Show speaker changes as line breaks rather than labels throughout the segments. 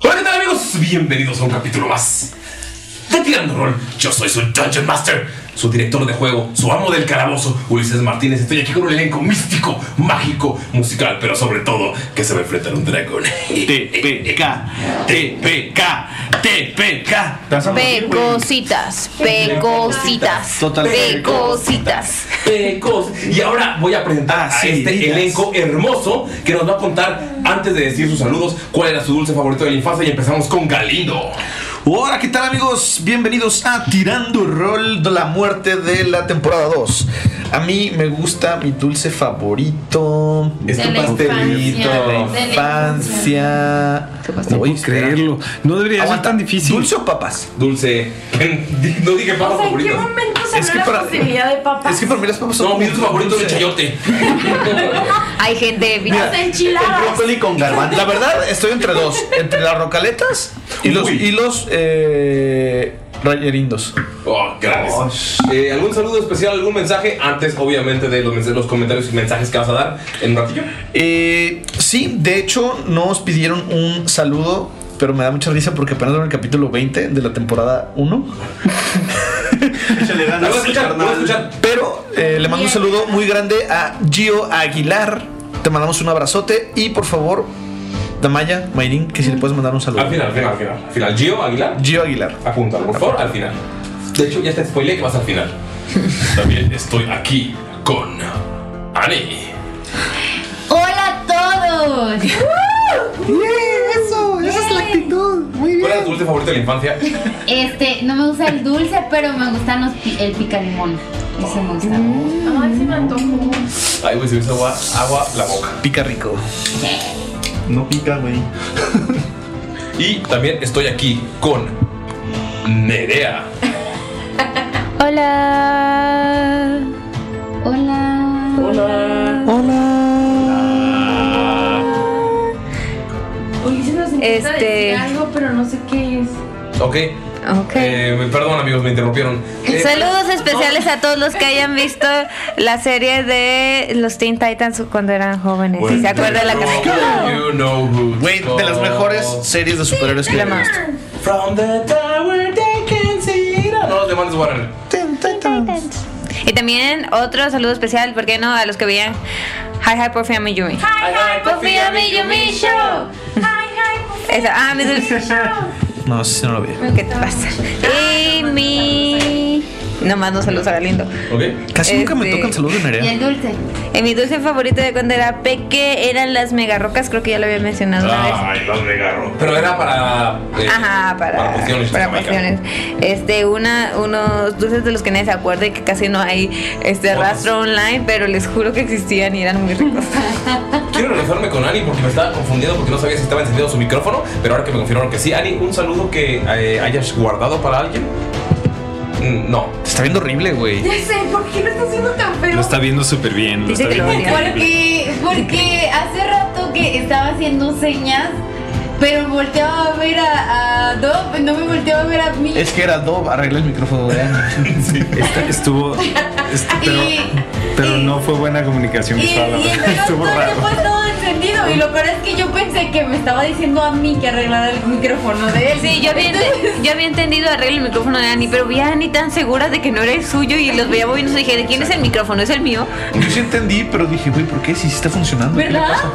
Hola, ¿qué tal amigos? Bienvenidos a un capítulo más de Tirando Rol. Yo soy su Dungeon Master, su director de juego, su amo del calabozo, Ulises Martínez. Estoy aquí con un elenco místico, mágico, musical, pero sobre todo que se va a enfrentar a un dragón.
TPK, TPK, TPK.
¿Te vas a morir, güey?
Pecositas, pecositas,
Totalmente. Eh,
pecositas.
Pecos. Y ahora voy a presentar
Ah,
a
sí,
este
digas.
elenco hermoso que nos va a contar, antes de decir sus saludos, cuál era su dulce favorito de la infancia. Y empezamos con Galindo.
Hola, ¿qué tal amigos? Bienvenidos a Tirando Roll de la muerte de la temporada 2. A mí me gusta mi dulce favorito.
Es
De
tu
la
pastelito.
infancia, de la
Infancia. No puedo
creerlo. No debería ser tan difícil.
¿Dulce o papas?
Dulce. No dije papas favoritas.
se
Es que para-
de papas?
Es que para mí las papas son
No, mi
muy
dulce favorito es el
dulce.
chayote.
Hay gente
Mira, El brócoli con garbanzo. La verdad, estoy entre dos. Entre las rocaletas y los,
Uy.
y los eh, rayerindos.
Oh, grandes. Eh, ¿Algún saludo especial, algún mensaje? Antes, obviamente, de los, mens- los comentarios y mensajes que vas a dar en un ratillo.
Eh, sí, de hecho, nos pidieron un saludo, pero me da mucha risa porque apenas en el capítulo 20 de la temporada 1.
Lo voy a escuchar, lo voy a escuchar.
Pero eh, le mando un saludo muy grande a Gio Aguilar. Te mandamos un abrazote y por favor, Damaya, Mayrin, que si le puedes mandar un saludo.
Al final, al final, al final. Al final, Gio Aguilar,
Gio Aguilar.
apúntalo, por favor, al final. De hecho, ya te spoilé que vas al final. También estoy aquí con Ani.
Hola a todos.
¡Uh! Eso, esa es la actitud. Muy
¿Cuál era tu dulce favorito de la infancia?
Este, no me gusta el dulce, pero me gustan los pi- el pica limón. Ese me gusta.
Mm.
Ay, güey, se me hizo agua, agua la boca.
Pica rico.
No pica, güey.
Y también estoy aquí con Nerea.
Hola.
Hola.
Este.
pero no sé qué es.
Ok. Eh, perdón, amigos, me interrumpieron. Eh,
Saludos especiales a todos los que hayan visto la serie de los Teen Titans cuando eran jóvenes. Si se acuerdan de la canción.
You know who.
Güey, de las mejores series de superhéroes que he visto.
From the tower they can see it. all. No los demandes, Warren.
Y también otro saludo especial, ¿por qué no? A los que veían Hi Hi por Fiamma Yumi.
Hi,
pues
Puffy, Ami, Yumi, Show.
Esa- ah, mi dulce.
No, ese sí no lo vi.
¿Qué te pasa? Y mi. Nomás no saludos a Galindo.
Casi nunca me
Este-
toca el saludo de Nerea.
dulce? mi dulce favorito de cuando era peque eran las megarrocas, creo que ya lo había mencionado una
Ah.
vez.
Ay, los megarro. Pero era para. eh,
Ajá, para,
para cuestiones
para
de Jamaica.
cuestiones. Este, una, unos dulces de los que nadie se acuerda y que casi no hay este rastro online, pero les juro que existían y eran muy ricos.
Quiero regresarme con Ani porque me estaba confundiendo porque no sabía si estaba encendido su micrófono, pero ahora que me confirmaron que sí. Ani, un saludo que eh, hayas guardado para alguien. Mm, No. Te está viendo horrible, güey.
Ya sé, ¿por qué lo está haciendo tan feo?
Lo está viendo súper bien. Lo está viendo increíble.
Porque, porque hace rato que estaba haciendo señas, pero volteaba a ver a, a Dob, no me volteaba a ver a mí.
Es que era Dob, arregla el micrófono de Ani.
Este
Esta- Estuvo. est- pero,
Y-
pero no fue buena comunicación
Y,
visual, la
y pues, el
verdad.
reloj
Estuvo
todavía
raro.
fue todo encendido. Y lo peor es que yo pensé que me estaba diciendo a mí que arreglara el micrófono de él.
Sí, yo había, ente- yo había entendido arregla el micrófono de Ani, pero vi a Ani tan segura de que no era el suyo y los veía moviéndose y dije, ¿de quién es el micrófono? ¿Es el mío?
Yo sí entendí, pero dije, güey, ¿por qué? Si sí está funcionando. ¿qué le
¿Verdad?
pasa?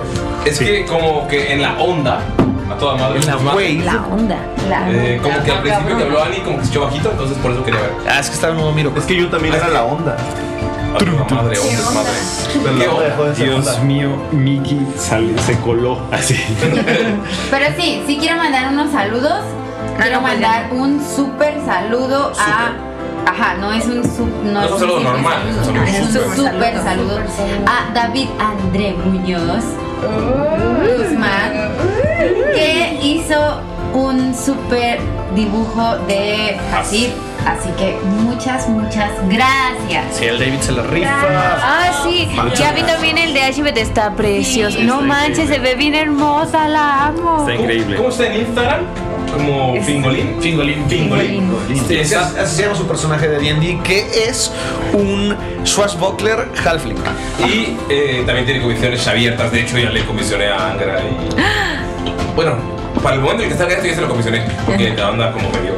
Es que como que en la onda, a toda madre.
La
madre,
güey.
La onda. La
eh, como
Ah,
que al principio que habló Ani como que se echó Pues bajito, entonces por eso quería ver.
Ah, es que estaba no miro. Es que yo también era la onda.
A toda madre, onda, es madre. ¿Qué onda?
Dios mío, Mickey sale- se coló así.
Pero sí, sí quiero mandar unos saludos. Quiero mandar un súper saludo a. Ajá, no es un sup-
No es un saludo
simple
normal, es un saludo
Es un
súper.
súper saludo a David André Muñoz Guzmán, que hizo un súper dibujo de Hasib. Así que muchas, muchas gracias.
Sí, el David se la rifa.
Ah, sí,
Muchas
ya vi también el de HBT, está precioso. no manches, se ve bien hermosa, la amo.
¿Cómo- ¿Cómo está en Instagram? Como Pingolín. Pingolín, Pingolín.
Sí, ese- así se llama su personaje de D&D, que es un Swashbuckler Halfling.
Y eh, también tiene comisiones abiertas. De hecho, ya le comisioné a Angra. Y... Bueno, para el momento en el que salga esto, ya se lo comisioné. Porque la onda como medio.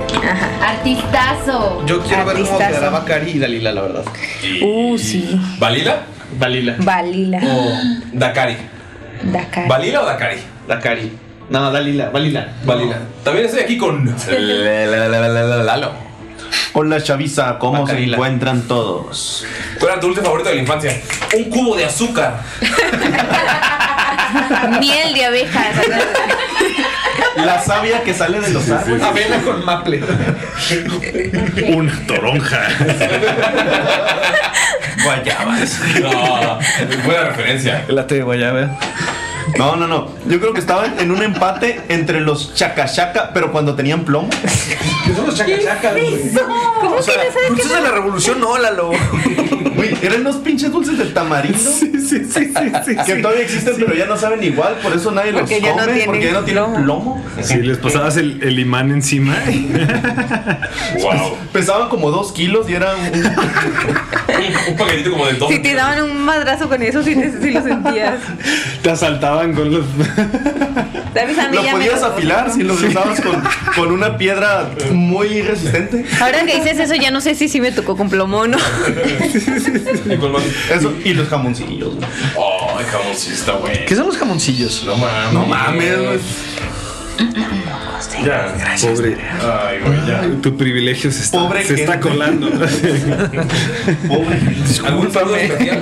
Artistazo.
Yo quiero ver cómo
Artistazo.
quedará Bacari y Dalila, la verdad.
Uh, sí.
¿Valila?
Valila.
Valila.
O Dakari.
Dakar.
¿Valila o Dakari?
Dakari. No, Dalila, Valila.
Valila. También estoy aquí con. Lalo.
Hola Chavisa, ¿cómo se
Macarila.
encuentran todos?
¿Cuál era tu dulce favorito de la infancia? Un cubo de azúcar.
Miel de abejas.
La savia que sale de los árboles.
Avena con maple.
Una toronja.
Guayabas. No, buena referencia.
La té de guayaba.
No, no, no. Yo creo que estaban en un empate entre los chacachaca, pero cuando tenían plomo.
Que son los chacachacas, güey.
¿Cómo
O sea, dulces de la revolución, no, Lalo.
Güey, eran unos pinches dulces de tamarindo.
Sí, sí, sí, sí, sí.
Ah,
Que todavía existen, pero ya no saben igual, por eso nadie
Porque
los
ya no
come,
tienen
porque ya no tienen
plomo.
plomo.
Sí, les pasabas el, el imán encima.
Wow.
Pesaban como dos kilos y eran un-
Un paquetito como de dos.
Si te daban un madrazo con eso, si, te- si lo sentías.
Te asaltaban con los.
¿Sabes? A mí
Lo
ya me
podías
tocó.
afilar si los usabas con, con una piedra muy resistente.
Ahora que dices eso, ya no sé si sí me tocó con plomo o no.
Y con más-
Eso, y los jamoncillos, güey.
Oh, el jamoncista, güey.
¿Qué son los jamoncillos?
No mames.
No mames, güey.
Ya.
Pobre.
Ay, güey, ya.
Tu privilegio se está,
Pobre
se está
gente.
colando.
Pobre.
¿Algún saludo especial?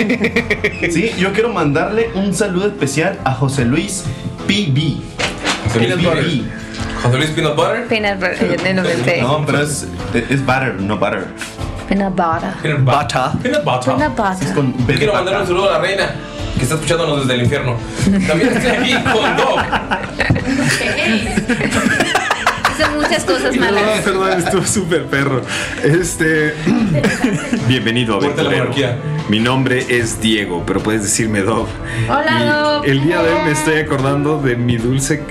Sí, yo quiero mandarle un saludo especial a José Luis PB.
Peanut butter.
PB.
José Luis Peanut Butter.
Peanut butter, eh, de 90.
No, pero es, es butter, no butter.
Peanut butter.
Peanut butter.
Bata.
Peanut butter.
Peanut
Es
butter.
con B de
Quiero
vaca.
mandar un saludo a la reina que está escuchándonos desde el infierno. También estoy aquí con Doc.
hizo muchas cosas malas.
Perdón, estuvo súper perro. Este. Bienvenido,
Muerte a la
aventurero. Mi nombre es Diego, pero puedes decirme Dov.
Hola, Dov.
El día de hoy me estoy acordando de mi dulce.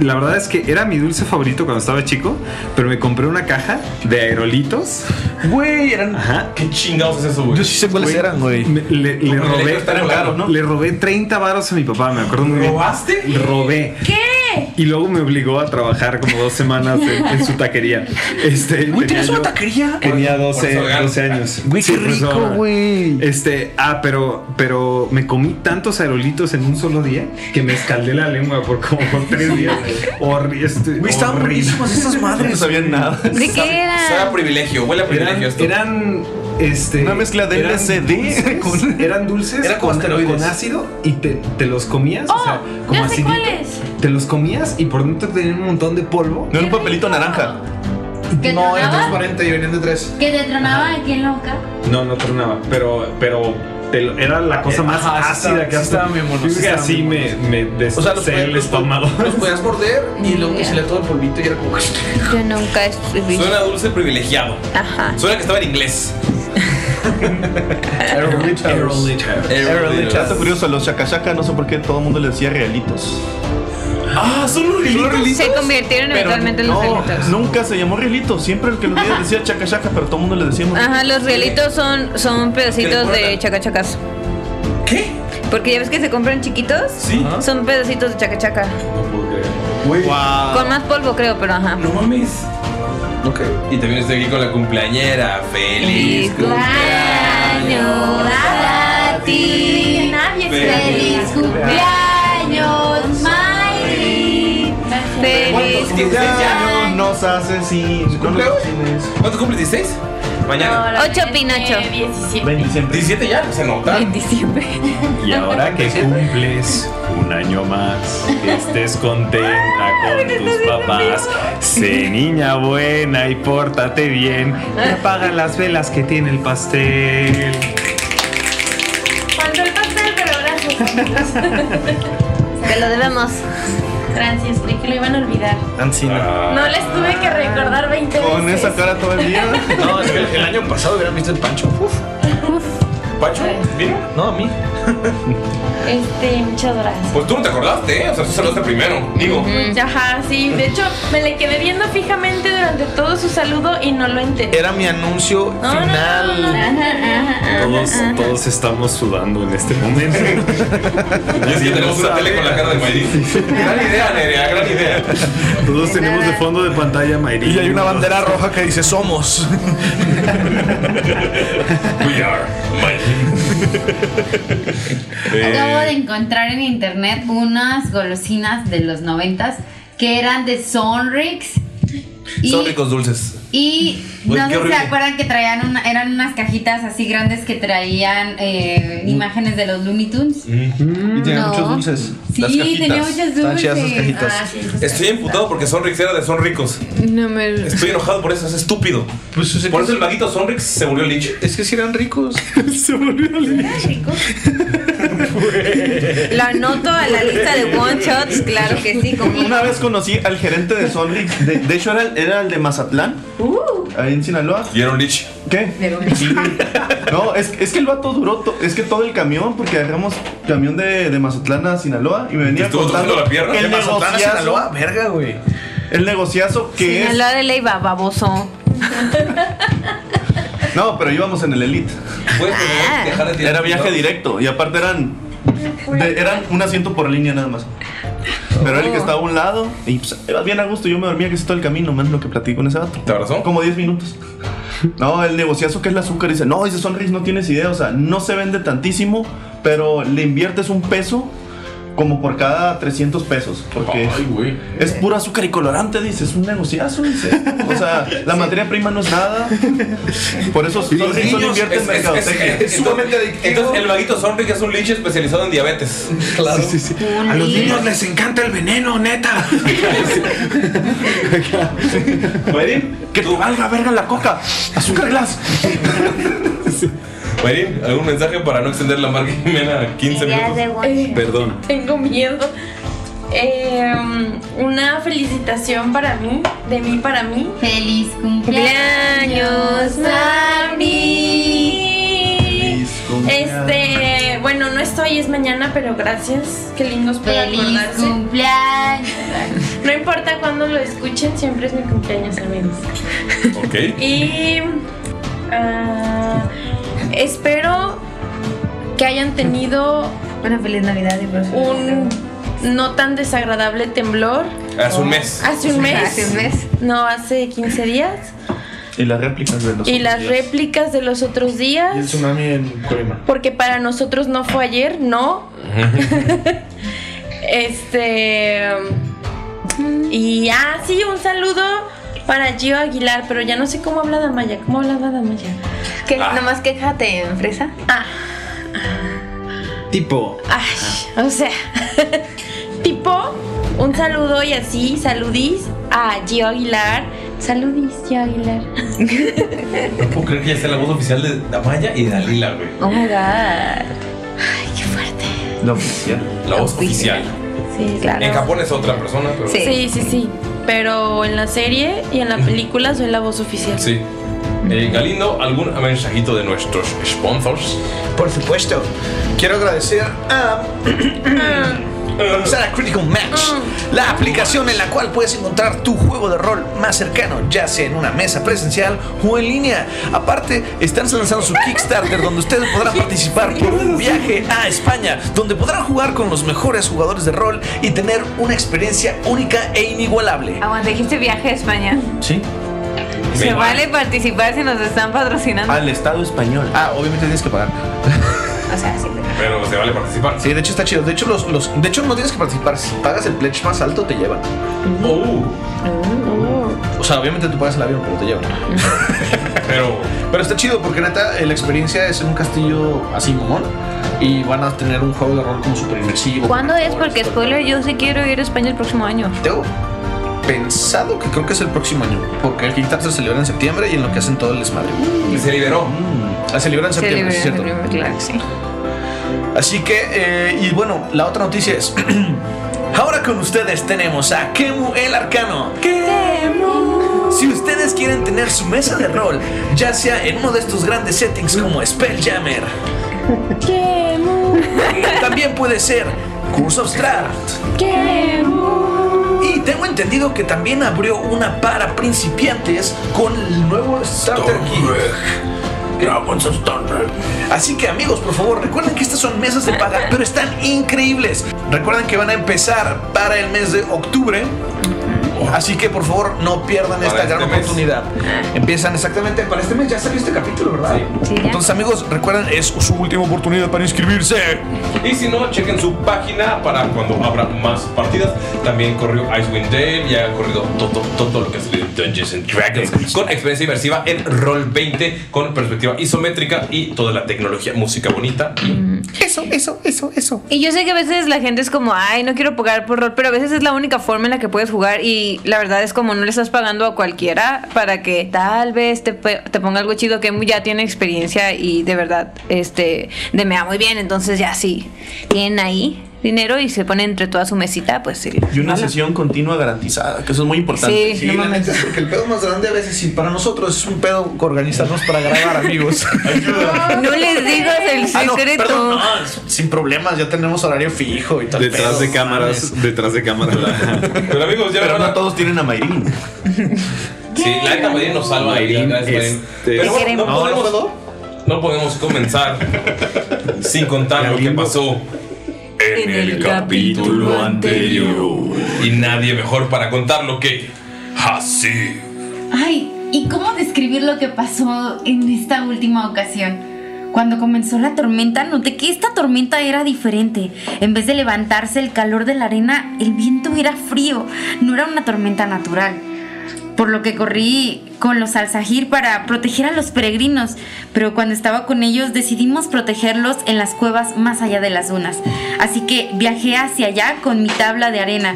La verdad es que era mi dulce favorito cuando estaba chico, pero me compré una caja de aerolitos. Güey, eran. Ajá.
¿Qué chingados es eso, güey?
Yo sí sé
cuáles
eran, güey. me- Le, le
Como
robé.
electro están caros, ¿no?
Le robé 30 varos a mi papá, me acuerdo muy bien.
¿Robaste?
Le robé.
¿Qué?
Y luego me obligó a trabajar como dos semanas en, en su taquería. Este, tenía
Güey, ¿tienes una
yo-
taquería?
Tenía
Por- por
12,
eso,
12 años.
Güey, qué
por eso,
rico,
ahora. Este, ah, pero, pero me comí tantos aerolitos en un solo día que me escaldé la lengua por como por tres días. Horri- este,
Güey, estaban
horrible.
buenísimas esas madres. No sabían nada.
¿De qué era?
Sabe a privilegio, huele a privilegio esto.
Eran. Este,
Una mezcla de
eran
LSD
dulces, eran dulces
Era como
con,
esteroides.
con ácido y te, te los comías, o sea, como
Oh, ya sé
acidito.
cuál es.
Te los comías y por dentro tenían un montón de polvo. No era un papelito naranja.
¿Que
No,
tronaba?
eran 340 y venían de tres.
Que te tronaba aquí en la boca.
No, no tronaba, pero, pero te lo- era la cosa más
Eh, Ajá, sí
ácida
estaba-
que
sí
hasta
estaba bien bueno,
Yo creo
sí
que
estaba
así
bien
me,
bueno.
me destrocé
O sea, los-
el estómago.
Los podías morder y luego se le todo el polvito y era como.
Yo nunca estuve.
Suena dulce privilegiado.
Ajá.
Suena que estaba en inglés.
Aerolitos.
Aerolitos.
Dato curioso, los chacachacas, no sé por qué todo el mundo le decía realitos.
Ah, son los
Se convirtieron
Pero
eventualmente en los
no,
realitos.
Nunca se llamó rielito. Siempre el que lo veía decía chacachaca, pero todo el mundo le decíamos.
Ajá, los rielitos son, son pedacitos de chacachacas.
¿Qué?
Porque ya ves que se compran chiquitos.
Sí.
Son pedacitos de chacachaca. Con más polvo, creo, pero ajá.
No mames. Ok. Y también estoy aquí con la cumpleañera. Feliz
Cumpleaños a ti. Feliz cumpleaños, Miley. Feliz
Ya no nos asesinos.
¿Cuánto cumple? ¿16? Mañana.
Ocho pinocho.
17 ya, se nota.
En diciembre.
Y ahora que cumples un año más, estés contenta con tus papás. Sé niña buena y pórtate bien. Y apaga las velas que tiene el pastel.
Faltó el pastel, pero gracias.
Te lo debemos.
Francis, creí que lo iban a olvidar.
Ancina.
No les tuve que recordar 20
Con
veces.
esa cara todo el día.
No, es que el, el año pasado hubieran visto el Pancho. Uf. ¿Pancho? ¿Vino? No, a mí.
Este, muchas gracias.
Pues tú no te acordaste, ¿eh? O sea, tú saludaste primero. Digo.
Ajá, sí. De hecho, me le quedé viendo fijamente durante todo su saludo y no lo entendí.
Era mi anuncio final.
Pues Todos, todos estamos sudando en este momento.
Y es que tenemos una tele con la cara de Mayri. Gran idea, Nerea, gran idea.
Todos tenemos de fondo de pantalla Mayri.
Y hay una bandera roja que dice somos.
We are
Eh.
Eh,
Acabo de encontrar en internet unas golosinas de los noventas que eran de Sonrix
Son ricos dulces.
y
Güey,
no
qué
sé si se
horrible.
acuerdan que traían una- eran unas cajitas así grandes que traían eh,
Mm.
imágenes de los Looney Tunes.
Mm, Y tiene
No.
muchos dulces.
Sí,
Las cajitas.
tenía muchos
Están
dulces.
chidas esas cajitas.
Ah, sí.
Estoy emputado porque Sonrix era de Sonricos.
No me.
Estoy enojado por eso, es estúpido.
Pues,
por eso el vaguito Sonrix se volvió Lich. Es que si eran ricos.
se volvió
Lo anoto a la lista de one shots, claro que sí, como
Una vez conocí al gerente de Sonrix. De, de hecho, era el, era el de Mazatlán.
Uh.
Ahí en Sinaloa.
Y era un Lich.
¿Qué? No, es, es que el vato duró. to- es que todo el camión, porque agarramos camión de, de Mazatlán a Sinaloa y me venía
estuvo
contando
tocando la pierna?
el
¿De Mazatlán a
negociazo.
Sinaloa?
verga, güey. El negociazo que es.
Sinaloa de Leiva, baboso.
No, pero íbamos en el Elite. Era viaje directo y aparte eran de- eran un asiento por línea nada más. Pero era el que estaba a un lado y pues, iba bien a gusto. Yo me dormía casi todo el camino, man, lo que platico con ese vato.
¿Te abrazó?
Como 10 minutos. No, el negociazo que es el azúcar dice: No, dice Sonris, no tienes idea. O sea, no se vende tantísimo, pero le inviertes un peso como por cada 300 pesos. Porque es puro azúcar y colorante, dice. Es un negociazo, dice. O sea, la materia prima no es nada. Por eso
Y los
Sonrix solo
niños
invierte
es- es-
en
es-
mercadotecnia.
es- es- entonces- Entonces el vaguito Sonrix es un Lich especializado en diabetes. Claro.
A los niños les encanta el veneno, neta.
Mayrin,
que te valga verga la coca. Azúcar glas.
Mayrin, ¿algún mensaje para no extender la marca Jimena a 15 minutos?
Eh,
Perdón.
Tengo miedo. eh, una felicitación para mí, de mí para mí. Feliz
cumpleaños a
mí. Este, bueno, no estoy, es mañana, pero gracias. Qué lindos por
Feliz
acordarse.
cumpleaños.
No importa cuándo lo escuchen, siempre es mi cumpleaños, amigos.
Ok.
Y ah, espero que hayan tenido
una feliz Navidad y próspero
un no tan desagradable temblor.
Hace un mes.
Hace un mes.
Hace un mes.
No, hace 15 días.
Y las réplicas de los
y las
días.
réplicas de los otros
Y el
días.
tsunami en Colima.
Porque para nosotros no fue ayer, no. Este. Y ah, sí, un saludo para Gio Aguilar, pero ya no sé cómo habla Damaya. ¿Cómo habla Damaya?
Que nomás quéjate en fresa.
Ah,
Tipo,
ay, o sea, tipo, un saludo y así, saludis a Gio Aguilar. Saludis, Gio Aguilar.
No puedo creer que ya sea la voz oficial de Damaya y de Dalila, güey.
Oh my god.
La oficial. La voz oficial.
Sí, claro.
En Japón es otra persona, pero.
Sí. sí, sí, Pero en la serie y en la película soy la voz oficial.
Sí. Eh, Galindo, ¿algún mensajito de nuestros sponsors?
Por supuesto. Quiero agradecer a. Comenzar a Critical Match, la aplicación en la cual puedes encontrar tu juego de rol más cercano, ya sea en una mesa presencial o en línea. Aparte, están lanzando su Kickstarter donde ustedes podrán participar por un viaje a España, donde podrán jugar con los mejores jugadores de rol y tener una experiencia única e inigualable.
Aguanta, dijiste viaje a España.
¿Sí?
Se vale participar si nos están patrocinando.
Al Estado español. Ah, obviamente tienes que pagar.
O sea, sí.
Pero se vale participar.
Sí, de hecho está chido. De hecho, los, los- de hecho no tienes que participar. Si pagas el pledge más alto, te llevan.
Oh.
O sea, obviamente tú pagas el avión, pero te llevan.
pero,
pero está chido porque neta, eh, la experiencia es en un castillo así, mamón. Y van a tener un juego de rol como super inmersivo.
¿Cuándo es? Porque spoiler, yo sí quiero ir a España el próximo año.
Tengo pensado que creo que es el próximo año. Porque el Kickstarter se libera en septiembre y en lo que hacen todo el desmadre.
Y se liberó.
Ah, se libera en septiembre, sí, es cierto.
Claro, sí.
Así que, eh, y bueno, la otra noticia es. Ahora con ustedes tenemos a Kemu el Arcano. Si ustedes quieren tener su mesa de rol, ya sea en uno de estos grandes settings como Spelljammer, también puede ser Curse of Strahd. Y tengo entendido que también abrió una para principiantes con el nuevo Starter Kit. Dragons of Thunder. Así que amigos, por favor, recuerden que estas son mesas de paga, pero están increíbles. Recuerden que van a empezar para el mes de octubre. Así que por favor no pierdan esta gran oportunidad. Empiezan exactamente para este mes, ya salió este capítulo, ¿verdad? Entonces amigos, recuerden, es su última oportunidad para inscribirse.
Y si no, chequen su página para cuando habrá más partidas. También corrió Icewind Dale y ha corrido todo, todo lo que es Dungeons and Dragons con experiencia inmersiva en Roll 20 con perspectiva isométrica y toda la tecnología, música bonita.
Mm.
Eso, eso, eso, eso.
Y yo sé que a veces la gente es como, ay, no quiero pagar por rol, pero a veces es la única forma en la que puedes jugar y la verdad es como no le estás pagando a cualquiera para que tal vez te, pe- te ponga algo chido que ya tiene experiencia y de verdad, este, de me va muy bien, entonces ya sí, tienen ahí dinero y se pone entre toda su mesita, pues sí.
Y una sesión continua garantizada, que eso es muy importante.
Sí, Sí, no
la neta, porque el pedo más grande a veces, y para nosotros es un pedo organizarnos para grabar, amigos.
No les digas el
Ah, no,
secreto.
perdón, no, s- sin problemas, ya tenemos horario fijo y tal.
detrás de cámaras, detrás de cámaras.
Pero amigos, ya
Pero no todos tienen a Mayrin.
Sí, la neta Mayrin nos salva ahí. la neta, Mayrin. Pero
este
bueno, no podemos, no podemos comenzar sin contar lo que pasó en el capítulo anterior. Y nadie mejor para contarlo que así.
Ay, ¿y cómo describir lo que pasó en esta última ocasión? Cuando comenzó la tormenta, noté que esta tormenta era diferente. En vez de levantarse el calor de la arena, el viento era frío. No era una tormenta natural. Por lo que corrí con los alzajir para proteger a los peregrinos, pero cuando estaba con ellos decidimos protegerlos en las cuevas más allá de las dunas. Así que viajé hacia allá con mi tabla de arena.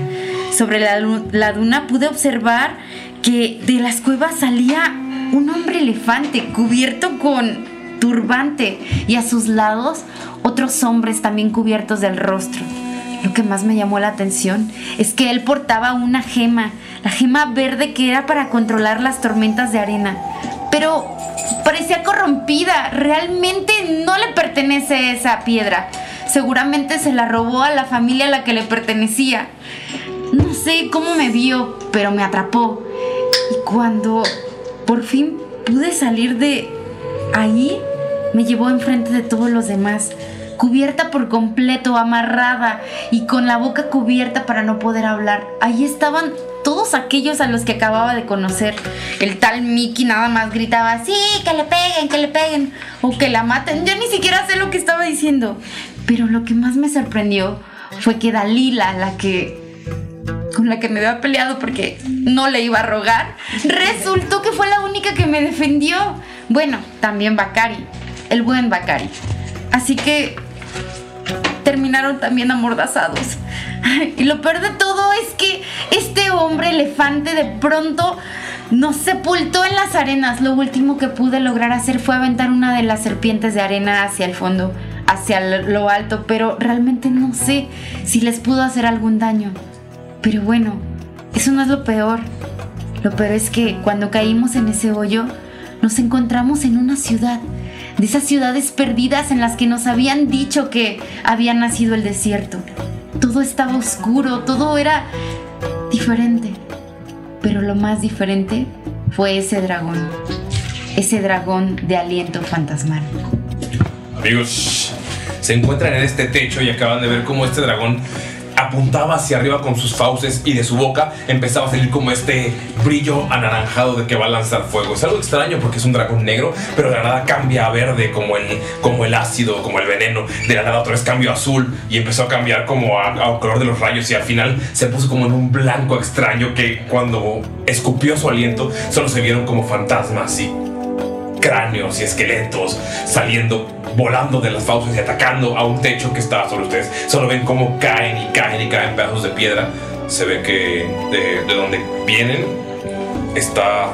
Sobre la, lu- la duna pude observar que de las cuevas salía un hombre elefante cubierto con turbante y a sus lados otros hombres también cubiertos del rostro. Lo que más me llamó la atención es que él portaba una gema, la gema verde que era para controlar las tormentas de arena. Pero parecía corrompida, realmente no le pertenece esa piedra. Seguramente se la robó a la familia a la que le pertenecía. No sé cómo me vio, pero me atrapó. Y cuando por fin pude salir de ahí, me llevó enfrente de todos los demás, cubierta por completo, amarrada y con la boca cubierta para no poder hablar. Ahí estaban todos aquellos a los que acababa de conocer. El tal Mickey nada más gritaba, sí, que le peguen, que le peguen, o que la maten. Yo ni siquiera sé lo que estaba diciendo. Pero lo que más me sorprendió fue que Dalila, la que con la que me había peleado porque no le iba a rogar, resultó que fue la única que me defendió. Bueno, también Bakari, el buen Bakari. Así que terminaron también amordazados. Y lo peor de todo es que este hombre elefante de pronto nos sepultó en las arenas. Lo último que pude lograr hacer fue aventar una de las serpientes de arena hacia el fondo, hacia lo alto, pero realmente no sé si les pudo hacer algún daño. Pero bueno, eso no es lo peor. Lo peor es que cuando caímos en ese hoyo, nos encontramos en una ciudad. De esas ciudades perdidas en las que nos habían dicho que había nacido el desierto. Todo estaba oscuro, todo era diferente. Pero lo más diferente fue ese dragón. Ese dragón de aliento fantasmal.
Amigos, se encuentran en este techo y acaban de ver cómo este dragón apuntaba hacia arriba con sus fauces y de su boca empezaba a salir como este brillo anaranjado de que va a lanzar fuego. Es algo extraño porque es un dragón negro, pero de la nada cambia a verde como el, como el ácido, como el veneno. De la nada otra vez cambió a azul y empezó a cambiar como a, a color de los rayos y al final se puso como en un blanco extraño que cuando escupió su aliento solo se vieron como fantasmas y cráneos y esqueletos saliendo, volando de las fauces y atacando a un techo que está sobre ustedes. Solo ven cómo caen y caen y caen pedazos de piedra. Se ve que de, de donde vienen está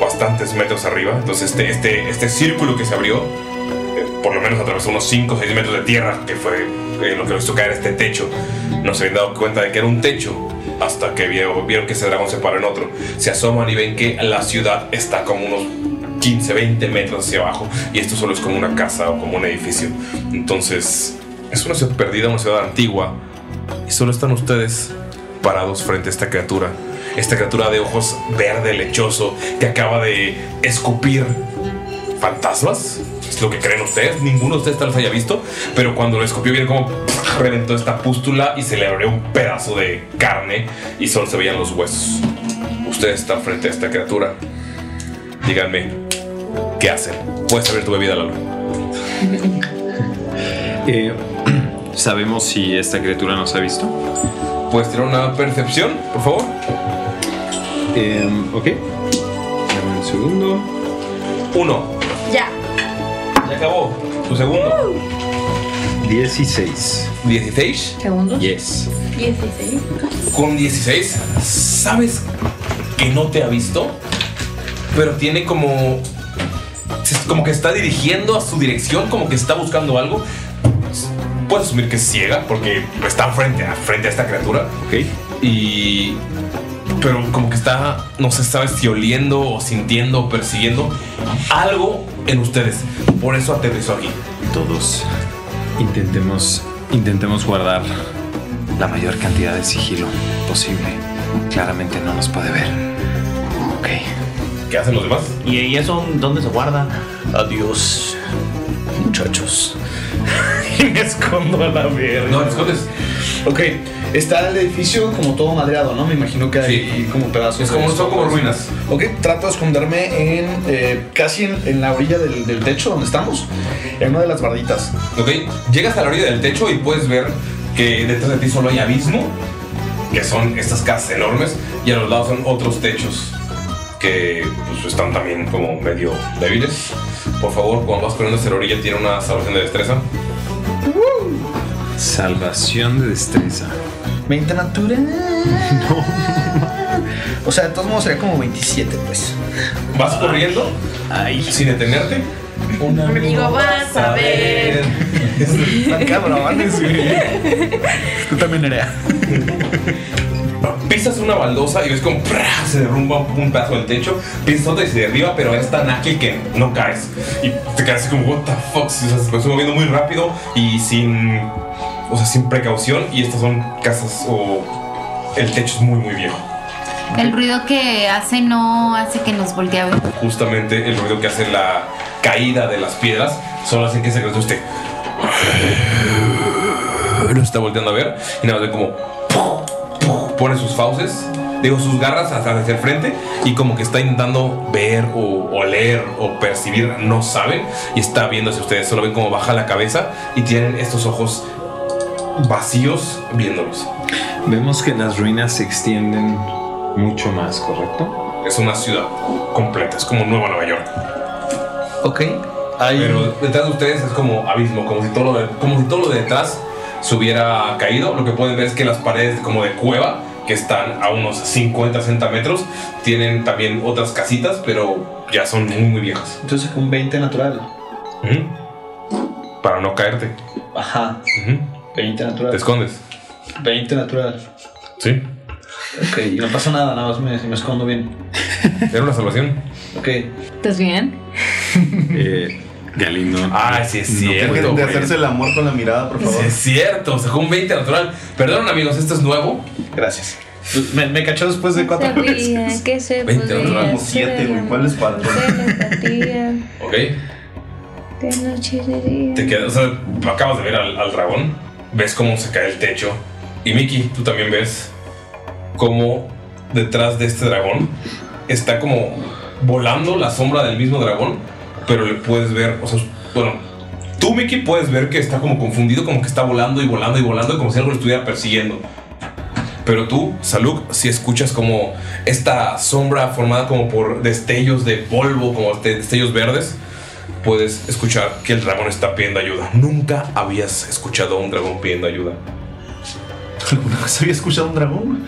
bastantes metros arriba. Entonces este, este, este círculo que se abrió, eh, por lo menos atravesó unos 5 o 6 metros de tierra, que fue eh, lo que les hizo caer este techo. No se habían dado cuenta de que era un techo hasta que vieron, vieron que ese dragón se paró en otro. Se asoman y ven que la ciudad está como unos 15, 20 metros hacia abajo y esto solo es como una casa o como un edificio. Entonces, es una ciudad perdida, una ciudad antigua y solo están ustedes parados frente a esta criatura. Esta criatura de ojos verde lechoso que acaba de escupir fantasmas. Es lo que creen ustedes. Ninguno de ustedes tal vez haya visto. Pero cuando lo escupió, vieron como pff, reventó esta pústula y se le abrió un pedazo de carne y solo se veían los huesos. Ustedes están frente a esta criatura. Díganme, ¿qué hacen? Puedes abrir tu bebida, Lalo.
Eh, ¿Sabemos si esta criatura nos ha visto?
¿Puedes tirar una percepción, por favor? em,
ok. Dame un segundo.
Uno.
Ya.
Ya acabó. Tu segundo.
16.
¿16?
Segundos.
Yes.
16.
Con 16, sabes que no te ha visto, pero tiene como. Como que está dirigiendo a su dirección, como que está buscando algo. Puedes asumir que es ciega, porque está frente a, frente a esta criatura. Ok. Y. Pero como que está, no sé, sabes si oliendo o sintiendo o persiguiendo algo en ustedes. Por eso aterrizó aquí.
Todos intentemos, intentemos guardar la mayor cantidad de sigilo posible. Claramente no nos puede ver. Ok.
¿Qué hacen los demás?
¿Y, y eso dónde se guarda? Adiós, muchachos. Y me escondo a la mierda.
No, escondes.
Ok, está el edificio como todo madreado, ¿no? Me imagino que hay como pedazos.
Es
de
como-
esto,
son como
pues.
ruinas.
Ok, trato de esconderme en eh, casi en, en la orilla del, del techo donde estamos, en una de las barditas.
Ok, llegas a la orilla del techo y puedes ver que detrás de ti solo hay abismo, que son estas casas enormes, y a los lados son otros techos que pues, están también como medio débiles. Por favor, cuando vas corriendo hacia la orilla, tiene una salvación de destreza.
¡Uh!
Salvación de destreza.
20 natural. No. O sea, de todos modos sería como 27, pues.
¿Vas corriendo? Sin detenerte.
Un
amigo vas a ver.
Están cabrones, güey.
Tú también eres. Pisas una baldosa y ves como ¡prá! se derrumba un pedazo del techo. Pisas otra y se derriba, pero es tan ágil que no caes. Y te quedas así como, ¿What the fuck? O sea, se está moviendo muy rápido y sin. O sea, sin precaución. Y estas son casas o. El techo es muy, muy viejo.
El ruido que hace no hace que nos voltee a ver.
Justamente el ruido que hace la caída de las piedras solo hace que se crece usted. Lo está volteando a ver y nada más ve como pone sus fauces, digo sus garras hacia hacia el frente y como que está intentando ver o oler o percibir, no saben y está viendo hacia ustedes, solo ven como baja la cabeza y tienen estos ojos vacíos viéndolos.
Vemos que las ruinas se extienden mucho más, ¿correcto?
Es una ciudad completa, es como Nueva Nueva York.
Ok.
Pero detrás de ustedes es como abismo, como si todo lo de, como si todo lo de detrás se hubiera caído. Lo que pueden ver es que las paredes como de cueva, que están a unos 50, 60 metros, tienen también otras casitas, pero ya son muy, muy viejas.
Entonces un 20 natural.
Para no caerte.
Ajá. 20 natural.
Te escondes.
20 natural.
Sí.
Ok, y no pasa nada, nada más me, me escondo bien.
Era una salvación.
Ok.
¿Estás bien?
Galindo.
Ah, sí, es
Eh, No
cierto.
dejen de
güey.
hacerse el amor con la mirada, por favor.
Sí, es cierto, sacó un 20 natural. Perdón, amigos, esto es nuevo.
Gracias.
Me, me cachó después de cuatro veces.
que se
20
podía
natural, como 7, güey. ¿Cuál es cuatro?
Ok. Te quedas, o sea, acabas de ver al, al dragón, ves cómo se cae el techo. Y Mickey, tú también ves cómo detrás de este dragón está como volando la sombra del mismo dragón, pero le puedes ver, o sea, bueno, tú Mickey puedes ver que está como confundido, como que está volando y volando y volando, como si algo lo estuviera persiguiendo. Pero tú, Saluk, si escuchas como esta sombra formada como por destellos de polvo, como de- destellos verdes, puedes escuchar que el dragón está pidiendo ayuda. Nunca habías escuchado a un dragón pidiendo ayuda.
¿Alguna vez había escuchado un dragón?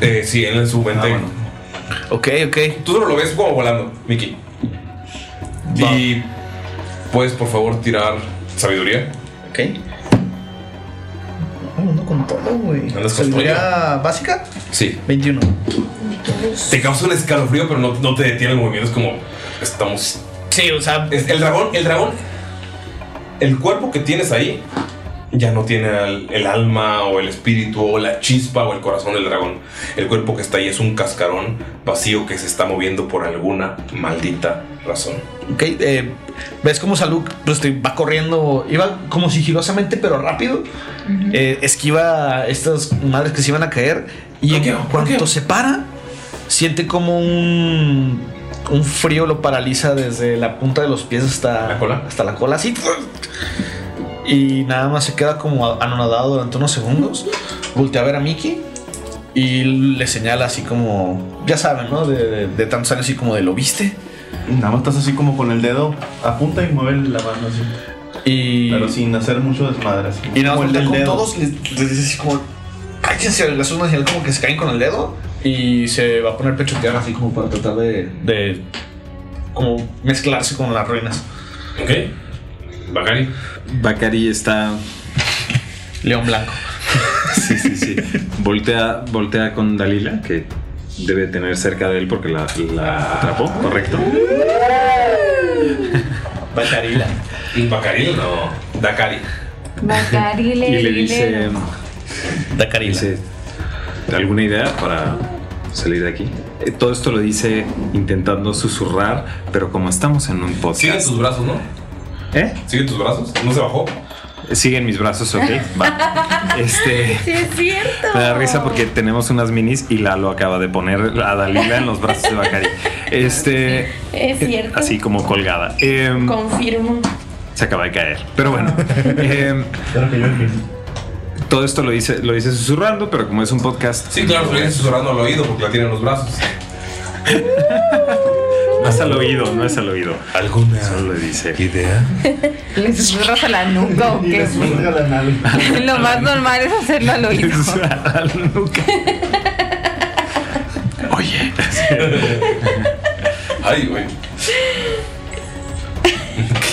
Eh, sí, él en su mente.
Ah, Ok, ok.
Tú solo lo ves como volando, Mickey. Y puedes, por favor, tirar sabiduría.
Ok. Ando con todo, güey.
¿Andas con
¿Seguridad básica?
Sí.
21.
Te causa un escalofrío, pero no, no te detiene el movimiento. Es como, estamos.
Sí, o sea.
el dragón, el dragón. El cuerpo que tienes ahí ya no tiene el, el alma o el espíritu o la chispa o el corazón del dragón. El cuerpo que está ahí es un cascarón vacío que se está moviendo por alguna maldita razón.
Ok, eh, ves cómo Saluk pues, te va corriendo, iba como sigilosamente pero rápido, eh, esquiva estas madres que se iban a caer y en cuanto se para, siente como un, un frío lo paraliza desde la punta de los pies hasta la cola, hasta la cola así. Y nada más se queda como anonadado durante unos segundos, voltea a ver a Mickey y le señala así como, ya saben, ¿no? De, de- de tantos años así como de lo viste.
Nada más estás así como con el dedo, apunta y mueve la mano así.
Y...
Pero sin hacer mucho desmadre así.
Y nada
Como
más voltea
el del
con
dedo.
todos les, les dice así como Cállense, les hace una señal como que se caen con el dedo Y se va a poner pecho tierra así como para tratar de, de Como mezclarse con las ruinas
Ok Bacari
Bacari está
León Blanco
Sí, sí, sí Voltea, voltea con Dalila Que debe tener cerca de él Porque la, la atrapó, ¿correcto?
Bacarila
Bacari no, Dakari
Bacarile.
Y le dice "Em,
Dakari
dice ¿Alguna idea para salir de aquí? Eh, Todo esto lo dice intentando susurrar Pero como estamos en un podcast
Siguen tus brazos, ¿no?
¿Eh?
¿Siguen tus brazos? ¿No se bajó?
Siguen mis brazos, Pues, ok Va Este...
Sí, es cierto.
Me da risa porque tenemos unas minis y Lalo acaba de poner a Dalila en los brazos de Bacari. Este.
Es cierto.
Así como colgada. Em,
Confirmo.
se acaba de caer. Pero bueno. em, todo esto lo hice, lo hice susurrando, pero como es un podcast.
Sí, claro, lo hice susurrando al oído porque la tiene en los brazos.
No es al oído, no es al oído.
¿Alguna
Solo le dice.
idea?
¿Le susurras a la nuca o qué? Lo más normal es hacerlo al oído.
Oye.
Ay, güey.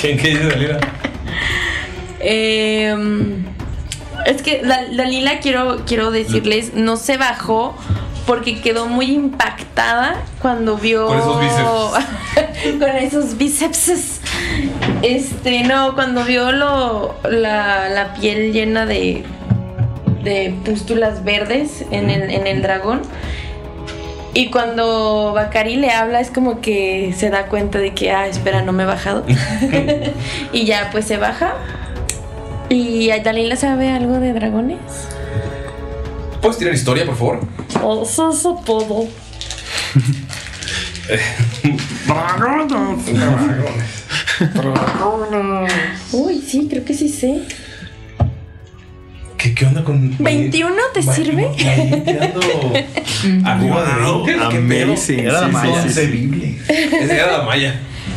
¿Qué, qué dice Dalila?
Em, es que Da- Dalila quiero, quiero decirles, no se bajó porque quedó muy impactada cuando vio...
Con esos
bíceps. con esos bíceps. Este, no, cuando vio lo, la, la piel llena de, de pústulas verdes en el, en el dragón. Y cuando Bakari le habla es como que se da cuenta de que, ah, espera, no me he bajado. y ya pues se baja. ¿Y Dalila sabe algo de dragones?
¿Puedes tirar historia, por favor?
Oh, so, so, todo.
Dragones.
Uy, sí, creo que sí sé.
¿Qué, ¿Qué onda con.?
¿21 te sirve?
Wow, amazing.
Era la malla.
Esa era la malla.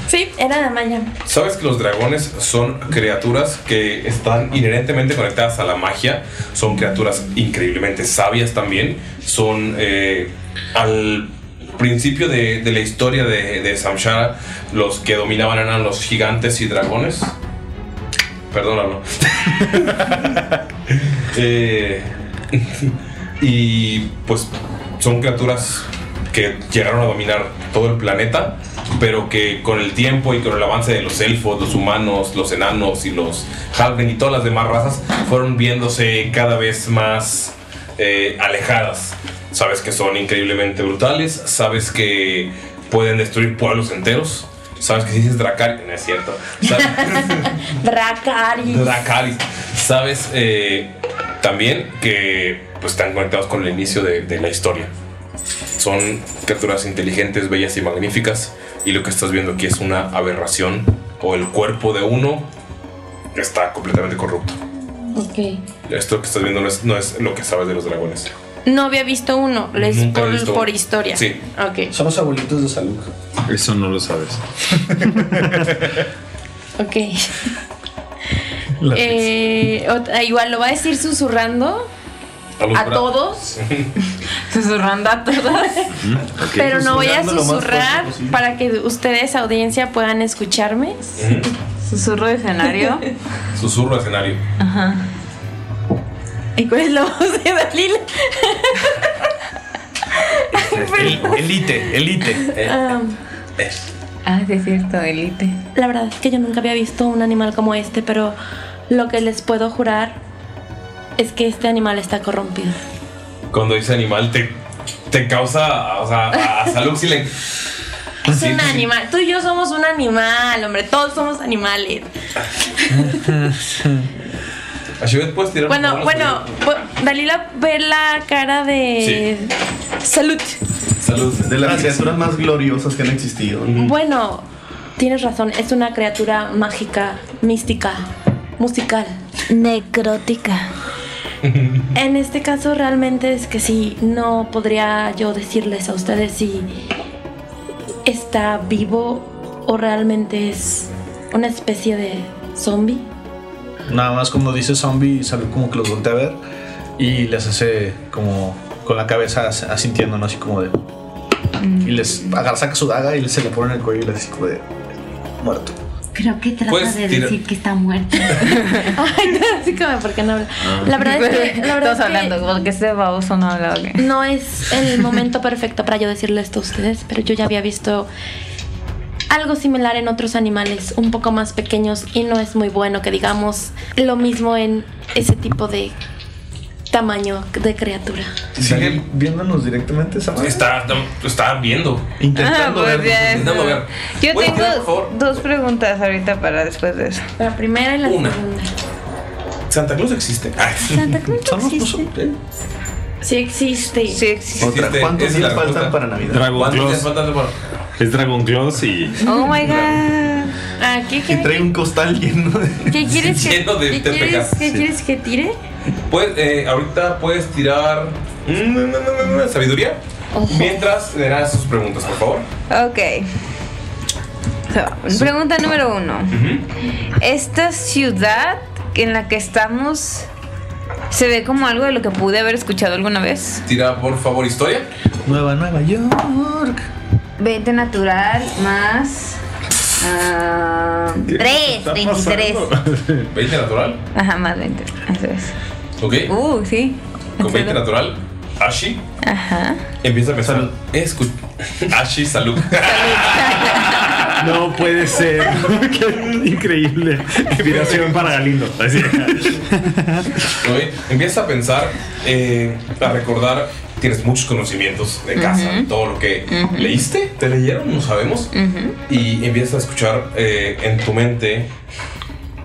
sí, era de Maya.
Sabes que los dragones son criaturas que están inherentemente conectadas a la magia. Son criaturas increíblemente sabias también. Son eh, al principio de, de la historia de, de Samshara, los que dominaban eran los gigantes y dragones. Perdónalo. Eh, y pues son criaturas que llegaron a dominar todo el planeta, pero que con el tiempo y con el avance de los elfos, los humanos, los enanos y los halven y todas las demás razas fueron viéndose cada vez más eh, alejadas. Sabes que son increíblemente brutales, sabes que pueden destruir pueblos enteros, sabes que si dices Dracar, no es cierto. Sabes-
Dracaris.
Dracaris. Sabes eh, también que pues, están conectados con el inicio de, de la historia. Son criaturas inteligentes, bellas y magníficas. Y lo que estás viendo aquí es una aberración. O el cuerpo de uno que está completamente corrupto.
Ok.
Esto que estás viendo no es, no es lo que sabes de los dragones.
No había visto uno, les
Nunca he
por,
visto
por
uno.
historia.
Sí.
Ok.
Son los abuelitos de salud.
Eso no lo sabes.
Ok. Eh, ot- igual lo va a decir susurrando a todos. Susurrando a todos. Pero no voy a susurrar para que ustedes, audiencia, puedan escucharme. Susurro de escenario.
Susurro escenario.
Ajá. ¿Y cuál es la voz de Dalila?
elite, Eh, elite.
Ah,
Ah, sí, es cierto, Elite.
la verdad es que yo nunca había visto un animal como este, pero lo que les puedo jurar es que este animal está corrompido.
Cuando dice animal te, te causa. O sea, a, a Saluk sí le. Ah,
Es
Sí,
un
sí.
animal. Tú y yo somos un animal, hombre. Todos somos animales.
Ashibet, puedes tirar por
Bueno,
favor,
bueno, bu- Dalila ve la cara de. Salud.
Salud.
De las criaturas más gloriosas que han existido.
Bueno, tienes razón. Es una criatura mágica, mística, musical, necrótica. En este caso, realmente es que sí, no podría yo decirles a ustedes si está vivo o realmente es una especie de zombie.
Nada más cuando dice zombie, Salud como que los voltea a ver y les hace como con la cabeza as- asintiendo, ¿no? Así como de. Y les agarra, saca su daga y se le pone en el cuello y les dice como de. Muerto.
Creo que trata
Pues,
de
tira-
decir que está muerto.
Ay, no, así como, ¿por qué no habla?
Ah.
La verdad es que. La verdad
Todos hablando,
porque este baboso no habla. No es el momento perfecto para yo decirle esto a ustedes, pero yo ya había visto algo similar en otros animales, un poco más pequeños, y no es muy bueno que digamos lo mismo en ese tipo de tamaño de criatura.
¿Sigue viéndonos directamente esa
Está, está viendo.
Intentando Ah, pues, vernos. ya.
Intentando ver.
Yo tengo dos preguntas ahorita para después de eso.
La primera y la
Una.
segunda.
Santa Claus existe.
Santa Claus existe. Sí existe. Sí
existe. ¿Cuántos días faltan
para Navidad?
Dragon
¿Cuántos días
Claws.
faltan para.?
Es Dragon Claws y.
Oh my god. Ah, ¿qué,
Y
qué,
trae un costal lleno de.
qué quieres que
Lleno de
qué
TPK.
quieres, qué
Sí.
quieres que tire?
Puedes, eh, ahorita puedes tirar. mm, mm, mm, mm, Sabiduría. Mientras le harás sus preguntas, por favor.
Ok. So, pregunta número uno. Esta ciudad en la que estamos se ve como algo de lo que pude haber escuchado alguna vez.
Tira, por favor, historia.
Nueva Nueva York.
20 natural más. Ah, tres, 23.
20 natural.
Ajá, más 20. Eso es.
Ok.
Uh, sí.
Con 20 natural, Ashi
Ajá.
empieza a pensar. Escu Ashi, salud.
No puede ser. Qué increíble. Inspiración para Galindo. Así.
Ok, Empieza a pensar, eh, a recordar. Tienes muchos conocimientos de casa,
Ujú.
todo lo que
Ujú.
leíste, te leyeron, no sabemos. Y empiezas a escuchar eh, en tu mente.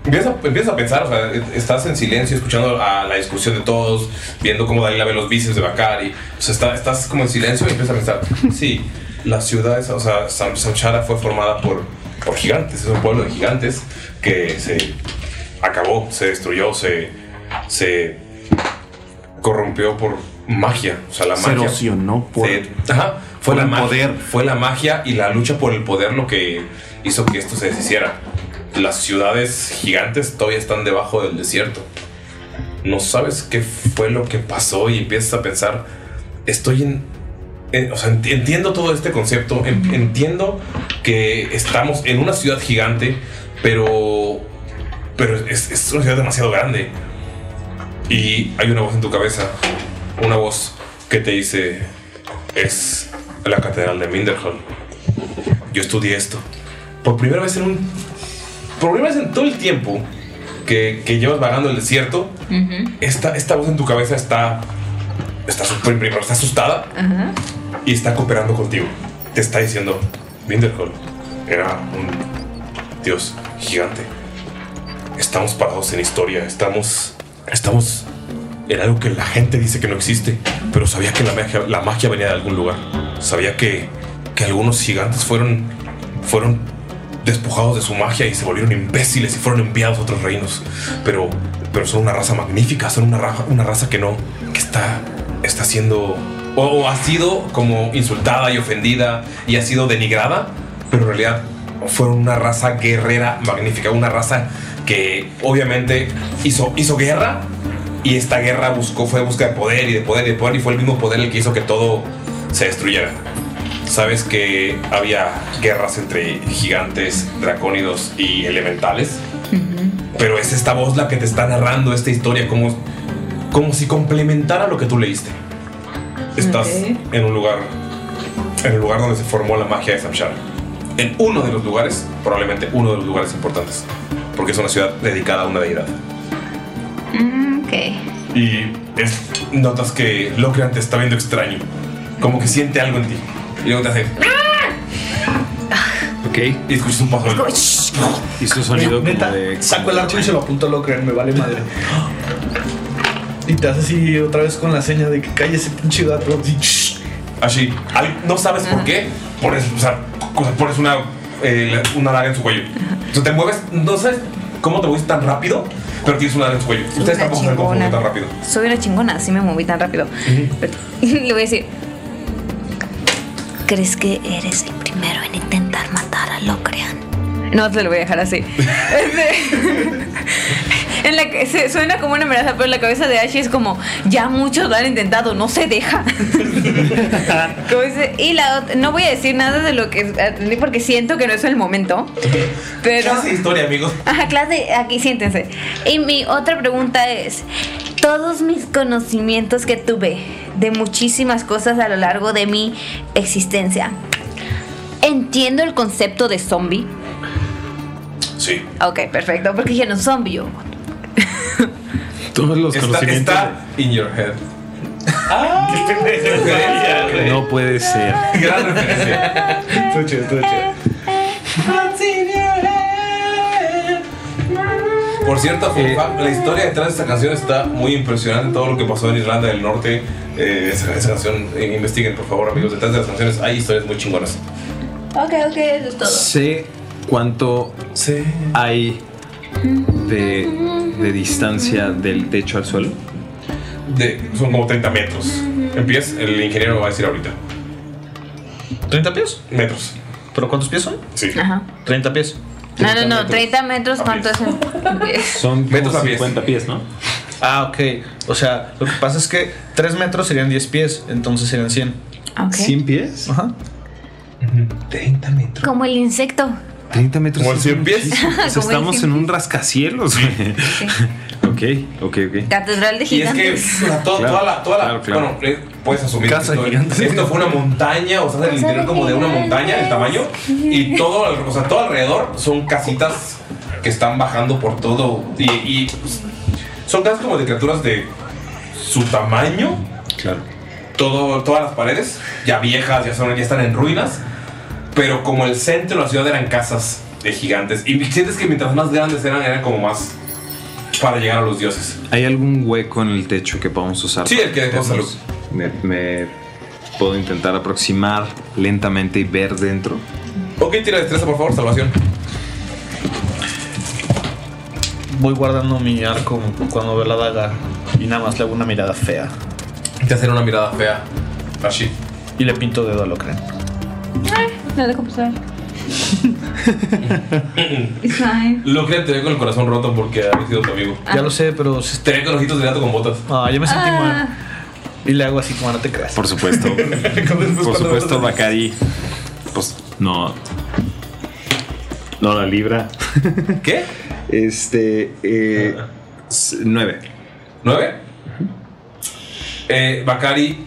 Empiezas a, empiezas a pensar, o sea, e, estás en silencio escuchando a la discusión de todos, viendo cómo Dalila ve los vicios de Bakari. O sea, está- estás como en silencio y empiezas a pensar, sí, las ciudades, o sea, Sam- Samchara fue formada por, por gigantes, es un pueblo de gigantes que se acabó, se destruyó, se, se corrompió por magia. O sea, la
Se
magia.
erosionó por-
se- ajá, fue
por
la
el
magia-
poder.
Fue la magia y la lucha por el poder lo que hizo que esto se deshiciera. Las ciudades gigantes todavía están debajo del desierto. No sabes qué fue lo que pasó y empiezas a pensar, estoy en... en- o sea, enti- entiendo todo este concepto, en- entiendo que estamos en una ciudad gigante, pero... Pero es, es una ciudad demasiado grande. Y hay una voz en tu cabeza, una voz que te dice, es la catedral de Minderhall. Yo estudié esto. Por primera vez en un... Por primera vez en todo el tiempo que, que llevas vagando el desierto, esta, esta voz en tu cabeza está... Está, súper- primero está asustada
Ajá.
y está cooperando contigo. Te está diciendo, Minderhall era un dios gigante. Estamos parados en historia, estamos... Estamos en algo que la gente dice que no existe, pero sabía que la magia, la magia venía de algún lugar. Sabía que, que algunos gigantes fueron, fueron despojados de su magia y se volvieron imbéciles y fueron enviados a otros reinos. Pero, pero son una raza magnífica, son una raza, una raza que no, que está, está siendo, o, o ha sido como insultada y ofendida y ha sido denigrada, pero en realidad fueron una raza guerrera magnífica, una raza que obviamente hizo, hizo guerra y esta guerra buscó, fue busca de poder y de poder y de poder y fue el mismo poder el que hizo que todo se destruyera. Sabes que había guerras entre gigantes, dracónidos y elementales, pero es esta voz la que te está narrando esta historia como, como si complementara lo que tú leíste. Estás
Ok.
en un lugar, en el lugar donde se formó la magia de Samshara. En uno de los lugares, probablemente uno de los lugares importantes, porque es una ciudad dedicada a una deidad.
Mm, ok.
Y es- notas que Locrian te está viendo extraño. Como que siente algo en ti. Y luego te hace.
Ok.
Y escuchas un paso.
Y su sonido
Neta, saco el arco y se lo apunto a Locren, me vale madre. Y te hace así otra vez con la seña de que calle ese pinche gato. Así,
así al- no sabes por qué. Pones, o sea, o sea, pones una, eh, la- una daga en su cuello. O sea, te mueves. No sabes cómo te mueves tan rápido, pero tienes una daga en su cuello. Ustedes
Una
tampoco saben cómo se mueven tan rápido.
Soy una chingona, así me moví tan rápido. Le voy a decir. ¿Crees que eres el primero en intentar matar a Locrean? No, te lo voy a dejar así. Este, en la que se- suena como una amenaza, pero en la cabeza de Ashi es como, ya muchos lo han intentado, no se deja. Como dice, y la ot- no voy a decir nada de lo que atendí porque siento que no es el momento. Pero...
Clase de historia, amigos.
Ajá, clase, aquí siéntense.
Y mi otra pregunta es, todos mis conocimientos que tuve de muchísimas cosas a lo largo de mi existencia,
Entiendo el concepto de zombie.
Sí.
Ok, perfecto, porque dije no zombie yo.
Todos los
está,
conocimientos.
Está in your head. Ah.
No puede ser.
Gran referencia.
Estuvo chido, estuvo chido.
Por cierto,
Eh,
fun fact, la historia detrás de esta canción está muy impresionante. Todo lo que pasó en Irlanda del Norte. eh, esa, esa canción, eh, investiguen por favor, amigos. Detrás de las canciones hay historias muy chingonas.
Ok, ok, eso es todo.
Sé cuánto hay de, de distancia del techo al suelo.
De- son como 30 metros. En pies, el ingeniero va a decir ahorita.
¿30 pies?
Metros.
¿Pero cuántos pies son?
Sí.
Ajá.
30 pies.
No, no, no, 30 metros, ¿cuánto es?
Son
metros
a pies. 50
pies, ¿no? Ah, ok. O sea, lo que pasa es que 3 metros serían 10 pies, entonces serían 100.
Ok. ¿Cien
pies?
Ajá.
Como el insecto.
30 metros.
Como el
es
cien pies.
muchísimo. O sea,
Como el
estamos
cien
en un rascacielos. güey. ok, ok, ok.
Catedral de
Y es que
gigantes.
la- to-
Claro,
toda la. Toda la
claro, claro.
Bueno, eh, puedes asumir.
Casa
que esto-
gigante.
Esto fue una montaña, o sea, del
Casa
interior
de
como de una
gigantes.
montaña, el tamaño. Y todo, al- o sea, todo alrededor son casitas que están bajando por todo. Y, y, pues, son casas como de criaturas de su tamaño.
Claro.
Todo, todas las paredes, ya viejas, ya, son, ya están en ruinas. Pero como el centro de la ciudad eran casas de gigantes. Y sientes que mientras más grandes eran, eran como más para llegar a los dioses.
¿Hay algún hueco en el techo que podamos usar?
Sí, el que dejó Salud.
Me, me puedo intentar aproximar lentamente y ver dentro.
Ok, tira destreza, por favor, salvación.
Voy guardando mi arco cuando veo la daga y nada más le hago una mirada fea.
Te hacen una mirada fea, Rashid.
Y le pinto dedo a lo creen.
Ay, No dejo pasar.
Lo que te veo con el corazón roto porque ha sido tu amigo.
Ya lo sé, pero. se-
Te veo con ojitos de gato con botas.
Ah, yo me sentí mal. Y le hago así como no te creas.
Por supuesto. Por supuesto, Bacari. Pues no. No la libra.
¿Qué?
Este. Eh, s- nueve.
¿Nueve? Eh, Bakari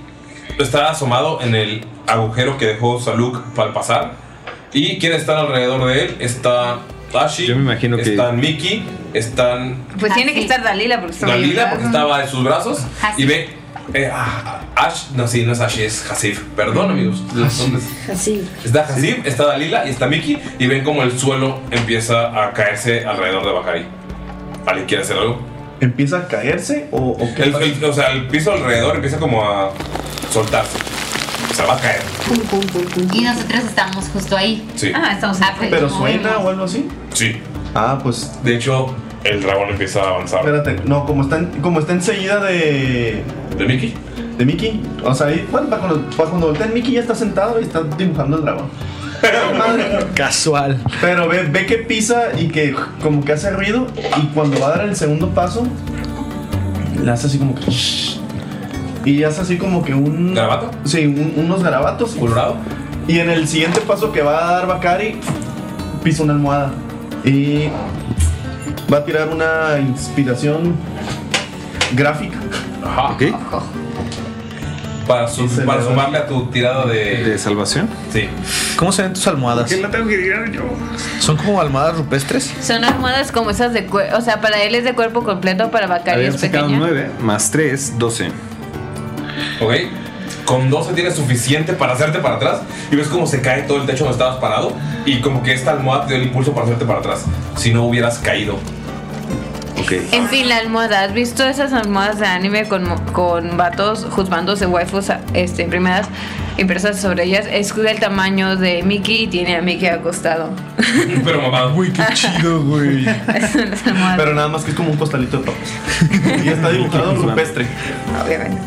está asomado en el agujero que dejó Saluk para pasar. Y quienes están alrededor de él está Tashi. Yo me imagino
que-
Están Mickey, están
Pues tiene que estar Dalila porque está
Dalila porque estaba en sus brazos.
Hasif.
Y ve. eh, ah, Ash, no, sí, no es Ash, es Hasif. Perdón, amigos. los nombres.
Así.
Está Hasib, está Dalila y está Mickey y ven como el suelo empieza a caerse alrededor de Bakari. ¿Alguien quiere hacer algo?
¿Empieza a caerse o, o qué?
El- el- o sea, el piso alrededor empieza como a soltarse. O sea, va a caer.
Y nosotros estamos justo ahí.
Sí.
Ah, estamos ahí.
¿Pero suena o algo así?
Sí.
Ah, pues.
De hecho, el dragón empieza a avanzar.
Espérate, no, como está, en- como está enseguida de.
¿De Mickey?
De Mickey. O sea, ahí- bueno, para cuando, para cuando voltean, Mickey ya está sentado y está dibujando el dragón.
Casual.
Pero ve, ve que pisa y que como que hace ruido. Y cuando va a dar el segundo paso, le hace así como que. shh, Y hace así como que un.
¿Garabato?
Sí, un- unos garabatos.
¿Colorado?
Y en el siguiente paso que va a dar Bakari, pisa una almohada. Y va a tirar una inspiración gráfica.
Ajá. Para, su- para sumarle a tu tirada de.
¿De salvación?
Sí.
¿Cómo se ven tus almohadas?
¿Por qué la tengo que tirar yo?
¿Son como almohadas rupestres?
Son almohadas como esas de cuerpo. O sea, para él es de cuerpo completo, para Bacari es
Habíamos sacado
pequeña.
nueve más tres, doce.
Ok. Con 12 tienes suficiente para hacerte para atrás y ves cómo se cae todo el techo donde estabas parado y como que esta almohada te dio el impulso para hacerte para atrás. Si no hubieras caído.
Ok.
En fin, la almohada. ¿Has visto esas almohadas de anime con, mo- con vatos juzgándose waifus a- este, imprimadas, impresas sobre ellas? Es del tamaño de Mickey y tiene a Mickey acostado.
Pero mamá, güey,
qué chido, güey. Pero nada más que es como un costalito de papas. Y está dibujado rupestre.
Obviamente.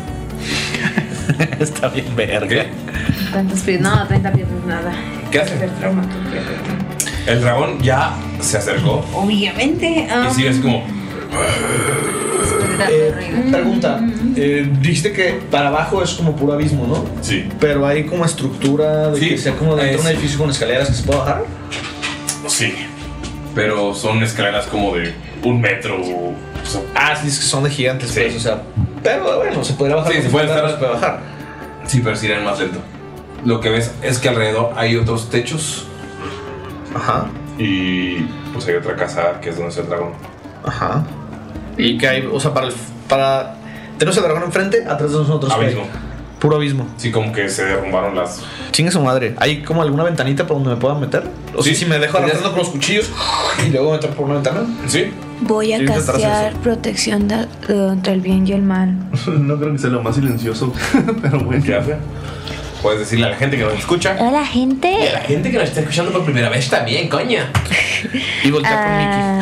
está bien verga.
¿Cuántos pies? No, 30 pies no es nada.
¿Qué hace? El dragón ya se acercó
Obviamente.
y sigue así como.
pregunta. eh, dijiste que para abajo es como puro abismo, ¿no?
Sí.
Pero hay como estructura de que sea como dentro de un edificio con escaleras que se pueda bajar.
Sí. Pero son escaleras como de un metro.
ah, sí, es que son de gigantes, pues, o sea. Pero bueno, se podría bajar.
Sí,
con
se puede
escaleras,
estar-
se puede bajar.
Sí, pero si irán más lento. Lo que ves es que alrededor hay otros techos.
Ajá.
Y pues hay otra casa que es donde está el dragón.
Ajá. Y que hay, o sea, para el. Para, tenemos el dragón enfrente, atrás de nosotros. ¿qué hay?
Abismo.
Puro abismo.
Sí, como que se derrumbaron las.
Chingue su madre. ¿Hay como alguna ventanita por donde me puedan meter? O sea, si me dejo arrastrando con los cuchillos y luego entro por una ventana.
Sí.
Voy a
Sí, intentarás
castear protección de- de- entre el bien y el mal.
No creo que sea lo más silencioso, pero bueno.
¿Qué hace? Puedes decirle a la gente que nos escucha.
Hola, gente.
gente que nos está escuchando por primera vez también, coña. Y
Ah,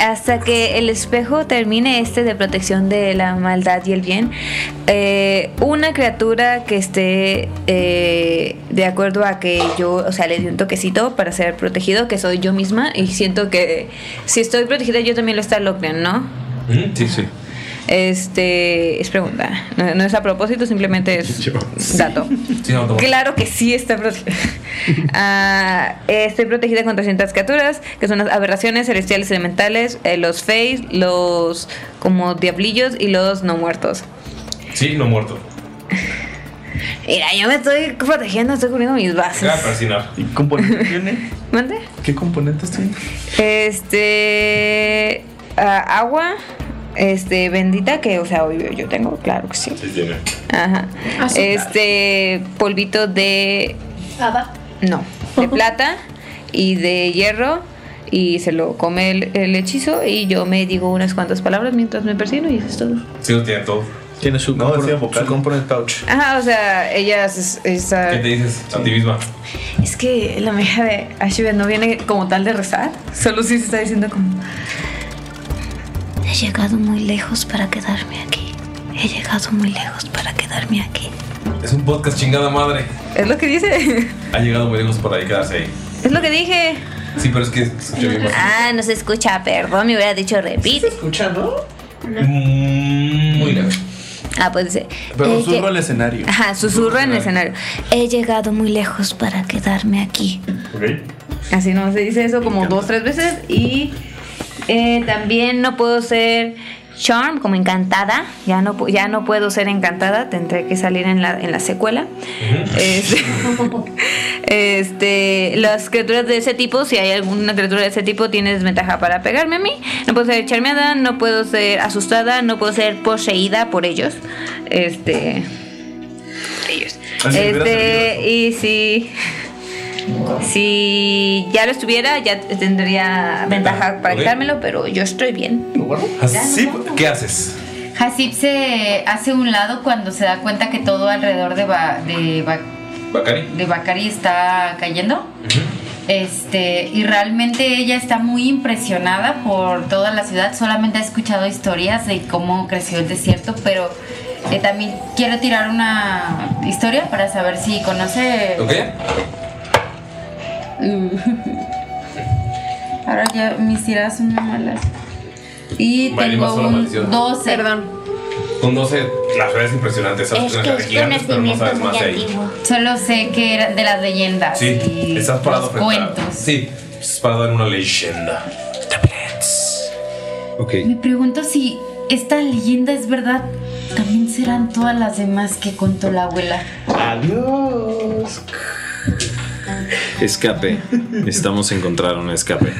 hasta que el espejo termine este de protección de la maldad y el bien, eh, una criatura que esté eh, de acuerdo a que yo, o sea, le di un toquecito para ser protegido, que soy yo
¿Mm?
misma, y siento que si estoy protegida yo también lo está Locran, ¿no?
Sí, sí.
Este es pregunta. No, no es a propósito, simplemente es dato.
Sí, no, toma.
Claro que sí está prote- Ah, eh, estoy protegida contra ciertas criaturas, que son las aberraciones celestiales elementales, eh, los feys, los como diablillos y los no muertos.
Sí, no muerto.
Mira, yo me estoy protegiendo, estoy cubriendo mis bases.
Acaba de persignar.
¿Y componentes tiene?
¿Mande?
¿Qué componentes tiene?
Este ah, agua, este, bendita, que o sea, obvio yo tengo, claro que sí.
Sí, tiene.
Ajá.
Azúcar.
Este polvito de. No. De plata y de hierro. Y se lo come el, el hechizo. Y yo me digo unas cuantas palabras mientras me persino y eso es todo.
Sí, lo tiene todo.
Tiene su no, su component pouch.
Ajá, o sea, ella es. es, ah,
¿Qué te dices a ti misma?
es que la meja de Ashibet no viene como tal de rezar. Solo sí se está diciendo como.
He llegado muy lejos para quedarme aquí. He llegado muy lejos para quedarme aquí.
Es un podcast chingada madre.
Es lo que dice.
Ha llegado muy lejos para ahí quedarse ahí.
Es lo que dije.
Sí, pero es que escuché bien más.
Ah, no se escucha, perdón, me hubiera dicho repite.
¿Escucha, no?
Mm, Muy lejos.
Ah, pues dice.
Pero
Eh,
susurro
que-
al escenario.
Ajá, susurro en el escenario.
He llegado muy lejos para quedarme aquí.
Así no se dice eso como dos, tres veces. Y eh, también no puedo ser charm, como encantada. Ya no, pu- ya no puedo ser encantada, tendré que salir en la, en la secuela. Este, este, las criaturas de ese tipo, si hay alguna criatura de ese tipo, tiene desventaja para pegarme a mí. No puedo ser charmeada, no puedo ser asustada, no puedo ser poseída por ellos. Este. Ellos.
Ah,
Así hubiera
Este, y si. Si ya lo estuviera, ya tendría ventaja para
ok.
quitármelo, pero yo estoy bien.
Así, Ah, ¿qué haces?
Hasib se hace un lado cuando se da cuenta que todo alrededor de, Ba- de, Ba-
Bacari.
de Bakari está cayendo. Este, y realmente ella está muy impresionada por toda la ciudad. Solamente ha escuchado historias de cómo creció el desierto, pero eh, también quiero tirar una historia para saber si conoce.
¿Ok?
Ahora ya mis tiradas son muy malas. Y
Vale,
tengo
pasó la maldición.
un 12. Perdón.
Con 12, la verdad es impresionante. Sabes que una gigantes, pero no sabes más de ahí.
Solo sé que era de las leyendas.
Sí, estás parado
los
frente a- Sí, estás parado en una leyenda. Ok.
Me pregunto si esta leyenda es verdad. También serán todas las demás que contó la abuela.
Adiós.
Escape. Necesitamos encontrar un escape.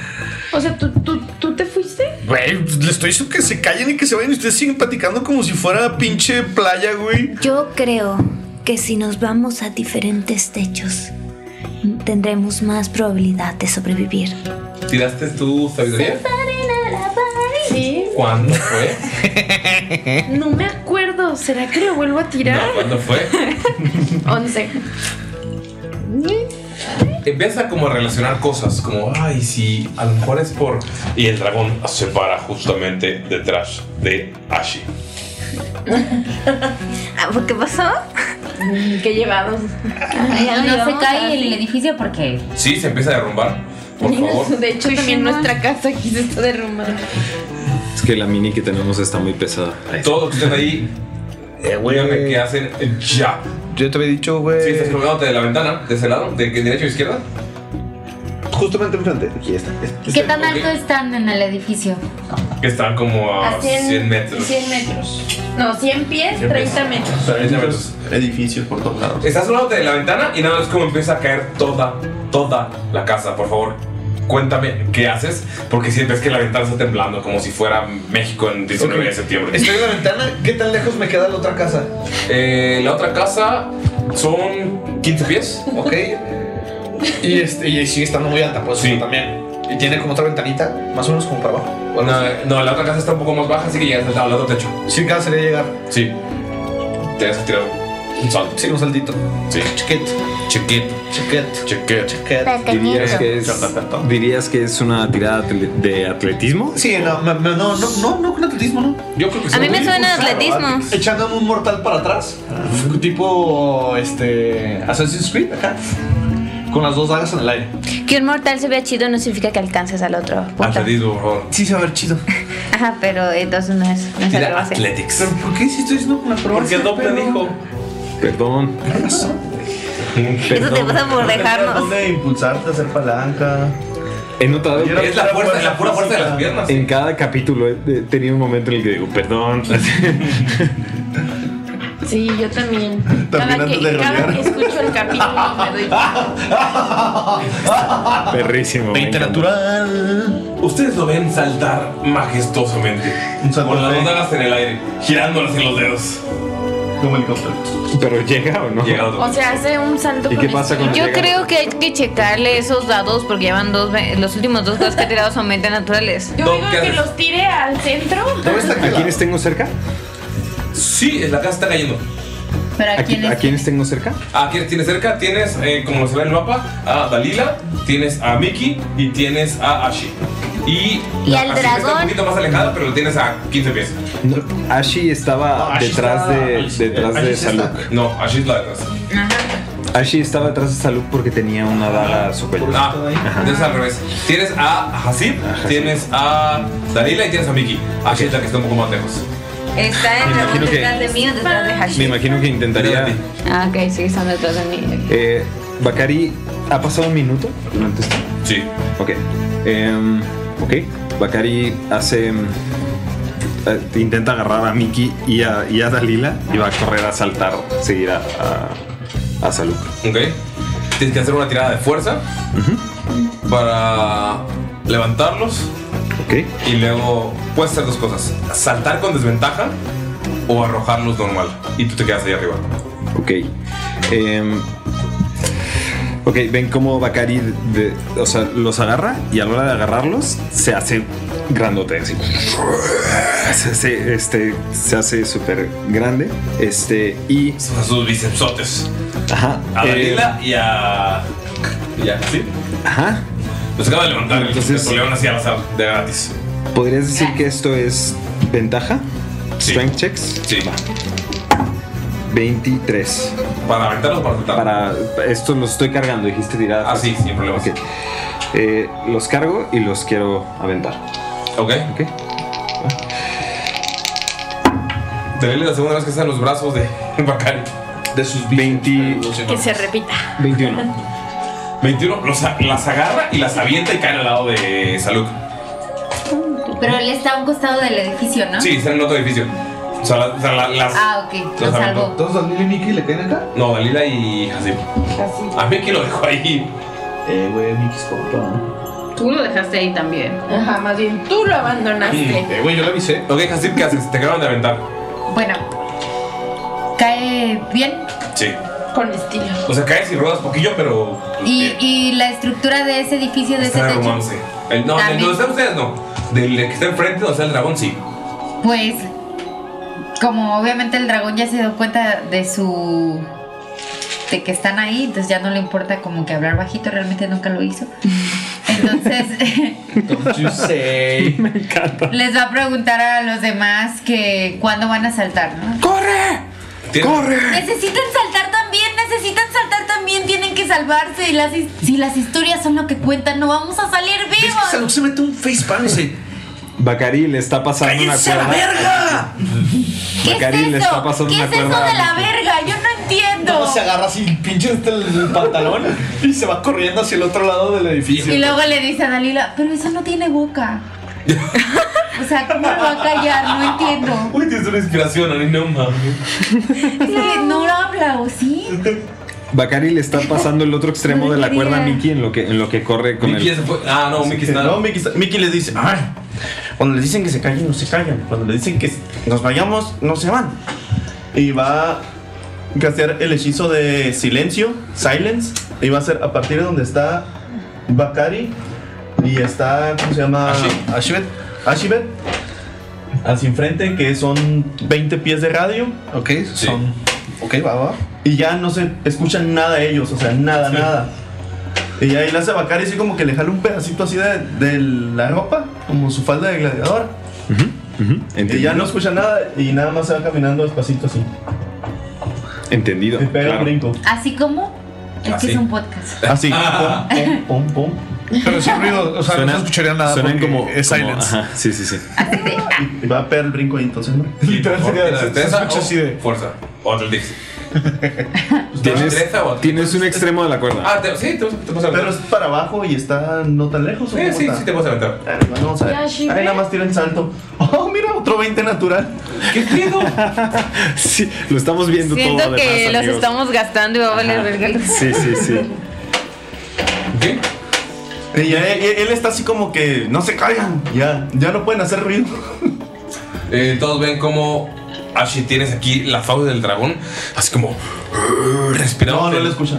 O sea, ¿tú, tú, tú te fuiste?
Güey, pues, le estoy diciendo que se callen y que se vayan y ustedes siguen platicando como si fuera pinche playa, güey.
Yo creo que si nos vamos a diferentes techos, tendremos más probabilidad de sobrevivir.
¿Tiraste tu sabiduría?
Sí.
¿Cuándo fue?
No me acuerdo. ¿Será que lo vuelvo a tirar?
No, ¿Cuándo fue?
11. Mm,
Empieza como a relacionar cosas, como, ay, sí, a lo mejor es por... Y el dragón se para justamente detrás de Ashi.
Ah, ¿por ¿Qué pasó?
Qué llevados.
Y no se cae el edificio porque.
Sí, se empieza a derrumbar. Por favor.
De hecho, también nuestra casa aquí se está derrumbando.
Es que la mini que tenemos está muy pesada.
Todos los que están ahí, díganme qué hacen ya.
Eh, Yo te había dicho, güey.
Sí, estás colgándote de la ventana, de ese lado, de que derecho a izquierda.
Justamente enfrente. Aquí está.
¿Qué tan alto están en el edificio?
Que están como a 100 Ah, metros.
100 metros. No, 100 pies,
100 pies.
30 metros.
Edificios por todos lados. Estás hablando de la ventana y nada más como empieza a caer toda, toda la casa. Por favor, cuéntame qué haces, porque si ves que la ventana está temblando como si fuera México en 19 de septiembre.
Estoy en la ventana. ¿Qué tan lejos me queda la otra casa?
Eh, la otra casa son 15 pies.
Ok. Y, este, y sigue estando muy alta, pues sí. también. Y tiene como otra ventanita, más o menos como para abajo.
No, no, la otra casa está un poco más baja, así que llegas al al otro techo.
Sí, cada sería llegar.
Sí. Tienes que tirar un salto.
Sí, un saltito.
Sí.
Chiquet.
Chiquet.
Chiquet.
Chiquet.
Chiquet.
¿Dirías que, es, ¿Dirías que es una tirada atle- de atletismo?
Sí, no, me- me- no, no, no, no con atletismo, no.
Yo creo
A mí me suena atletismo.
Echándome un mortal para atrás. Tipo, este. Assassin's Creed, acá. con las dos dagas en el aire.
Que un mortal se vea chido no significa que alcances al otro.
Atletismo, por favor.
Sí, se va a ver chido.
Ajá, pero entonces no es. No es
Tira
acrobacia.
Athletics.
¿Por qué si estoy diciendo una prueba?
Porque Doppler dijo.
Perdón.
Eso te pasa por dejarnos.
¿Dónde impulsarte a hacer palanca?
He notado.
Es la fuerza, es la pura fuerza de las piernas.
En cada capítulo he he tenido un momento en el que digo, perdón.
Sí, yo también.
También
cada
antes
que,
de
cada
rodear.
que escucho el capítulo me doy
Perrísimo.
natural. Ustedes lo ven saltar majestuosamente. Con las dos dagas en el aire, girándolas en los dedos.
Como helicóptero.
¿Pero llega o no?
Llega
O sea, hace un salto.
¿Y
con
qué
el-
pasa con
Yo creo que hay que checarle esos dados porque llevan dos, ve- los últimos dos dados que he tirado son 20 naturales.
Yo digo que los tire al centro.
¿A quiénes tengo cerca?
Sí, la casa está cayendo.
Pero
¿A, qui- a quiénes tengo cerca?
¿A Ah, quién tienes cerca? Tienes, eh, como se ve en el mapa, a Dalila, tienes a Mickey y tienes a Ashi. Y,
Y
la-
al
Ashi está
dragón.
un poquito más alejada, pero lo tienes a 15 pies.
No, Ashi estaba
No, Ashi
detrás
está-
de,
Ashi-
detrás de
eh, Ashi sí está.
Salud.
No, Ashi es la de atrás.
Ashi estaba detrás de Salud porque tenía una daga superior.
Ah, entonces al revés. Tienes a Hasib, tienes a Dalila y tienes a Mickey. Ashi es la que está un poco más lejos.
Está
Me
en dragón
imagino que-
detrás de mí o detrás de Hashi.
Me imagino que intentaría.
Ah, ok, sí, están detrás de mí.
Eh, Bakari, ¿ha pasado un minuto durante esto?
Sí.
Ok. Em, ok. Bakari hace. em, eh, intenta agarrar a Mickey y a, y a Dalila y va a correr a saltar, seguir a, a, a Salud.
Ok. Tienes que hacer una tirada de fuerza para levantarlos.
Ok.
Y luego puedes hacer dos cosas: saltar con desventaja o arrojarlos normal. Y tú te quedas ahí arriba.
Ok. Em, ok, ven cómo Bakari de- o sea, los agarra y a la hora de agarrarlos se hace grandote. así. Se hace, este, se hace súper grande. Este, y.
Son sus bicepsotes.
Ajá.
A
eh,
Dalila y a. Y a Hasib.
Ajá.
Los acaba de levantar el león así al azar, de gratis.
¿Podrías decir que esto es ventaja? Strength checks.
Sí.
23.
¿Para aventarlos o para
Para. Estos los estoy cargando, dijiste tirada. Ah, sí,
sin problema.
los cargo y los quiero aventar.
Ok.
Ok.
Dalila, la segunda vez que está en los brazos de Bakari.
De sus
20.
Que se repita.
21.
21 los a- las agarra y las avienta y caen al lado de Saluk.
Pero él está a un costado del edificio, ¿no?
Sí, están en otro edificio. O sea, la- o sea, la- las.
Ah, ok. Lo
las aventó.
salvó.
Entonces Dalila y Mickey le caen acá.
No, Dalila y Hasib. A Mickey lo dejó ahí.
Eh, güey, Mickey es
Tú lo dejaste ahí también. Ajá, más bien tú lo
Ah,
abandonaste.
Eh, güey, yo le avisé. Ok, Hasib, ¿qué haces? Te acaban de aventar.
Bueno. Cae bien.
Sí.
Con estilo.
O sea, caes y rodas poquillo, pero.
Y, y la estructura de ese edificio, de ese
Está en
techo,
romance. El, no, del
También.
donde están ustedes no. Del que está enfrente donde está el dragón, sí.
pues como obviamente el dragón ya se dio cuenta de su... de que están ahí, entonces ya no le importa como que hablar bajito, realmente nunca lo hizo.
Me
encanta.
Les va a preguntar a los demás que cuándo van a saltar, ¿no?
¡Corre!
¡Corre!
Necesitan saltar también, necesitan saltar también, tienen que salvarse. Las his- si las historias son lo que cuentan, no vamos a salir vivos.
Salud se mete un facepalm y dice:
Bakari le está pasando una
¡Cállense a la
cuerda.
verga!
¿Qué
Bacari
es
le
eso?
está pasando
¿Qué
una
es eso de
cuerda.
la verga? Yo no entiendo.
Luego se agarra así el pinche este el, el pantalón y se va corriendo hacia el otro lado del edificio.
Y luego le dice a Dalila, pero eso no tiene boca. o sea, ¿cómo lo va a callar? No entiendo.
Uy, tienes una inspiración, Ani, no mames.
Sí, no habla, ¿o sí?
Bakari le está pasando el otro extremo de la cuerda a Mickey en lo que, en lo que corre con
Mickey
el.
ya se fue. Ah, no, Mickey está.
No, Mickey, está- Mickey les dice, ay, cuando les dicen que se callen, no se callan. Cuando les dicen que nos vayamos, no se van. Y va a hacer el hechizo de silencio, silence. Y va a ser a partir de donde está Bakari y está, ¿cómo se llama? Ashibet. Ashibet. Hacia enfrente, que son 20 pies de radio.
Ok, son. Ok, va, va.
Y ya no se escuchan nada ellos, o sea, nada, nada. Y ahí la hace Bacari así como que le jala un pedacito así de, de la ropa, como su falda de gladiador. Y ya no escucha nada y nada más se va caminando despacito así.
Entendido.
Y pega un brinco.
¿Así como? Es que es un podcast.
Así.
Ah.
Pum, pum, pum.
Pero sin ruido, o sea, no se escucharía nada.
Suenan
porque
como.
es
como-
silence.
ajá, sí, sí, sí. Va a pegar el brinco ahí entonces, ¿no?
Literal sería de-
Destreza
se escucha
o
así de-
Fuerza. O athletics.
Tienes,
destreza o-
tienes un extremo de la cuerda.
Ah, te- sí, te, te vas a
Pero es para abajo y está no tan lejos.
Sí, sí, sí te
vas
puedes aventar.
vamos a ver.
Ya,
Ahí
Shibe.
nada más tira el salto. Oh, mira, otro 20 natural.
¿Qué pedo?
sí, lo estamos viendo todo.
Siento que
además,
los
amigos.
estamos gastando y va a valer
Ajá.
verga.
Sí, sí, sí.
Y ya él, él está así como que no se caigan. Ya, ya no pueden hacer ruido.
Eh, todos ven como Ashi tienes aquí la fauce del dragón, así como uh, respirando. No, no le
escucha.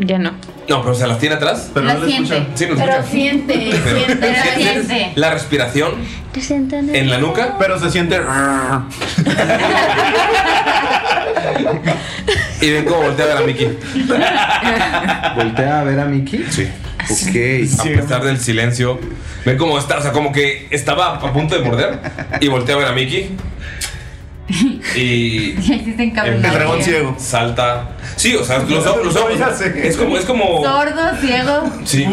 Ya no.
No, pero se las tiene atrás.
Pero
La no le siente. escucha.
Sí, no
Pero
escucha.
siente,
Pero-
siente, la siente.
La respiración en la nuca.
Pero se siente.
y ven cómo voltea a ver a Mickey.
¿Voltea a ver a Mickey?
Sí.
Ok.
A pesar del silencio, ven cómo está, o sea, como que estaba a punto de morder y voltea a ver a Mickey. Y
Ya hiciste encabronado.
ciego. Salta. Sí, o sea, los ojos. Los ojos es como. Es como
Sordo, ciego.
sí.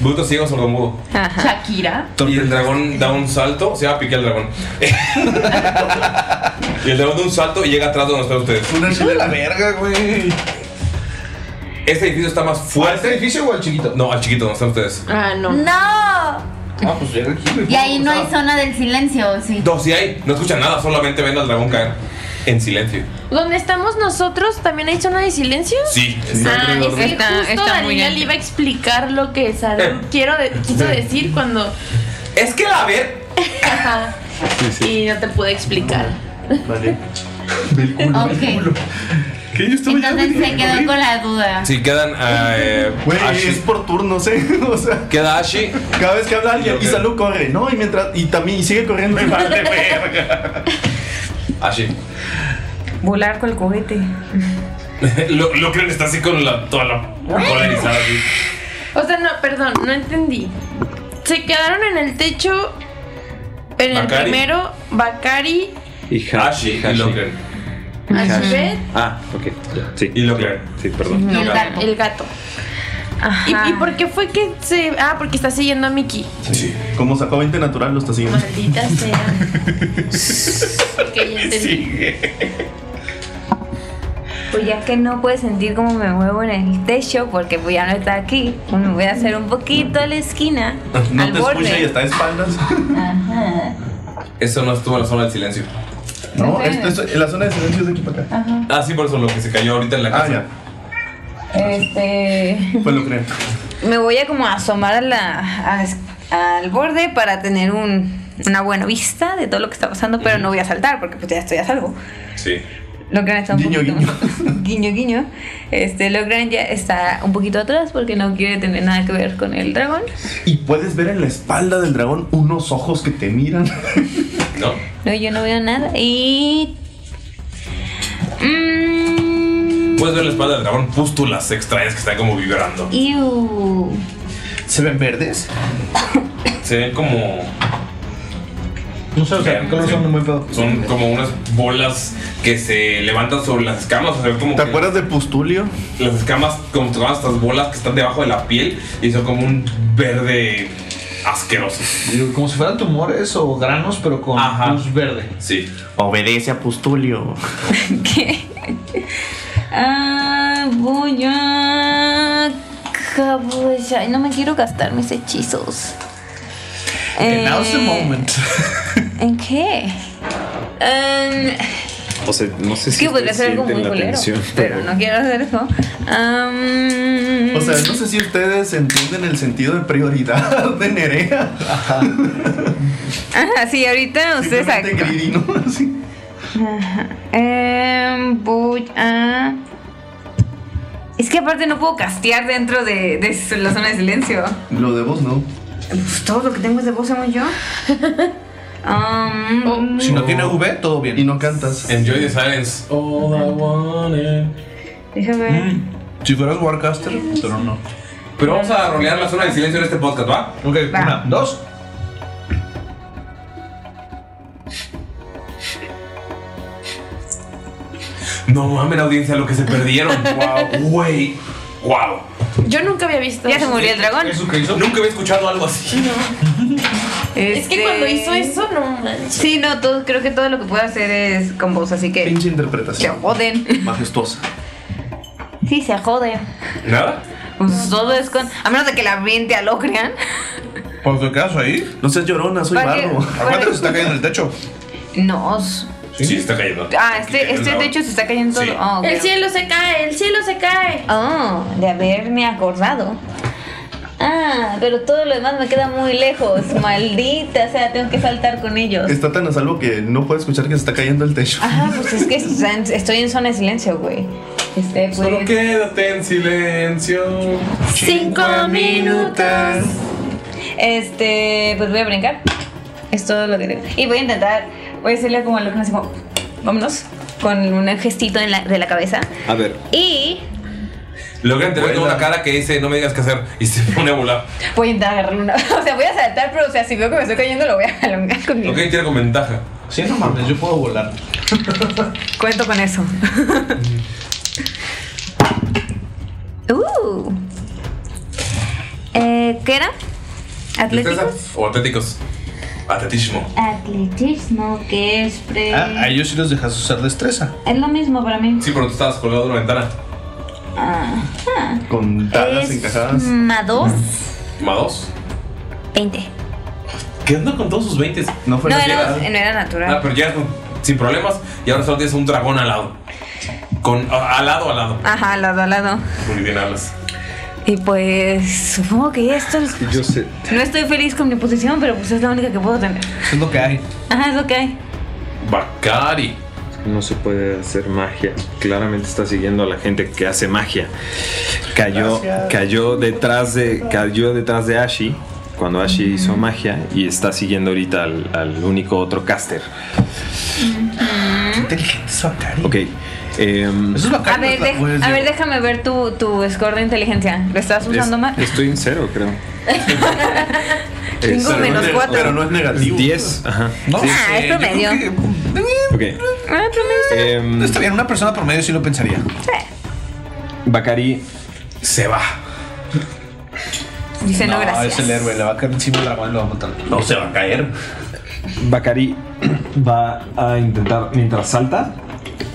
Bruto ciego, sordo mudo.
Shakira.
Y el dragón da un salto. Se va a picar el dragón. y el dragón da un salto y llega atrás donde están ustedes.
Una de la verga, güey.
Este edificio está más fuerte. ¿Este edificio o al chiquito? No, al chiquito donde están ustedes.
Ah, no.
¡No!
Ah, pues llega aquí,
Y ahí no hay zona del silencio, ¿o sí.
No, si hay. No escuchan nada, solamente ven al dragón caer en silencio.
¿Dónde estamos nosotros? ¿También hay zona de silencio?
Sí,
Ah, es que
Está-
justo
está muy
Daniel
amplio.
iba a explicar lo que Salud quiero de- quiso decir cuando...
Es que la ver...
Ajá.
Sí, sí.
Y no te pude explicar.
Vale.
Ok.
Que yo estoy
Entonces se quedó con la duda.
Sí, quedan. eh,
Güey,
Ashi.
es por turnos, ¿eh? O sea.
Queda Ashi.
Cada vez que habla alguien, y Salud corre, ¿no? Y mientras. Y también y sigue corriendo. Y vale, verga.
Ashi.
Volar con el cohete.
lo, lo creen está así con la, toda la polarizada. así.
O sea, no, perdón, no entendí. Se quedaron en el techo. En el
Bacari.
primero, Bakari,
Y Hashi.
Y lo creen.
Ashbet
Ah, ok. Sí.
Y lo creen.
Sí, perdón.
y el gato. ¿Y, y por qué fue que se.? Ah, porque está siguiendo a Mickey.
Sí. Como sacó 20 natural, lo está siguiendo.
Maldita sea.
Ok, ya entendí. Pues ya que no puedes sentir cómo me muevo en el techo, porque pues ya no está aquí, pues me voy a hacer un poquito a la esquina.
No
al
te
borde.
escucha y está de espaldas.
Ajá.
Eso no estuvo en la zona del silencio.
No, esto es, la zona de silencio es de aquí para acá. Ah,
Ah, sí, por eso lo que se cayó ahorita en la casa.
Este.
Pues lo creen.
Me voy a como asomar a la, a- al borde para tener un- una buena vista de todo lo que está pasando, pero no voy a saltar porque pues ya estoy a salvo.
Sí.
Logran está un poquito guiño guiño. Este Logran ya está un poquito atrás porque no quiere tener nada que ver con el dragón.
Y puedes ver en la espalda del dragón unos ojos que te miran.
No.
No, yo no veo nada y
Puedes ver la espalda del dragón, pústulas extrañas que están como vibrando.
Iu.
¿Se ven verdes?
Se ven como.
No sé, o sea, ¿qué color son muy pedo?
Son como unas bolas que se levantan sobre las escamas. o sea, como
¿Te
que
acuerdas de Pustulio?
Las escamas, como todas estas bolas que están debajo de la piel y son como un verde asqueroso.
Digo, como si fueran tumores o granos, pero con luz verde.
Sí.
Obedece a Pustulio.
Ah, voy a. cabullar. No me quiero gastar mis hechizos.
And now's the
Eh,
moment.
Eh,
¿En qué?
Em,
O sea, no sé
es
si
que podría
ustedes
ser algo
sienten
muy
la
culero,
tensión,
pero no quiero hacer eso. Em,
O sea, no sé si ustedes entienden el sentido de prioridad de Nerea.
Ajá, sí, ahorita ustedes
Simplemente
acá.
greedy, ¿no? Así.
Ajá. Em, voy a. Es que aparte no puedo castear dentro de, de su- la zona de silencio.
Lo de vos no.
Pues todo lo que tengo es de voz, amo yo. Um,
Oh, Si no
mm,
tiene V, todo bien. Y
no cantas.
Enjoy the silence. All I wanted.
Déjame ver.
Si fueras Warcaster, pero no.
Pero vamos a rolear la zona del silencio en este podcast, ¿va?
Ok, una, dos.
No mames, audiencia, lo que se perdieron. wow, güey. ¡Wow!
Yo nunca había visto.
Ya se murió el dragón.
Nunca había escuchado algo así.
Es
que cuando hizo eso, no manches.
Este, Sí, no, todo, creo que todo lo que puedo hacer es con vos, así
Eh,
que.
Pinche
Se
interpretación.
joden.
Majestuosa.
Sí, se joden.
¿Nada?
Pues todo es con. A menos de que la mente a lo crean.
¿Por tu caso ahí?
No seas llorona, soy
¿Para qué?
barro.
¿A cuánto se está
cayendo el techo?
No.
Sí, está cayendo.
Ah, este, este de hecho se está cayendo todo. Ah, ok.
El cielo se cae, el cielo se cae.
Oh, de haberme acordado. Ah, pero todo lo demás me queda muy lejos. Maldita, o sea, tengo que saltar con ellos.
Está tan a salvo que no puede escuchar que se está cayendo el techo.
Ah, pues es que está en- estoy en zona de silencio, güey. Este, pues.
Solo quédate en silencio.
Cinco minutos. Este, pues voy a brincar. Es todo lo que tengo. Y voy a intentar, voy a decirle como a Lucas, así como, vámonos, con un gestito en la- de la cabeza.
A ver.
Y
Logran tener como una cara que dice, no me digas qué hacer. Y se pone a volar.
voy a intentar agarrarle una. O sea, voy a saltar, pero o sea, si veo que me estoy cayendo, lo voy a alongar conmigo.
Ok, tiene con ventaja.
Sí, no mames, yo puedo volar.
Cuento con eso.
Uh. Eh, ¿Qué era? ¿Atléticos?
O atléticos. Atletismo.
Atletismo, que es pre...
Ah, a ellos sí los dejas usar destreza.
Es lo mismo para mí.
Sí, pero tú estabas colgado de una ventana.
Ah,
Ajá.
Con
Es Más dos,
¿Mados?
20.
¿Qué onda con todos sus 20?
No
No era, no era
Ah,
natural.
pero ya sin problemas. Y ahora solo tienes un dragón al lado. Con, a- al lado, al lado.
Ajá, al lado, al lado.
Muy bien, alas.
Y pues supongo que esto es...
Yo sé.
No estoy feliz con mi posición, pero pues es la única que puedo tener.
Es lo que hay.
Ajá, es lo que hay.
Bacari.
No se puede hacer magia. Claramente está siguiendo a la gente que hace magia. Cayó,
Gracias.
cayó detrás de. Cayó detrás de Ashi. Cuando Ashi hizo magia. Y está siguiendo ahorita al, al único otro caster.
Inteligente es Bacari.
Ok. em,
A ver, dej-
pues,
a ver, déjame ver tu, tu score de inteligencia. ¿Lo estás
es-
usando mal?
Estoy en cero, creo.
Tengo
Cero.
menos cuatro.
Pero no es negativo. 10. Ajá. Sí.
Ah, es promedio.
mm,
Ok.
Ah, promedio.
em,
Está bien, una persona promedio sí lo pensaría.
Bacari
se va.
Dice no, gracias.
es el héroe, le va a caer encima el dragón y lo va a matar. No se va a caer.
Bakari va a intentar, mientras salta,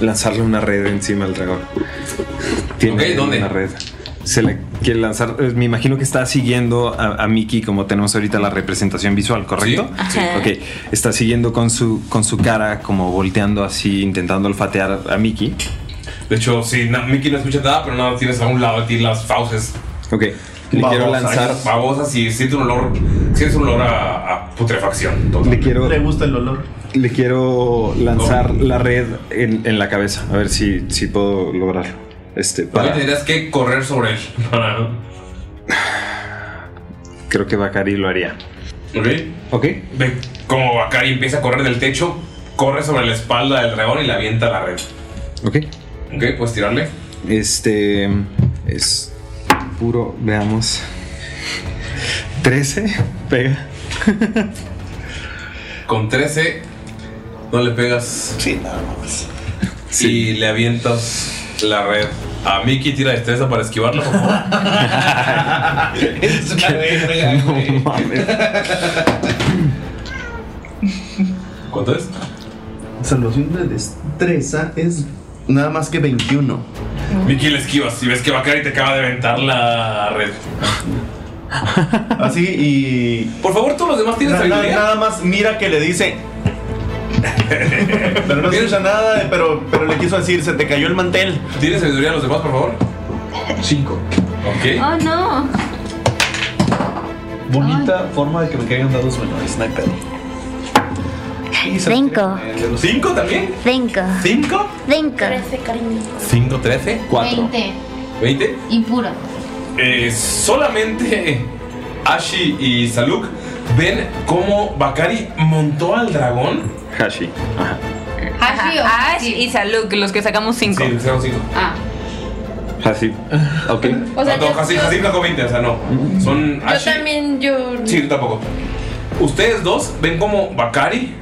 lanzarle una red encima al dragón. Tiene una red. Se le quiere lanzar. eh, Me imagino que está siguiendo a, a Mickey, como tenemos ahorita la representación visual, ¿correcto?
Sí. Ajá.
Ok. Está siguiendo con su, con su cara, como volteando así, intentando olfatear a Mickey.
De hecho, sí, na- Mickey no escucha nada, pero nada, tienes a un lado de ti las fauces.
Ok. Le quiero lanzar.
babosas y siente un olor. Sientes un olor a, a putrefacción.
Le quiero. Le gusta el olor. Le quiero lanzar la red en, en la cabeza. A ver si, si puedo lograrlo. Este, para.
También tendrías que correr sobre él. para-
Creo que Bakari lo haría.
¿Ok?
Ok.
Ve como Bakari empieza a correr del techo, corre sobre la espalda del dragón y le avienta la red.
Ok.
¿Ok? ¿Puedes tirarle?
Este es puro, veamos. 13, pega.
Con 13 no le pegas. Sí, nada más. Y le avientas la red. A Mickey tira destreza para esquivarlo, por favor.
Es una verga, güey.
¿Cuánto es?
Salvación de destreza es nada más que 21.
Mickey le esquivas y ves que Bakari te acaba de aventar la red.
Así y.
Por favor, todos los demás tienen
nada,
habilidad.
nada más mira que le dice. pero no escucha nada, pero, pero le quiso decir, se te cayó el mantel.
¿Tienes sabiduría a los demás, por favor?
5.
Ok.
Oh, no.
Bonita forma de que me caigan dados menores, no hay pedo.
Cinco.
¿Cinco también?
Cinco.
¿Cinco?
Cinco.
¿Cinco, trece? Cuatro.
Veinte.
¿Veinte?
Impuro.
Eh, solamente Ashi y Saluk ven cómo Bakari montó al dragón.
Hashi.
Ajá, Ash y Saluk, los que sacamos cinco.
Sí, sacamos cinco.
Ah.
Hashi. Ok.
O sea,
no,
yo-
Hasid- Hasid sacó 20, o sea, no. Son
Yo
Ashi.
también, yo.
Sí, yo tampoco. Ustedes dos ven como Bakari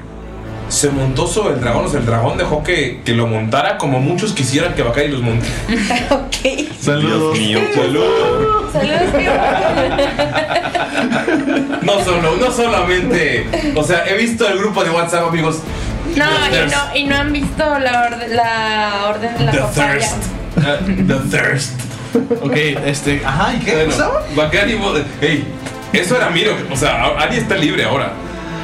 se montó sobre el dragón. O sea, el dragón dejó que, que lo montara como muchos quisieran que Bacari los monte.
ok.
Saludos. mío, saludos.
Saludos, tío.
No solo, no solamente. O sea, he visto el grupo de WhatsApp, amigos.
No, y
There's-
no, y no han visto la, orden, la orden de la
The
papaya.
thirst. Uh, the thirst.
Ok, este. Ajá, ¿y qué pasaba?
Bacari, mo- ey, eso era Miro. O sea, a- Ari está libre ahora.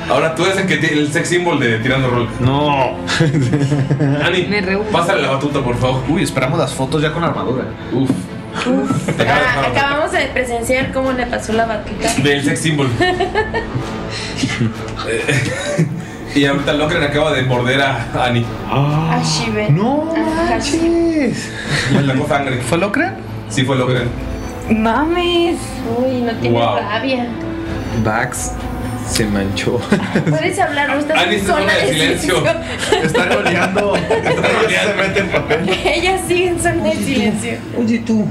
Ahora tú eres el, que ti- el sex symbol de Tirando Roll.
No.
Ani, pásale la batuta, por favor.
Uy, esperamos las fotos ya con armadura.
Uf.
Ah, acabamos de presenciar cómo le pasó la vaquita.
Del sex symbol. Eh, y ahorita Locren acaba de morder a Ani.
Ah,
Ah,
A Shiver. No.
La sangre.
¿Fue Locren?
Sí, fue Locren.
Mames. Uy, no tiene
Wow.
rabia.
Vax se manchó.
Puedes hablar, no estás
Alice,
sola
zona de silencio.
Está goleando. Se mete en papel.
Ellas siguen zona de silencio.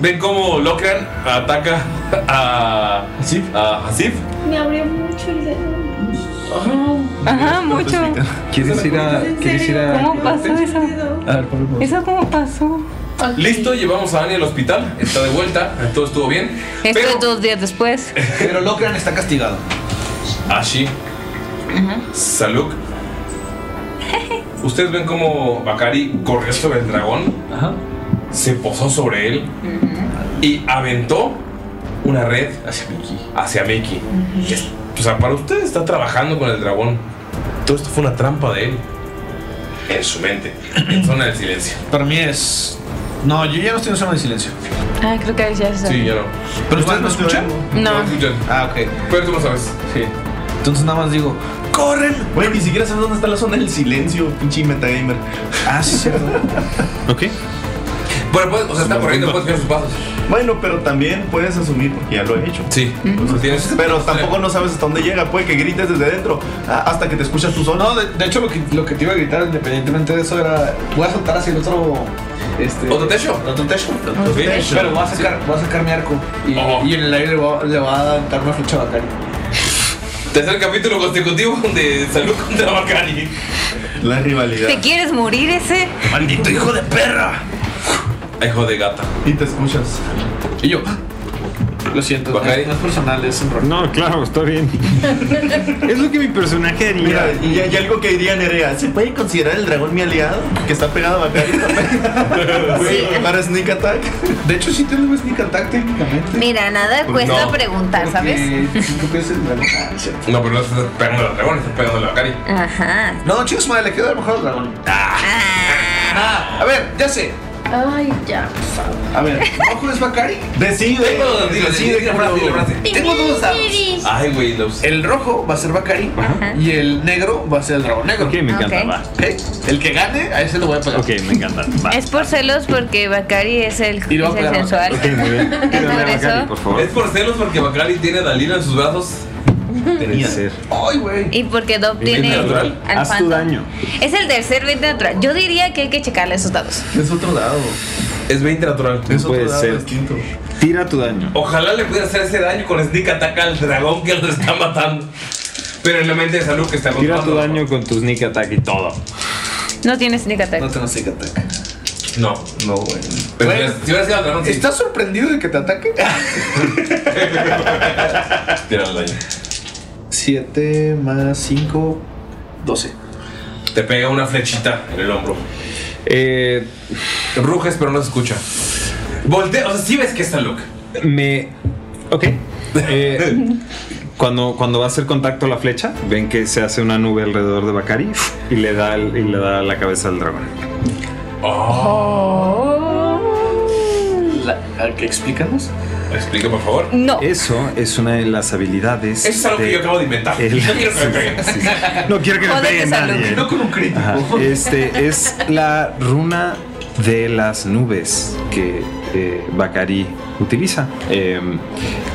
Ven cómo Locran ataca a Hasif. A Hasif.
Me abrió mucho el dedo.
Ajá, mucho.
¿Quieres ir a.? ¿Quieres ir a.?
¿Cómo pasó eso?
a ver, por favor.
¿Eso cómo pasó?
Listo, llevamos a Ani al hospital. Está de vuelta. Todo estuvo bien.
Esto es dos días después.
Pero Locran está castigado.
Ashi, Saluk. Ustedes ven cómo Bakari corrió sobre el dragón. Se posó sobre él. Mm-hmm. Y aventó una red hacia Mickey. Que es- O sea, para ustedes está trabajando con el dragón. Todo esto fue una trampa de él. En su mente. En zona del silencio.
Para mí es. No, yo ya no estoy en zona de silencio.
Ah, creo que ya se
Sí, ya no.
¿Pero ustedes me escuchan?
No. No
Ah, ok.
Pero tú lo sabes.
Sí. Entonces nada más digo, ¡corren!
Güey, ni siquiera sabes dónde está la zona del silencio, pinche metagamer.
Ah, sí, cierto.
ok.
Bueno, pues, o sea, está corriendo, puedes ver sus pasos.
Bueno, pero también puedes asumir, porque ya lo he hecho.
Sí.
pero tampoco no sabes hasta dónde llega, puede que grites desde dentro, a- hasta que te escuchas tú solo.
No, de, de hecho lo que, lo que te iba a gritar independientemente de eso era, voy a soltar hacia el otro... Este,
¿Otro techo?
Otro techo.
Otro techo.
Pero voy a sacar, voy a sacar mi arco y, y en el aire le voy, a- le voy a dar una flecha a Bacari.
Tercer capítulo consecutivo de Salud contra Bakari.
La rivalidad.
¿Te quieres morir ese?
Maldito hijo de perra.
Hijo de gata.
Y te escuchas.
Y yo. Lo siento, no es, no es personal, es un rol.
No, claro, está bien. es lo que mi personaje haría.
Mira, y hay algo que diría Nerea, ¿se puede considerar el dragón mi aliado? Que está pegado a Bacari Güey, para sneak attack.
De hecho, sí tengo sneak attack técnicamente.
Mira, nada
Pues
cuesta
no.
preguntar, ¿sabes?
Eh,
No, pero no estás pegando a los dragones, estás pegando a la Bakari.
Ajá.
No, chicos, madre, le quedó a lo mejor al dragón. Ah, a ver, ya sé.
Ay, ya.
A ver, ¿Rojo es Bacari?
Decide.
Tengo dudas,
Dilo,
decide,
dilo, dilo, dilo, dilo, dilo.
Tengo dos dados.
Ay, güey, los.
El rojo va a ser Bacari y el negro va a ser el dragón negro.
Ok, me encanta, Ok. va.
Ok, El que gane, a ese lo voy a pagar.
Ok, me encanta. Va.
Es por celos porque Bakari es el,
Y lo
es
va a
el
pegar
sensual.
Ok, muy bien.
¿Es por eso?
Es por celos porque Bakari tiene a Dalila en sus brazos.
Tenía ser.
Ay, güey.
Y porque Dob
Veinte
tiene
natural.
al
Haz tu
Phantom.
daño.
Es el tercer 20 natural. Yo diría que hay que checarle esos dados.
Es otro dado.
Es 20 natural.
No puede ser. Tira tu daño.
Ojalá le pudiera hacer ese daño con Sneak Ataca al dragón que lo está matando. Pero en la mente de Salud que está
Tira
controlando.
tu daño con tu sneak attack y todo.
No tiene sneak attack.
No tengo sneak attack.
No.
No, güey.
Pero si hubieras- si hubieras sido al dragón, sí.
¿Estás sorprendido de que te ataque?
Tira el daño.
7 más 5, 12.
Te pega una flechita en el hombro.
Eh,
Ruges, pero no se escucha. Voltea, o sea, sí ves que está Luke.
Me. Ok. Eh, cuando, cuando va a hacer contacto la flecha, ven que se hace una nube alrededor de Bakari y le da, el- y le da la cabeza al dragón.
Oh.
¿Explícanos?
Explica, por favor.
No.
Eso es una de las habilidades.
Eso es algo que
de-
yo acabo de inventar.
el-
No quiero que me peguen.
No quiero que me
Jódete,
pegue
Salud.
nadie.
No con un crítico.
Ajá. Este es la runa de las nubes que eh, Bakari utiliza eh,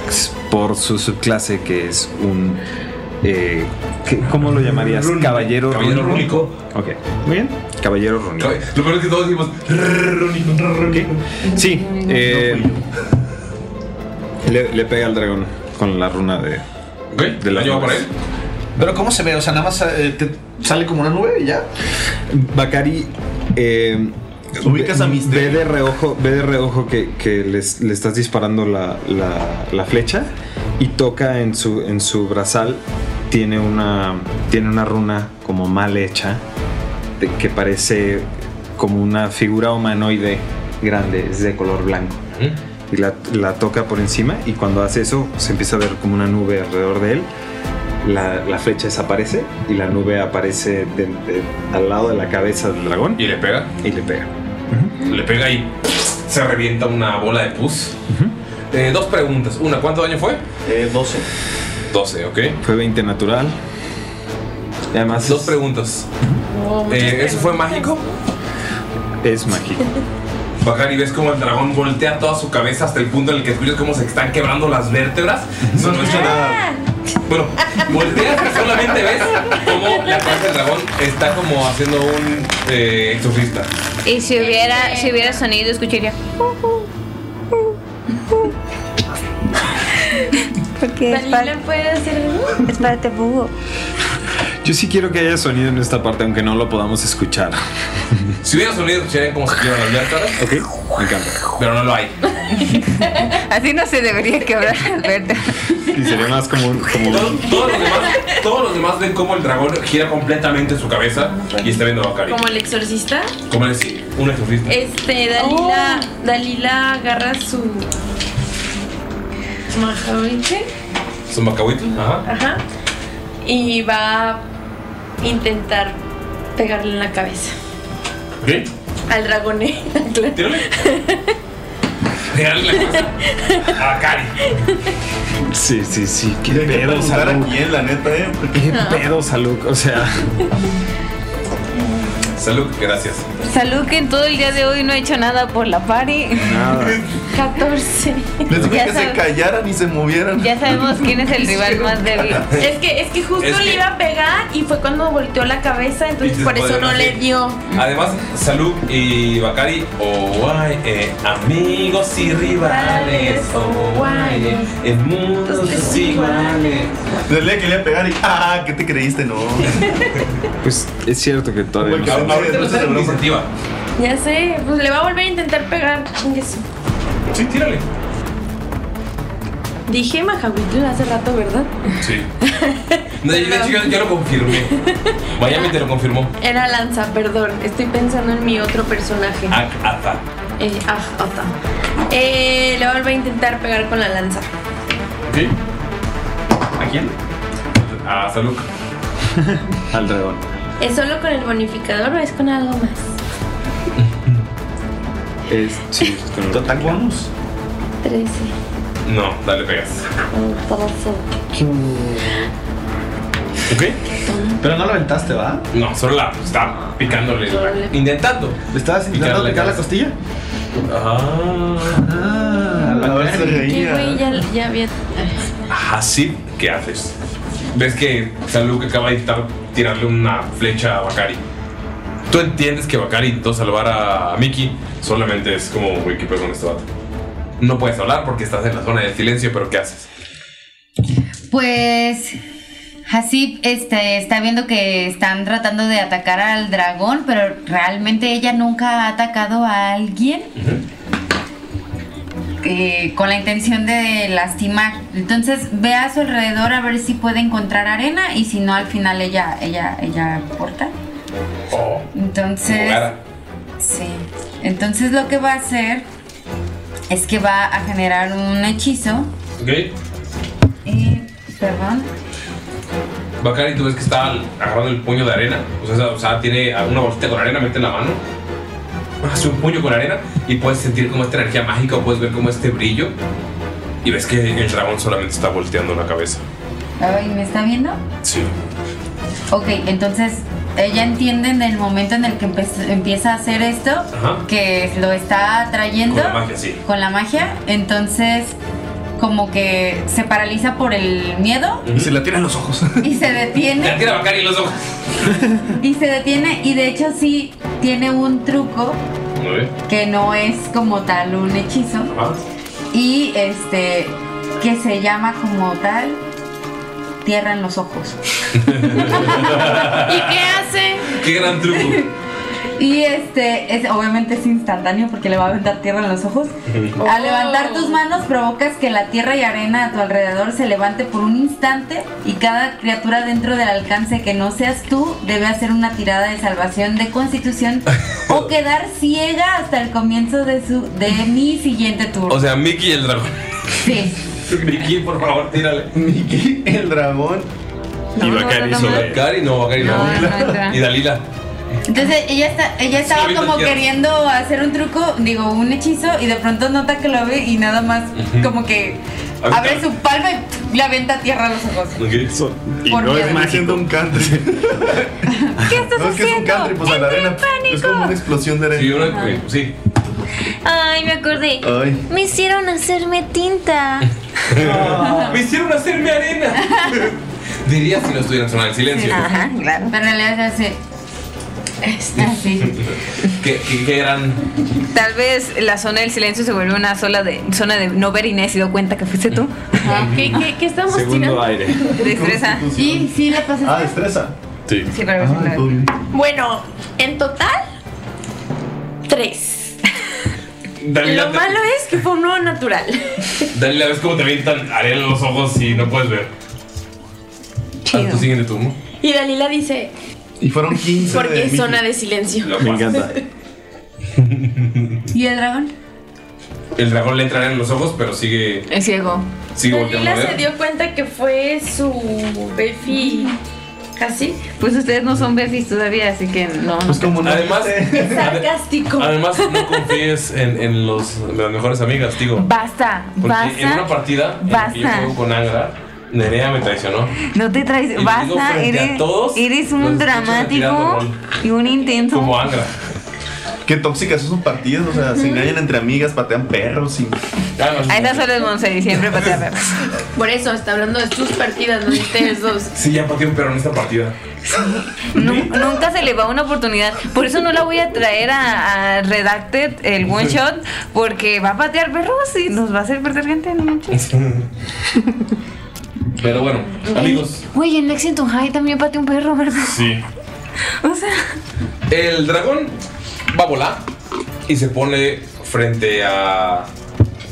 s- por su subclase que es un eh, ¿qué- ¿cómo lo llamarías? Caballero,
Caballero
rúnico. Ok, muy bien. Caballero rúnico.
Lo peor es que todos decimos rúnico, rúnico.
Sí, eh, le, le pega al dragón con la runa de, de las
¿Lo lleva
nubes.
por él?
Pero ¿cómo se ve? O sea, nada más eh, te sale como una nube y ya.
Bacari. Eh,
Ubicas a
ve-
Misterio.
Ve de reojo, ve de reojo que, que les- le estás disparando la, la- la flecha y toca en su, en su brazal. Tiene una, tiene una runa como mal hecha de- que parece como una figura humanoide grande, es de color blanco. Y la, la toca por encima y cuando hace eso se empieza a ver como una nube alrededor de él. La, la flecha desaparece y la nube aparece de- de- al lado de la cabeza del dragón.
¿Y le pega?
Y le pega.
Le pega y se revienta una bola de pus. Eh, dos preguntas. Una, ¿cuánto daño fue?
12.
12, ok.
Fue 20 natural. Y además.
Dos preguntas. Eh, ¿Eso fue mágico?
Es mágico.
Bajar y ves como el dragón voltea toda su cabeza hasta el punto en el que escuchas cómo se están quebrando las vértebras. Eso no es nada. Bueno, volteas y solamente ves cómo la cabeza del dragón está como haciendo un eh, exorcista.
Y si hubiera, si hubiera sonido, escucharía.
uh-huh. Porque Dalila puede hacer. Espérate, Bugo.
Yo sí quiero que haya sonido en esta parte, aunque no lo podamos escuchar.
Si hubiera sonido, escucharían cómo se quebran las vértebras.
Ok, me encanta.
Pero no lo hay.
Así no se debería quebrar el verde.
Y sería más como un. Como un-
Todos los demás, todos los demás ven cómo el dragón gira completamente su cabeza y está viendo a Bakari.
Como el exorcista.
Como le decía, un exorcista.
Este, Dalila, Dalila agarra su majahuite
Son macahuitos. Ajá.
ajá, y va a intentar pegarle en la cabeza
Ok.
al dragoné. claro.
Tírale. Pegarle la cabeza a Bakari.
Sí, sí, sí. Qué pedo,
preguntar a
Saluk.
quién, la neta, eh.
Qué pedo, Saluk. O sea.
Salud, gracias.
Salud que en todo el día de hoy no ha hecho nada por la party.
Nada.
14.
Les dije
Ya
que se
sabe-
callaran y se movieran.
Ya sabemos quién es el rival más débil.
Es que, es que justo
Es que-
le iba a pegar y fue cuando volteó la cabeza, entonces
Y
por eso
después
no
de-
le dio.
Además, Salud y Bakari, oh, guay, eh, amigos y rivales, oh, guay, eh, el mundo es iguales.
Dale que le iba a pegar y. ¡Ah! ¿Qué te creíste? No.
Pues es cierto que todavía.
Porque ahorita- ahorita no se logró.
iniciativa.
Ya sé, pues le va a volver a intentar pegar. Chingue su-
Sí, tírale.
Dije majahuitl hace rato, ¿verdad?
Sí. No, de hecho, yo, yo lo confirmé. Miami te lo confirmó.
Era lanza, perdón. Estoy pensando en mi otro personaje.
Ak Ata.
Eh, ah, ota. Eh, le vuelvo a intentar pegar con la lanza.
¿Ok? ¿A quién? A Salud.
Al dragón.
¿Es solo con el bonificador o es con algo más?
Es. Sí,
¿Total bonus?
13.
No, dale, pegas. ¿Ok?
Pero no lo aventaste, ¿va?
No, solo la está picándole. Intentando.
¿Le estabas intentando
Picarle
picar la
cabeza.
costilla?
Ah,
la
Bacari.
se
¿Qué güey? Ya, ya había.
Ajá, sí, ¿qué haces? Ves que Saluk acaba de intentar tirarle una flecha a Bakari. Tú entiendes que Bakari intentó salvar a Mickey, solamente es como, güey, ¿qué pedo con este vato? No puedes hablar porque estás en la zona del silencio, pero ¿qué haces?
Pues Hasib este, está viendo que están tratando de atacar al dragón, pero realmente ella nunca ha atacado a alguien eh, con la intención de lastimar. Entonces ve a su alrededor a ver si puede encontrar arena y si no al final ella ella ella corta.
Oh,
Entonces
jugada.
sí. Entonces lo que va a hacer es que va a generar un hechizo.
¿Ok?
Perdón.
Bakari, tú ves que está agarrando el puño de arena. O sea, o sea, tiene una bolsita con arena, mete en la mano. Hace un puño con arena y puedes sentir como esta energía mágica, o puedes ver como este brillo. Y ves que el dragón solamente está volteando la cabeza.
Ay, ¿me está viendo?
Sí.
Ok, entonces ella entiende en el momento en el que empe- empieza a hacer esto
Ajá.
que lo está atrayendo
Con la magia, sí.
con la magia, entonces como que se paraliza por el miedo
Y se la tiran los ojos.
y se detiene
La tira Bakari en los ojos.
y se detiene y de hecho sí tiene un truco
Muy bien.
que no es como tal un hechizo
Ajá.
y este que se llama como tal tierra en los ojos.
¿Y qué hace?
Qué gran truco.
Y este, es, obviamente es instantáneo porque le va a aventar tierra en los ojos.
Oh.
Al levantar tus manos provocas que la tierra y arena a tu alrededor se levante por un instante y cada criatura dentro del alcance que no seas tú debe hacer una tirada de salvación de constitución o quedar ciega hasta el comienzo de, su, de mi siguiente turno.
O sea, Mickey el dragón.
Sí.
Mickey, por favor, tírale.
Mickey el dragón.
y Bacari
no, no,
sobre.
no.
Bacari no, Bacari no.
No, no, no.
y Dalila.
Entonces ella, está- ella
Sí,
estaba
ahorita
como
quiero.
queriendo hacer un truco, digo, un hechizo, y de pronto nota que lo ve y nada más
Ujú.
como que
Ahorita.
abre su palma y le aventa tierra a los ojos.
Eso- Y
Por
no
miedo.
es mágico.
un country.
¿Qué estás
No es que es un
haciendo?
country, pues a la arena. Es como una explosión de arena. Sí,
sí.
Ay, me acordé.
Ay.
Me hicieron hacerme tinta.
Ah, Me hicieron hacerme arena. Diría si no estuvieran sonando en silencio.
claro. Pero en realidad es así.
qué, qué- qué gran.
Tal vez la zona del silencio se vuelve una sola de, zona de no ver y nadie se dio cuenta que fuiste tú.
¿Qué, qué, qué estamos
Segundo
tirando?
aire.
Destreza.
Sí, sí, la pasé.
Ah, destreza.
Sí.
Sí, pero es una-
Bueno, en total, tres.
Dalila,
Lo malo es que fue un nuevo natural.
Dalila, ves cómo te avientan arena en los ojos y no puedes ver. Haz tu siguiente turno.
Y Dalila dice,
Y fueron 15
porque
de
es
Mickey.
zona de silencio.
Me encanta.
¿Y el dragón?
El dragón le entra arena en los ojos, pero sigue.
Es ciego.
Sigue volteando a
Dalila se
ver.
dio cuenta que fue su Befi casi.
Pues ustedes no son befis todavía, así que no.
Pues como no.
Además,
sarcástico.
además no confíes en, en los, las mejores amigas, digo.
Basta,
Porque en una
basta.
partida en la que yo
basta.
juego con Angra, Nerea me traicionó.
No te
Y
traes.
lo digo
Basta,
frente a
eres,
todos,
eres un
los escucho tirando
dramático
rol.
y un intenso.
Qué tóxicas son sus partidas, o sea, se engañan entre amigas, patean perros y.
A estas solo es Monse y siempre patea perros.
Por eso está hablando de tus partidas, no de ustedes dos.
Sí, ya pateó un perro en esta partida.
Nu- Nunca se le va una oportunidad. Por eso no la voy a traer a, a Redacted el one shot. Porque va a patear perros y nos va a hacer perder gente en mucho.
Pero bueno, amigos.
Güey, en Lexington High también pateó un perro, ¿verdad?
Sí.
O sea.
El dragón va a volar y se pone frente a.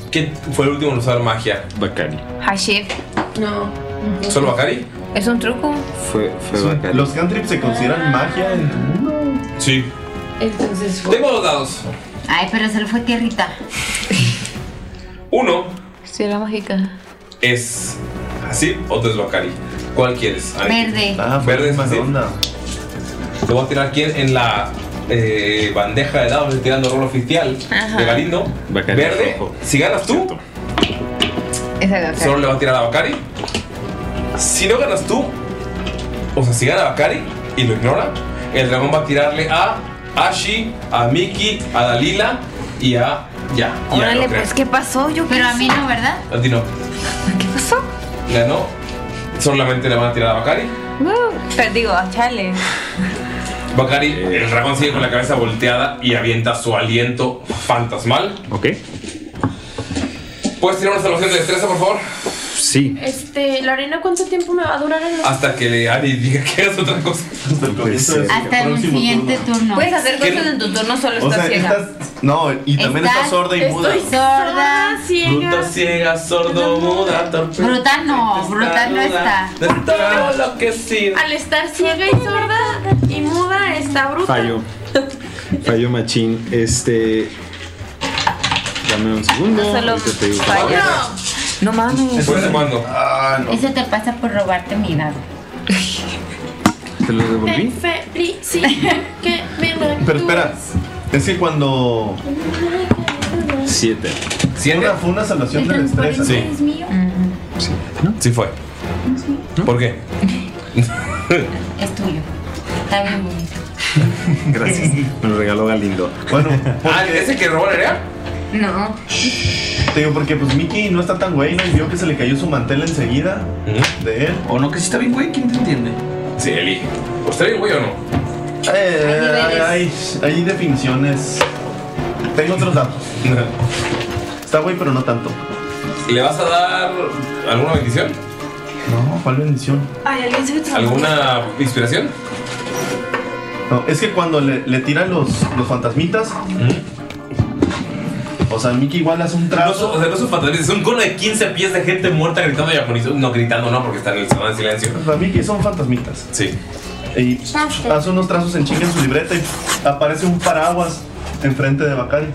¿Quién fue el último en usar magia? Bacari.
Hashif. No.
¿Solo Bacari?
Es un truco.
Fue, fue Bacari.
Los cantrips se consideran magia en
Sí.
Entonces
Tengo los dados.
Ay, pero se lo fue tierrita.
Uno
Sí, era mágica.
es así, otro es Bacari. ¿Cuál quieres? Anakin?
Verde.
Verde es así. Te voy a tirar aquí en la eh, bandeja de dados, estoy tirando rol oficial
Ajá.
de Galindo.
Bacari
Verde. Si ganas tú,
Es el
solo le va a tirar a Bakari. Si no ganas tú, o sea, si gana Bakari y lo ignora, el dragón va a tirarle a Ashi, a Miki, a Dalila y a Ya. Y a
Órale,
Locra.
pues, ¿qué pasó? Yo
Pero a mí no, ¿verdad?
A ti no.
¿Qué pasó?
Ganó. Solamente le van a tirar a Bakari.
Uh, pero digo, chale.
Bakari,
Eh.
el dragón sigue con la cabeza volteada y avienta su aliento fantasmal.
Ok.
¿Puedes tirar una salvación de destreza, por favor?
Sí.
Este, la arena, ¿cuánto tiempo me va a durar en los
Hasta que le Ari diga que hagas otra cosa.
Hasta el siguiente turno.
Puedes hacer
¿Qué?
cosas en tu turno, solo
O
estás
sea,
ciega.
estás. No, y también estás, sorda y muda.
Estoy sorda,
Bruta, ciega, sordo, muda, torpe.
Bruta no, bruta no está.
Todo lo que sí.
Al estar ciega y sorda y muda, está bruta.
Fallo. Fallo machín. Este. Dame un segundo.
No solo
ahorita te digo.
fallo.
No mames.
Estoy tomando.
Ah, no.
Eso te pasa por robarte mi dado.
¿Te lo devolví?
Felicidad que me da
Pero espera, es que cuando.
Siete.
¿Siete?
Una, fue una salvación de destreza.
Sí.
mío.
Sí fue. ¿Por qué?
Es tuyo. Está bien bonito.
Gracias. Me lo regaló Galindo.
Bueno,
Ah, ¿ese que robó la idea?
No.
Te digo, porque pues Mickey no está tan güey, ¿no? Y vio que se le cayó su mantel enseguida de él.
O no, que sí está bien güey, ¿quién te entiende?
Sí, elige.
¿Pues
¿Usted bien güey o no?
Eh, hay, hay- hay definiciones. Tengo otros datos. Está güey, pero no tanto.
¿Le vas a dar alguna bendición?
No, ¿cuál bendición?
Ay, alguien se me trabó.
¿Alguna inspiración? No, es que cuando le, le tiran los, los fantasmitas. O sea, Mickey igual hace un trazo.
O sea, no son fantasmas, son cono de 15 pies de gente muerta gritando japonizo. No gritando, no, porque están en el salón de silencio.
Para Mickey son fantasmitas.
Sí.
Y hace unos trazos en chinga en su libreta y aparece un paraguas enfrente de Bacari.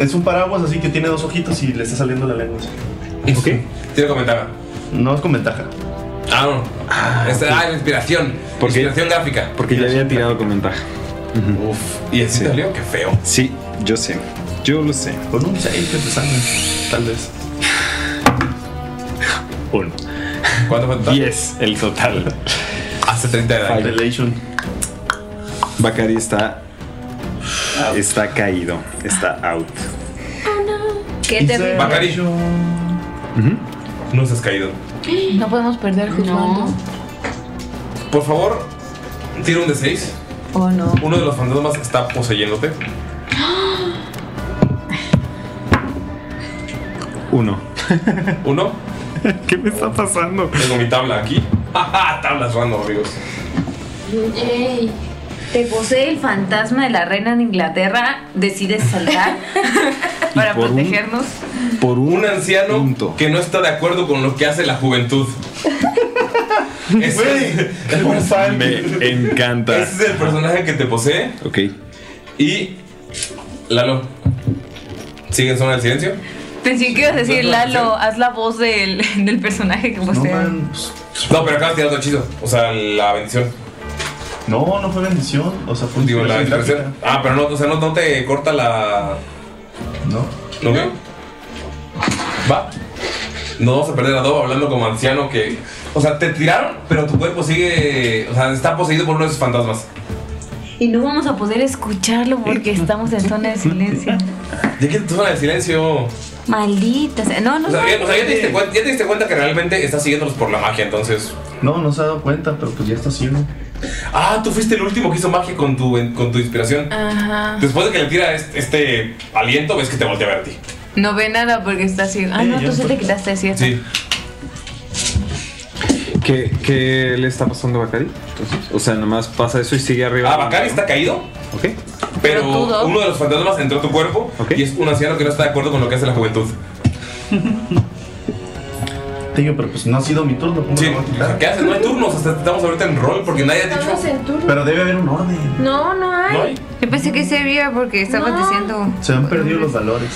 Es un paraguas así que tiene dos ojitos y le está saliendo la lengua.
Ok. Tiene comentar.
No es con ventaja.
Ah, no. Ah, esta- ah, la inspiración. Inspiración gráfica.
Porque ya había tirado con ventaja.
Uf, ¿y así te salió? Qué feo.
Sí, yo sé. Yo lo sé.
Con un 6 que te sangre, tal vez.
Uno.
¿Cuánto fue total?
10 el total.
Hace 30 de daño.
Relation.
Bakari está. Está caído. Está out.
Qué terrible.
Bacari. No estás caído.
No podemos perder juzgando.
Por favor, tira un de 6.
Oh, no.
Uno de los fantasmas está poseyéndote.
Uno.
Uno.
¿Qué me está pasando?
Tengo mi tabla aquí. Ajá, tablas random, amigos.
Yay. Te posee el fantasma de la reina de Inglaterra, decides saltar para
por un-
protegernos.
Por
un, anciano que no está de acuerdo con lo que hace la juventud. Ese
Me encanta.
Ese es el personaje que te posee.
Ok.
Y. Lalo. ¿Sigue en zona del silencio?
Pensé que ibas a decir,
No, no, no,
Lalo, haz la voz del, del personaje que posee.
No, pero acabas de tirar tu hechizo. O sea, la bendición.
No, no fue bendición. O sea, fue un
Digo, la inspiración. Ah, pero no, o sea, no, no te corta la.
No.
¿No veo? Va. No vamos a perder a Dob hablando como anciano que. O sea, te tiraron, pero tu cuerpo sigue. O sea, está poseído por uno de esos fantasmas.
Y no vamos a poder escucharlo porque estamos en zona de silencio.
Ya que tu zona del silencio.
Maldita sea. No, no,
O sea,
no.
ya, o sea, ya te diste cuenta, ya te diste cuenta que realmente estás siguiéndolos por la magia, entonces.
No, no se ha dado cuenta, pero pues ya está ciego.
Ah, tú fuiste el último que hizo magia con tu, con tu inspiración.
Ajá.
Después de que le tira este, este aliento, ves que te voltea a ver a ti.
No ve nada porque está así. Ah,
Sí,
no,
yo
tú sí
no-
te quitaste, es ¿cierto?
Sí.
¿Qué, qué le está pasando a Bakari? Entonces, o sea, nomás pasa eso y sigue arriba.
Ah, Bakari está caído.
Ok.
Pero
Pero tú, Dob.
uno de los fantasmas entró a tu cuerpo y es un anciano que no está de acuerdo con lo que hace la juventud.
Te digo, pero pues no ha sido mi turno. ¿cómo lo voy a quitar?
¿Qué haces? No hay turnos, hasta estamos ahorita en rol porque nadie ha dicho.
Estamos en turno.
Pero debe haber un orden.
No, no hay.
¿No hay?
Yo pensé que se veía porque estabas diciendo.
Se han perdido los valores.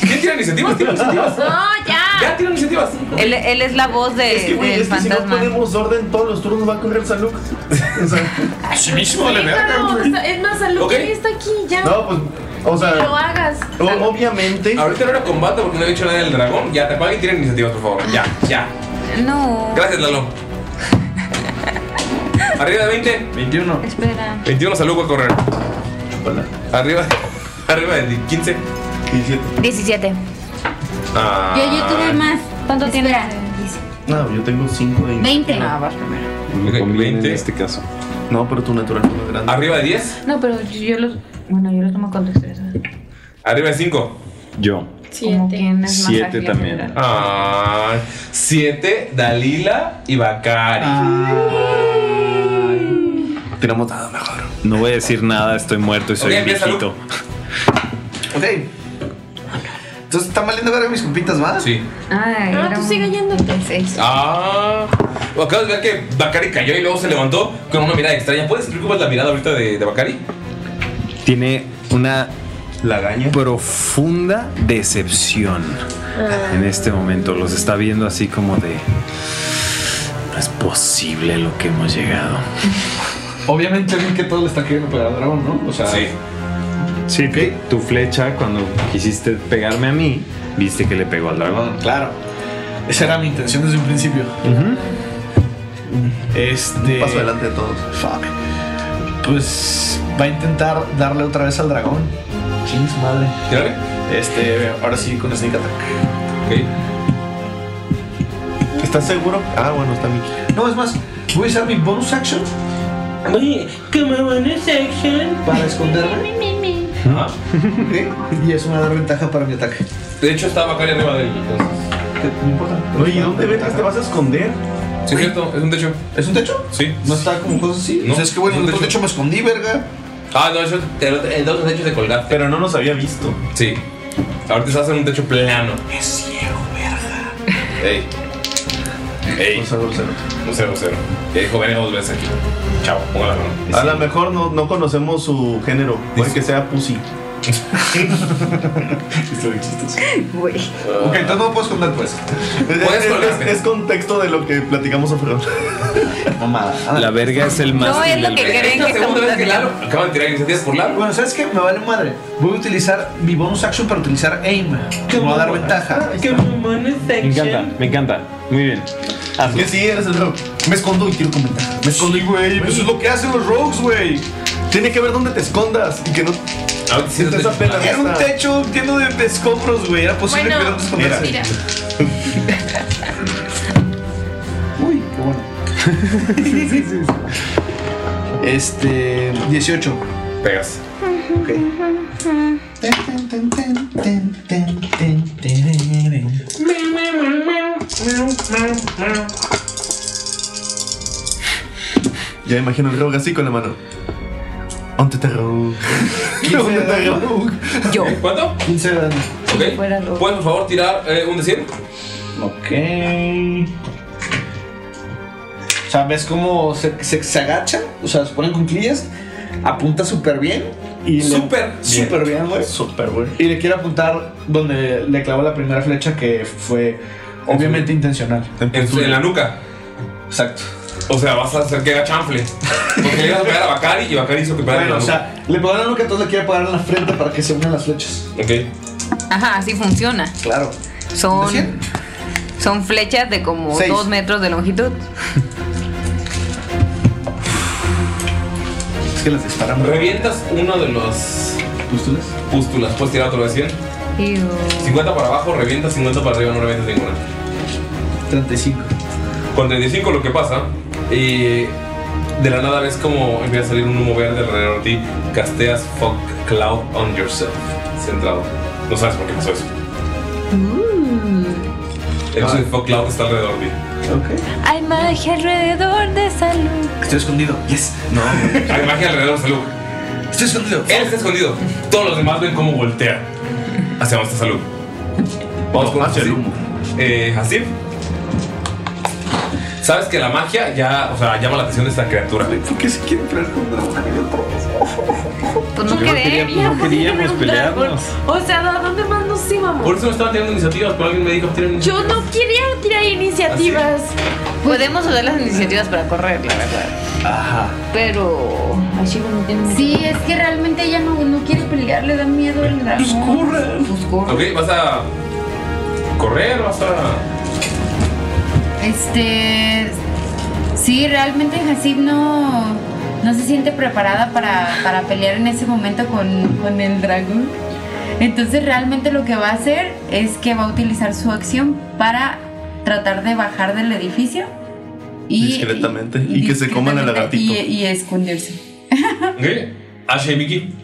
¿Quién tira iniciativas? ¿Tira iniciativas?
No, ya.
Ya tiene iniciativas.
Él, él es la voz de,
Es que, güey,
del
es que si no
fantasma.
ponemos orden, todos los turnos va a correr Saluk. O sea,
sí mismo le
Claro, está- es más, Salud ya está aquí ya.
No, pues, o sea,
lo hagas.
obviamente.
Ahorita no era combate porque no había hecho nada del dragón. Ya, te apaga y tira iniciativas, por favor. Ya, ya.
No.
Gracias, Lalo. Arriba de 20.
21.
Espera.
21 salud a correr. Arriba, arriba de 15.
17.
17.
Ah.
Yo, yo tuve más.
¿Cuánto
Espera.
No, yo tengo 5 de.
20.
Ah, vas primero.
en este caso.
No, pero tu natural no es grande.
Arriba de 10.
No, pero yo, yo los. Bueno, yo los tomo con destreza.
Arriba de 5.
Yo.
Como quien es más ágil en general.
Ah, 7, Dalila y Bakari.
Ah.
Tiramos nada mejor.
No voy a decir nada, estoy muerto y soy
Ok, empieza,
viejito.
Ok. Entonces están valiendo ver mis compitas, ¿va?
Sí.
Ay,
no, tú sigue yéndote.
Ah, acabas de ver que Bakari cayó y luego se levantó con una mirada extraña. ¿Puedes explicar cómo es la mirada ahorita de, de Bakari?
Tiene una profunda decepción
Ah.
en este momento. Los está viendo así como de. No es posible lo que hemos llegado.
Obviamente alguien que todo le está queriendo pegar al dragón, ¿no? O sea.
Sí. Sí, tu- tu flecha, cuando quisiste pegarme a mí, viste que le pegó al dragón.
Claro. Esa era mi intención desde un principio. Este.
Paso adelante de todos.
Fuck. Pues va a intentar darle otra vez al dragón. Ching su madre.
Tírale.
Este, ahora sí con Sneak Attack.
Ok. ¿Estás seguro? Ah, bueno, está Mickey.
No, es más, voy a usar mi bonus action. Oye, como bonus action. Para esconderme. Ok, Y eso me da ventaja para mi ataque.
De hecho, está Bakari arriba de él. entonces.
no importa. Oye, ¿y dónde vergas te vas a esconder?
Sí, es cierto, es un techo.
¿Es un techo?
Sí.
No está como cosas así.
No,
O sea, es que bueno,
es
en
un
el otro techo me escondí, verga.
Ah, no, eso, el otro, el otro techo es de colgarte. Pero
no nos había visto.
Sí. Ahorita estás en un techo plano. Es ciego, verga. Ey. Ey. Un
cero, cero.
Un cero, cero. Ya dijo, "Vene dos veces aquí. Chao, ponga la mano.
A lo mejor no, no conocemos su género. Puede que sea pussy.
Güey.
Ok, entonces no puedes contar pues.
Puedes
Es, es,
colgarte.
es contexto de lo que platicamos afuera. Mamada.
La verga es el más.
creen que segunda vez que Lalo acaba de tirar iniciativas por Lalo.
Bueno, ¿sabes qué? Me vale madre. Voy a utilizar mi bonus action para utilizar aim. Que me va a dar ventaja.
Me encanta, me encanta. Muy bien. Hazlo.
Que sí, eres el rogue. Me escondo y quiero comentar. Me escondo y güey. Eso es lo que hacen los rogues, güey. Tiene que ver dónde te escondas y que no.
Si
te
Entonces,
apenas
Era un
esta-
techo lleno de escombros, güey. Era posible
Bueno, pues
que no te escondieras.
mira.
Uy, qué bueno. Este. 18.
Pegas.
Ok.
Ya imagino el rogue así con la mano. ¿Dónde te rogue? ¿Dónde te rogue?
Yo. ¿Cuánto?
15 de daño.
Ok. ¿Puedes por favor tirar eh, un de 100?
Ok. O sea, ves cómo se, se, se agacha, o sea, se ponen cuclillas, apunta súper bien. Y le-
Súper
súper bien, güey.
Súper güey.
Y le quiere apuntar donde le clavó la primera flecha que fue obviamente intencional.
En, su- en la nuca.
Exacto.
O sea, vas a hacer que haga chanfle. Porque le ibas a pegar a Bakari y Bakari hizo que pegara en
Bueno,
la
o
nuca.
sea, le pegó en la nuca, entonces le quiere pegar en la frente para que se unan las flechas.
Ok.
Ajá, así funciona.
Claro.
Son, son flechas de como
Seis.
dos metros de longitud.
Es que las disparamos.
Revientas uno de los.
¿Pústulas?
Pústulas. Puedes tirar otro de 100. 50 para abajo, revientas, 50 para arriba, no revientas ninguna.
35.
Con 35 lo que pasa, eh, de la nada ves como empieza a salir un humo verde alrededor de ti, casteas Fog Cloud on yourself, centrado. No sabes por qué pasó eso.
Mm.
El
Ah.
uso de Fog Cloud está alrededor de ti.
Hay magia alrededor de esa luz.
Estoy escondido. Yes. No.
Hay magia alrededor de Salud.
Estoy escondido.
Él está escondido. Todos los demás ven cómo voltea hacia donde está Salud. Vamos con hacia el humo. Eh, Hasib. Sabes que la magia ya, o sea, llama la atención de esta criatura. ¿Por qué se quiere pelear con
Pues no
Yo no quería-
queríamos.
no queríamos
un árbol.
pelearnos.
O sea, ¿a dónde más nos íbamos?
Por eso no estaban teniendo iniciativas, pero alguien me dijo que tienen
Yo no quería tirar iniciativas.
Podemos usar las iniciativas para correr, la verdad.
Ajá.
Pero.
Sí, es que realmente ella no, no quiere pelear, le da miedo el dragón. Pues corre.
Ok, ¿vas a correr? ¿Vas a...?
Este. Sí, realmente Hasib no, no se siente preparada para, para pelear en ese momento con, con el dragón. Entonces, realmente lo que va a hacer es que va a utilizar su acción para tratar de bajar del edificio y,
discretamente. Y, que se coman al lagartito.
y- y esconderse.
Ok, Asha y Vicky.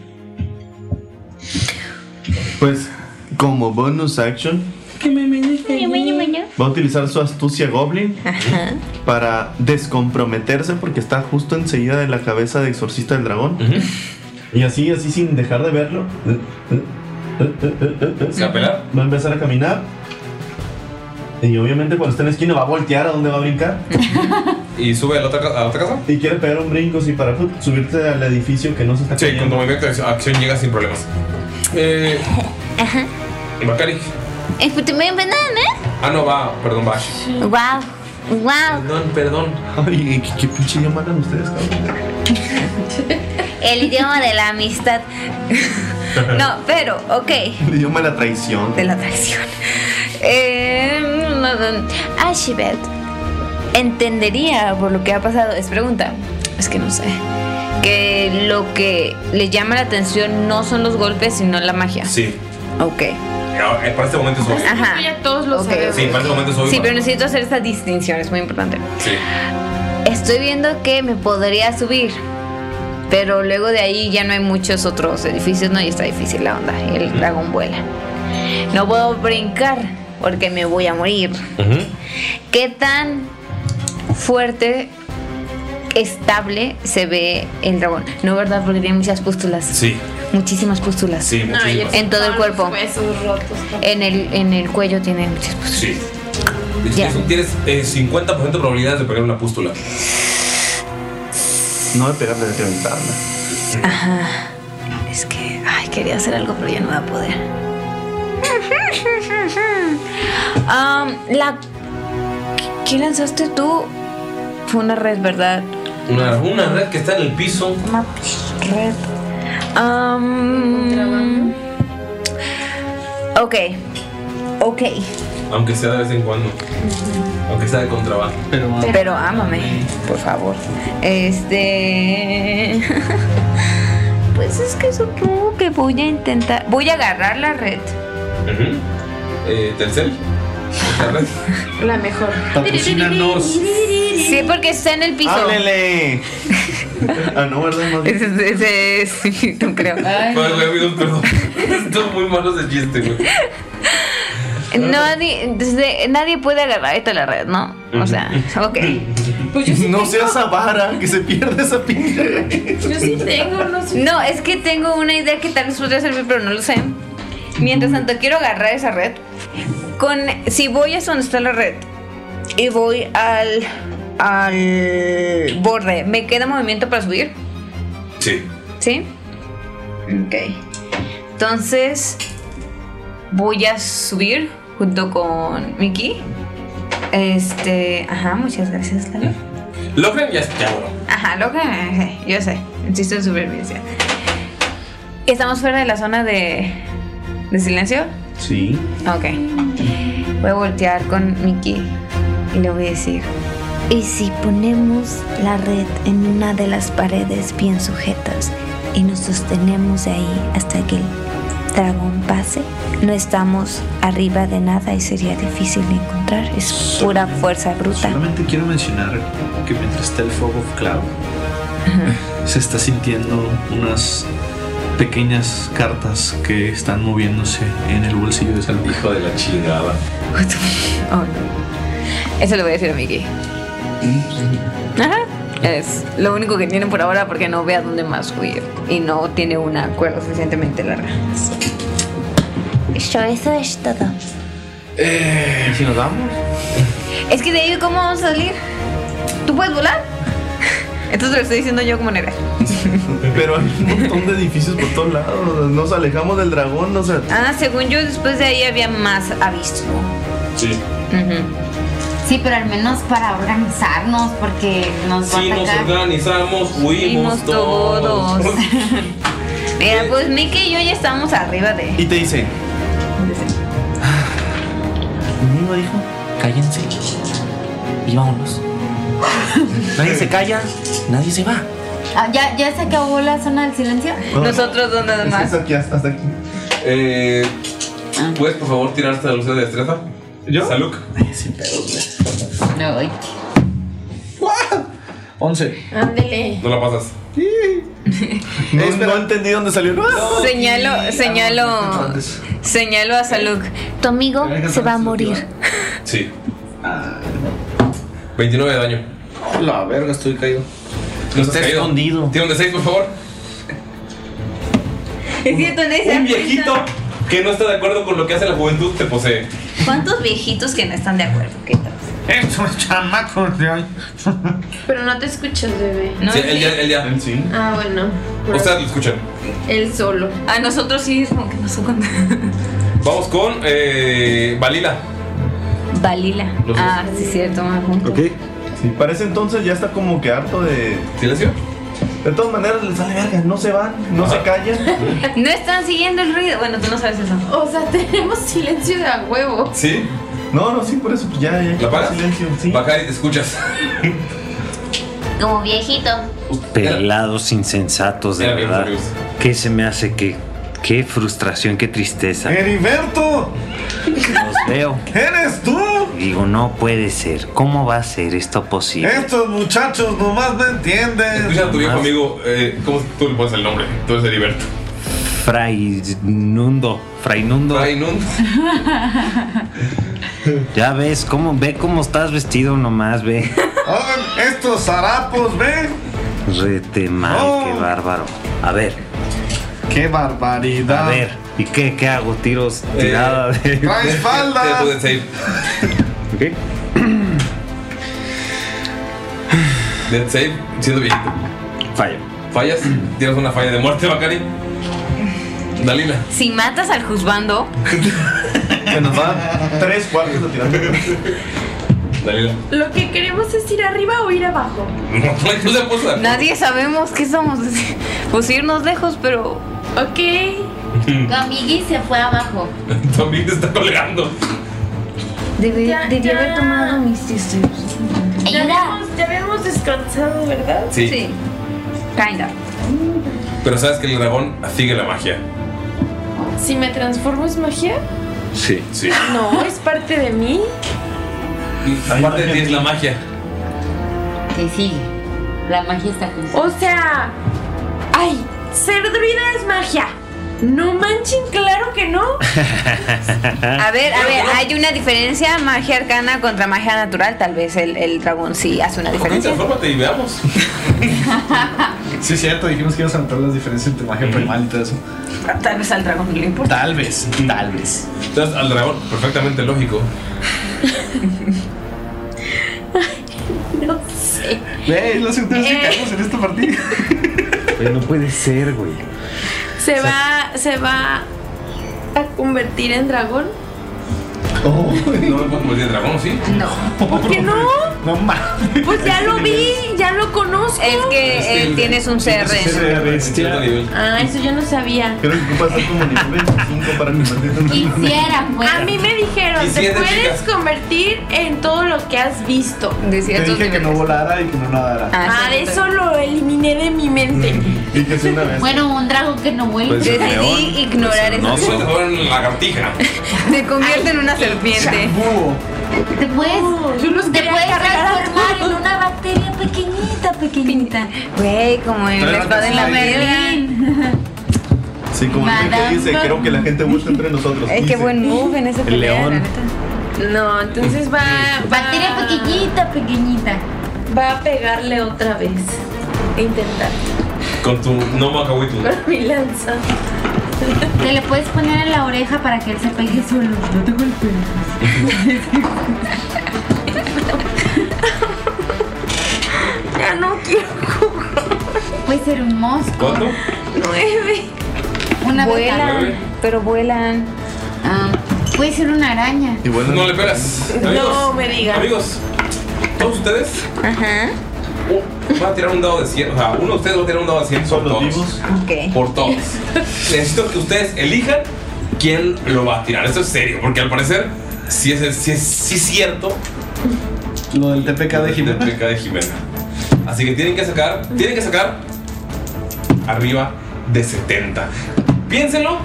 Pues, como bonus action, va a utilizar su astucia Goblin
Ajá.
para descomprometerse porque está justo enseguida de la cabeza de Exorcista del Dragón. Y así, así sin dejar de verlo. Eh,
¿Se va a pelar?
Va a empezar a caminar. Y obviamente cuando esté en la esquina va a voltear a donde va a brincar.
¿Y sube a la otra, ca- a la otra casa?
Y quiere pegar un brinco sí, para uh, subirte al edificio que no se está
Sí, con tu movimiento de acción llega sin problemas. Eh,
Ajá.
Bakari.
Escúchame bien,
¿eh?
banana.
Ah, no, va, perdón, va Asha.
Wow.
Ah.
Wow.
Perdón, perdón.
Ay, ¿qué, qué pinche idioma hablan ustedes, cabrón?
El idioma de la amistad.
No, pero, ok.
El idioma de la traición.
De la traición.
Eh, Ashibet entendería por lo que ha pasado. Es pregunta. Es que no sé.
Que lo que le llama la atención no son los golpes, sino la magia.
Sí.
Ok.
Ya, eh, Para este momento es obvio.
Ajá. Ya todos los
Sí, para este momento es obvio.
Sí, pero necesito hacer esta distinción, es muy importante.
Sí.
Estoy viendo que me podría subir, pero luego de ahí ya no hay muchos otros edificios, no, y está difícil la onda. y El dragón vuela. No puedo brincar,
porque me voy a morir. ¿Qué tan fuerte, estable se ve el dragón? No, ¿verdad? Porque tiene muchas pústulas.
Sí.
Muchísimas pústulas.
Sí, No, y muchísimas.
en todo el cuerpo. en, el, en el cuello tiene muchas pústulas.
Sí. De hecho,
Ya.
Tienes eh, 50% de probabilidades de pegar una pústula.
No de pegarle de reventarla.
Ajá.
Es que, ay, quería hacer algo, pero ya no va a poder.
Am, Um, la. ¿Qué lanzaste tú? Fue una red, ¿verdad?
Una, una red que está en el piso.
Red. Am,
Ok. Ok.
Aunque sea de vez en cuando. Aunque sea de contrabando. Pero, ah.
Pero
ah.
ámame.
por favor.
Este. pues es que supongo que voy a intentar. Voy a agarrar la red.
eh, Tercel. ¿La red?
La mejor.
Patrocínanos.
Sí, porque está en el piso.
¡Háblele! ah, no, ¿verdad? Más bien.
Ese es. sí, no creo.
Ay, güey, amigos, perdón. Están muy malos de chiste, güey.
Nadie, desde- nadie puede agarrar esta la red, ¿no? O sea, ok.
Pues
no seas avara, que se pierde esa pinche. Yo
sí tengo,
no
No, es que tengo una idea que tal vez podría servir, pero no lo sé. Mientras tanto, quiero agarrar esa red. Con, si voy hasta donde está la red y voy al, al borde, ¿me queda movimiento para subir?
Sí.
¿Sí? Ok. Entonces, voy a subir junto con Mickey. Este, ajá, muchas gracias, Lalo.
Logran ya está, cabrón.
Ajá, lo que. Yo sé. Insisto en supervivencia. ¿Estamos fuera de la zona de. de silencio?
Sí.
Ok. Voy a voltear con Mickey y le voy a decir.
¿Y si ponemos la red en una de las paredes bien sujetas y nos sostenemos de ahí hasta que el dragón pase? No estamos arriba de nada y sería difícil de encontrar. Es pura fuerza bruta.
Solamente quiero mencionar que mientras está el Fog of Cloud, se está sintiendo unas pequeñas cartas que están moviéndose en el bolsillo de Salud.
Hijo de la chingada.
Oh, no. Eso le voy a decir a Mickey. Ajá. Es lo único que tienen por ahora porque no ve a dónde más huir. Y no tiene una cuerda suficientemente larga.
Yo, eso es todo.
¿Y si nos vamos?
Es que de ahí, ¿cómo vamos a salir? ¿Tú puedes volar? Esto te lo estoy diciendo yo como negra.
Pero hay un montón de edificios por todos lados. Nos alejamos del dragón, o sea.
Ah, según yo, después de ahí había más aviso.
Sí.
Sí, pero al menos para organizarnos, porque nos va
Si
a
nos
atacar.
organizamos, huimos
Huimos
todos.
todos. Mira, pues Mickey y yo ya estamos arriba de.
Y te dice. "Ah,
Mi amigo dijo, cállense y vámonos. Nadie se calla, nadie se va.
Ah, ¿ya, ¿Ya se acabó la zona del silencio?
Nosotros dos nada más.
aquí, hasta aquí.
Eh, ¿Puedes por favor tirarte la luz de destreza? ¿Yo? Saluk. Sin pedos,
No,
11.
Ándele.
No la pasas.
Eh,
No, no entendí dónde salió.
Señalo, señalo. Señalo a Saluk.
Tu amigo se va a morir.
Sí. Ah. 29 de daño.
La verga, estoy caído.
No está escondido. Tiene un de 6, por favor.
Es cierto, en
Un viejito que no está de acuerdo con lo que hace la juventud te posee.
¿Cuántos viejitos que no están de acuerdo?
Estos chamacos de hoy.
Pero no te escuchas, bebé.
sí, él ya, él ya. Sí.
Ah, bueno.
O sea, lo escuchan.
Él solo.
A nosotros sí es como que nos cuenta.
Vamos con eh, Valila.
Valila.
Los dos.
Ah, sí, es cierto, me apunto.
Ok. Sí, para ese entonces ya está como que harto de.
¿Silencio?
De todas maneras les sale verga, no se van, no se callan.
No están siguiendo el ruido. Bueno, tú no sabes eso.
O sea, tenemos silencio de a huevo.
¿Sí?
No, no, sí, por eso pues, ya, ya.
¿La pagas? Bajar y te escuchas.
Como viejito.
Pelados insensatos, de
Era bien
verdad. ¿Qué se me hace que.? Qué frustración, qué tristeza.
¡Heriberto!
Los veo.
¿Eres tú?
Digo, no puede ser. ¿Cómo va a ser esto
¿Eh?
posible?
Estos muchachos nomás no entienden.
Escucha a tu viejo amigo. eh, ¿Cómo tú le pones el nombre? Tú eres Heriberto.
Frainundo. Frainundo.
Frainundo.
Ya ves, cómo, ve cómo estás vestido nomás, ve.
Oigan, estos zarapos, ve.
Rete mal,
Oh.
qué bárbaro. A ver.
Qué barbaridad. Eh.
A ver, ¿y qué, qué hago? Tiros, tirada de.
traes falda. Te pueden
Ok.
Dead save, siendo viejito.
Falla.
¿Fallas? Tienes una falla de muerte, Bacari. Dalila.
Si matas al juzgando,
Que nos va tres cuartos de tirar.
Dalila.
Lo que queremos es ir arriba o ir abajo.
No se apuesta.
nadie sabemos qué somos. Pues irnos lejos, pero. Ok.
Tu amigui se fue abajo.
También te está colgando.
Debe,
debí haber
tomado mis sisters. Ya habíamos, ya habíamos descansado, ¿verdad?
Sí. Sí.
Kinda.
Pero sabes que el dragón sigue la magia.
Si me transformo es magia.
Sí. Sí.
No, es parte de mí.
Aparte de ti es la magia.
Que sigue. La magia está contigo.
O sea, ay, ser druida es magia. No manchen, claro que no.
A ver, a ver, hay una diferencia magia arcana contra magia natural. Tal vez el, el dragón sí hace una diferencia.
Transfórmate y veamos.
Sí, es cierto, dijimos que ibas a notar las diferencias entre magia primal y todo eso.
Tal vez al dragón no le importa.
Tal vez, tal vez.
Entonces, al dragón, perfectamente lógico.
No sé. Eh,
Güey, la segunda vez que caemos en esta partida. Güey, no puede ser, güey.
Se va, se va a convertir en dragón.
No me puedo convertir en dragón, ¿sí?
No. ¿Por qué no?
No
Pues ya lo vi, ya lo conozco. Es
que eh, tienes un CR.
Ah, eso yo no sabía.
Creo que ocupa ser como nivel 25 para nivel de
Quisiera, pues. A mí me dijeron,
Quisiera,
te puedes
chica.
convertir en todo lo que has visto.
Te dije que no volara y que no nadara.
Ah, de eso lo eliminé de mi mente.
Y que es una vez.
Bueno, un dragón que no vuelve.
Puede ser
Decidí
Mm. Pues león, Pues
ignorar eso.
No, soy dragón lagartija.
Se convierte en una serpiente.
Te puedes, te puedes transformar en una bacteria pequeñita, pequeñita.
Güey, como en la espada en la verga.
Sí, como el
Madame
que dice,
Butterfly.
creo que la gente busca entre nosotros.
Es que
Dice,
buen move en esa
El
pelea,
león.
la neta.
No, entonces va,
Bacteria pequeñita, pequeñita.
Va a pegarle otra vez. E intentar.
Con tu no macahuitu.
Con mi lanza.
Te le puedes poner en la oreja para que él se pegue solo. No te golpees.
ya no quiero
Puede ser un mosco.
¿Cuánto?
Nueve. Una
Vuelan,
vuela.
pero vuelan. Ah,
puede ser una araña.
no le pegas.
No
Amigos,
me digas.
Amigos, todos ustedes
Ajá.
van a tirar un dado de 100. O sea, uno de ustedes va a tirar un dado de 100 por todos.
Ok.
Por todos. Necesito que ustedes elijan quién lo va a tirar. Esto es serio, porque al parecer, si es, si es, sí es cierto
Lo del TPK de Jimena.
TPK de Jimena. Así que tienen que sacar, tienen que sacar arriba de 70. Piénsenlo,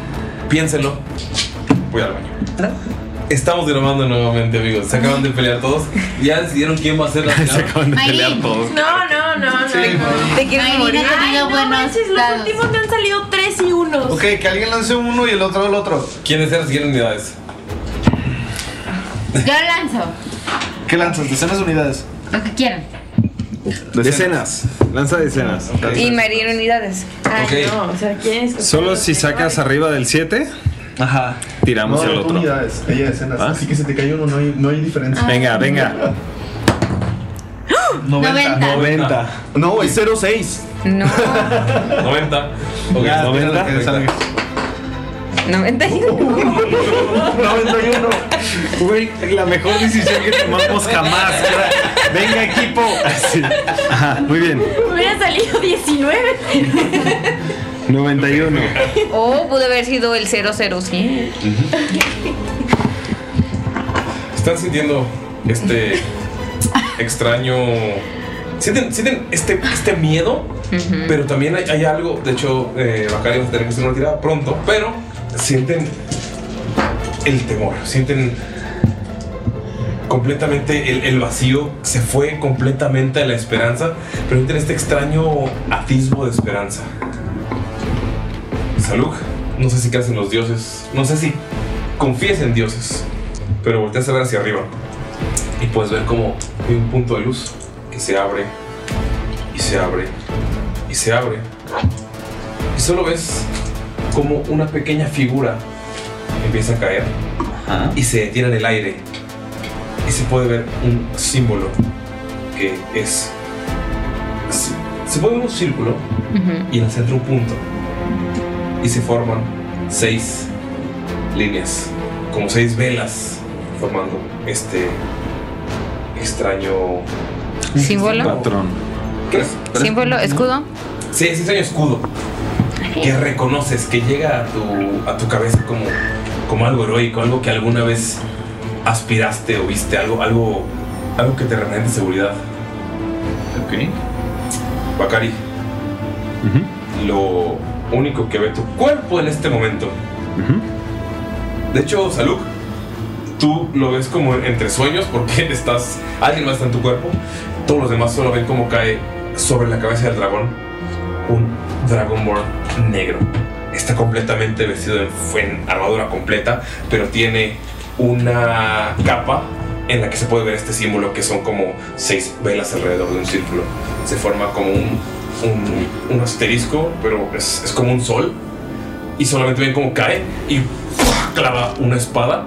piénsenlo. Voy al baño. Estamos grabando nuevamente, amigos. Se acaban de pelear todos. Ya decidieron quién va a ser la Se acaban
de pelear Mayrin. todos. No, no, no, no. no.
Te quieres
Ay,
morir.
Ay, no, manches, los últimos te han salido tres y unos.
Ok, que alguien lance uno y el otro el otro.
¿Quiénes eran las siguientes unidades?
Yo lanzo
¿Qué lanzas? ¿Decenas de unidades?
lo que quieran.
Decenas. Lanza decenas.
Y Marín unidades.
Ay,
Ok.
no, o sea, ¿quién es?
Solo si sacas arriba del 7,
Ajá.
tiramos
no,
el
no,
otro.
unidades, ella decenas. Así que si te cae uno, no hay, no hay diferencia.
Ah. Venga, venga.
90.
90.
No, es 06.
No.
90.
Ok,
90.
91.
Güey, la mejor decisión que tomamos jamás. Venga, equipo. Así. Ajá, muy bien.
Me hubiera salido 19.
91.
O Oh, pudo haber sido el 00, sí.
¿Están sintiendo este extraño. ¿Sienten, sienten este, este miedo? Pero también hay, hay algo. De hecho, eh, Bacari va a tener que hacer una tirada pronto. Pero sienten el temor. Sienten completamente el, el vacío. Se fue completamente a la esperanza. Pero sienten este extraño atisbo de esperanza. Salud. No sé si creas en los dioses. No sé si confíes en dioses. pero volteas a ver hacia arriba y puedes ver como hay un punto de luz que se abre y se abre y se abre y solo ves como una pequeña figura empieza a caer y se detiene en el aire y se puede ver un símbolo que es se- se puede ver un círculo y en el centro un punto y se forman seis líneas, como seis velas formando este extraño
Símbolo.
patrón. ¿Qué es?
Símbolo, escudo.
Sí, es extraño escudo que reconoces, que llega a tu, a tu cabeza como, como algo heroico, algo que alguna vez aspiraste o viste, algo, algo, algo que te represente seguridad. Ok. Bakari, lo único que ve tu cuerpo en este momento. De hecho, Saluk, tú lo ves como entre sueños porque estás, alguien más está en tu cuerpo. Todos los demás solo ven cómo cae sobre la cabeza del dragón un Dragonborn negro. Está completamente vestido en, en armadura completa, pero tiene una capa en la que se puede ver este símbolo que son como seis velas alrededor de un círculo. Se forma como un, un, un asterisco, pero es, es como un sol. Y solamente ven cómo cae y ¡fua! clava una espada.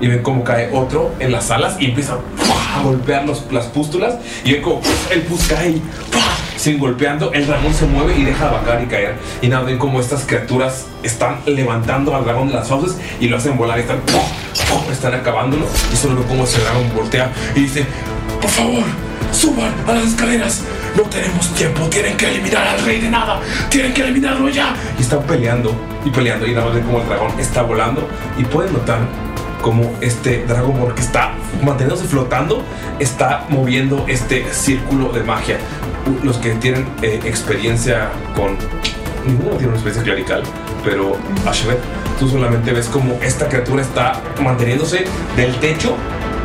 Y ven cómo cae otro en las alas y empieza ¡fua! a golpear los- las pústulas. Y ven cómo ¡fua! el pus cae y ¡fua! Sin golpeando, el dragón se mueve y deja a Bakari caer. Y nada, ven cómo estas criaturas están levantando al dragón de las fauces y lo hacen volar. y Están, ¡pum! ¡pum! están acabándolo. Y solo ven cómo ese dragón voltea y dice: Por favor, suban a las escaleras. No tenemos tiempo. Tienen que eliminar al rey de nada. Tienen que eliminarlo ya. Y están peleando y peleando. Y nada más ven cómo el dragón está volando. Y pueden notar como este dragón que está manteniéndose flotando, está moviendo este círculo de magia. U- Los que tienen eh, experiencia con. Ninguno tiene una experiencia clerical, pero Ashvet, tú solamente ves como esta criatura está manteniéndose del techo,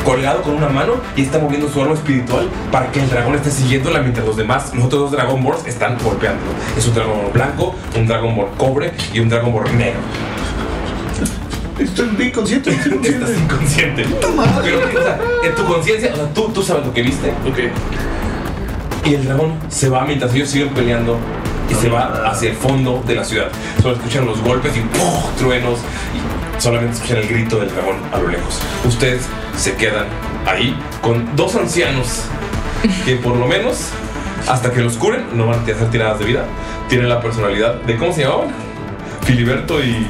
colgado con una mano y está moviendo su arma espiritual para que el dragón esté siguiéndola mientras los demás, los otros dos Dragonborns, están golpeándolo. Es un Dragonborn blanco, un Dragonborn cobre y un Dragonborn negro. Estoy inconsciente. Estás inconsciente. Pero, o sea, en tu conciencia, o sea, tú, tú sabes lo que viste. Y el dragón se va mientras ellos siguen peleando y se va hacia el fondo de la ciudad. Solo escuchan los golpes y ¡puf! truenos y solamente escuchan el grito del dragón a lo lejos. Ustedes se quedan ahí con dos ancianos que por lo menos hasta que los curen no van a hacer tiradas de vida. Tienen la personalidad de ¿cómo se llamaban? Filiberto y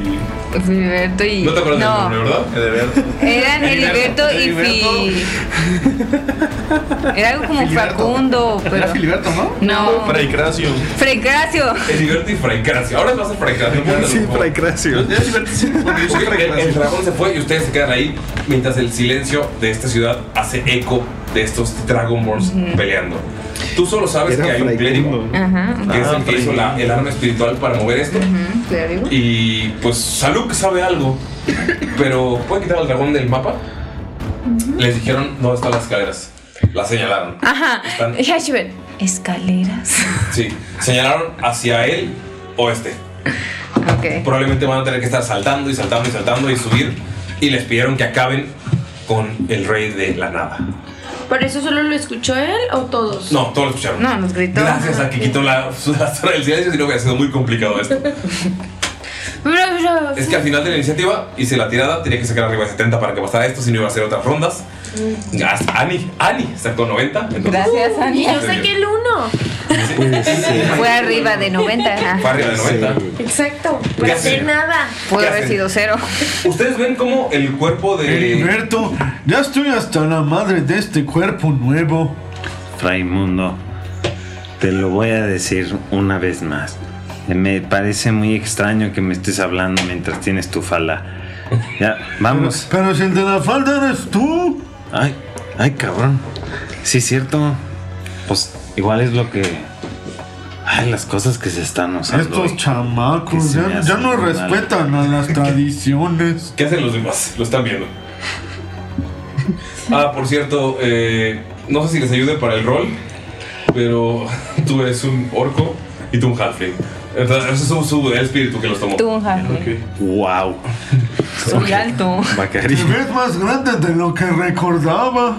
Filiberto y.
no te acuerdas del
No.
nombre, ¿verdad? Filiberto.
Eran Heriberto y
Heriberto.
Fi. Era algo como Facundo, pero.
Filiberto, ¿no?
No.
Fraicracio.
Frecracio.
Filiberto y Fraicracio. Ahora vas a Fraicracio. Sí, Fraicracio. El, el dragón se fue y ustedes se quedan ahí mientras el silencio de esta ciudad hace eco de estos Dragonborns
Ujú.
peleando. Tú solo sabes que hay un clérigo
Ajá.
que es el que hizo la- el arma espiritual para mover esto.
Ujú, ¿te digo?
Y pues Saluk sabe algo, pero ¿puede quitar al dragón del mapa? Les dijeron dónde están las escaleras. La señalaron.
Ajá.
Están-
Hashibet. Escaleras.
Sí, señalaron hacia el oeste.
Ok.
Probablemente van a tener que estar saltando y saltando y saltando y subir. Y les pidieron que acaben con el rey de la nada.
¿Por eso solo lo escuchó él o todos?
No, todos lo escucharon.
No, nos gritó.
Gracias a que quitó la, la zona del silencio, si no hubiera sido muy complicado esto. Es que al final de la iniciativa hice la tirada, tenía que sacar arriba de 70 para que pasara esto, si no iba a hacer otras rondas. Gas- Ani, Ani sacó 90. entonces-
Gracias, Ani.
Y yo saqué el uno.
Fue arriba de 90. ajá.
Fue arriba de 90.
Exacto. Por
¿Qué
hacer
hacen?
nada.
Pudo
¿Qué
haber
hacen?
sido cero.
Ustedes ven como el cuerpo de.
Heriberto, Eh, ya estoy hasta la madre de este cuerpo nuevo.
Raimundo, te lo voy a decir una vez más. Me parece muy extraño que me estés hablando mientras tienes tu fala. Ya, vamos.
Pero si el de la falda eres tú.
Ay, ay, cabrón. Sí, cierto. Pues igual es lo que. Ay, las cosas que se están usando.
Estos
hoy. Que
chamacos
se me
Pues ya,
hace
ya no
muy mal.
respetan a las tradiciones.
¿Qué hacen los demás? Lo están viendo. Ah, por cierto, eh, no sé si les ayude para el rol, pero tú eres un orco y tú un halfling. Entonces, ese es su, su espíritu que los tomó.
Tú un halfling.
Wow.
Soy alto.
Te ves más grande de lo que recordaba.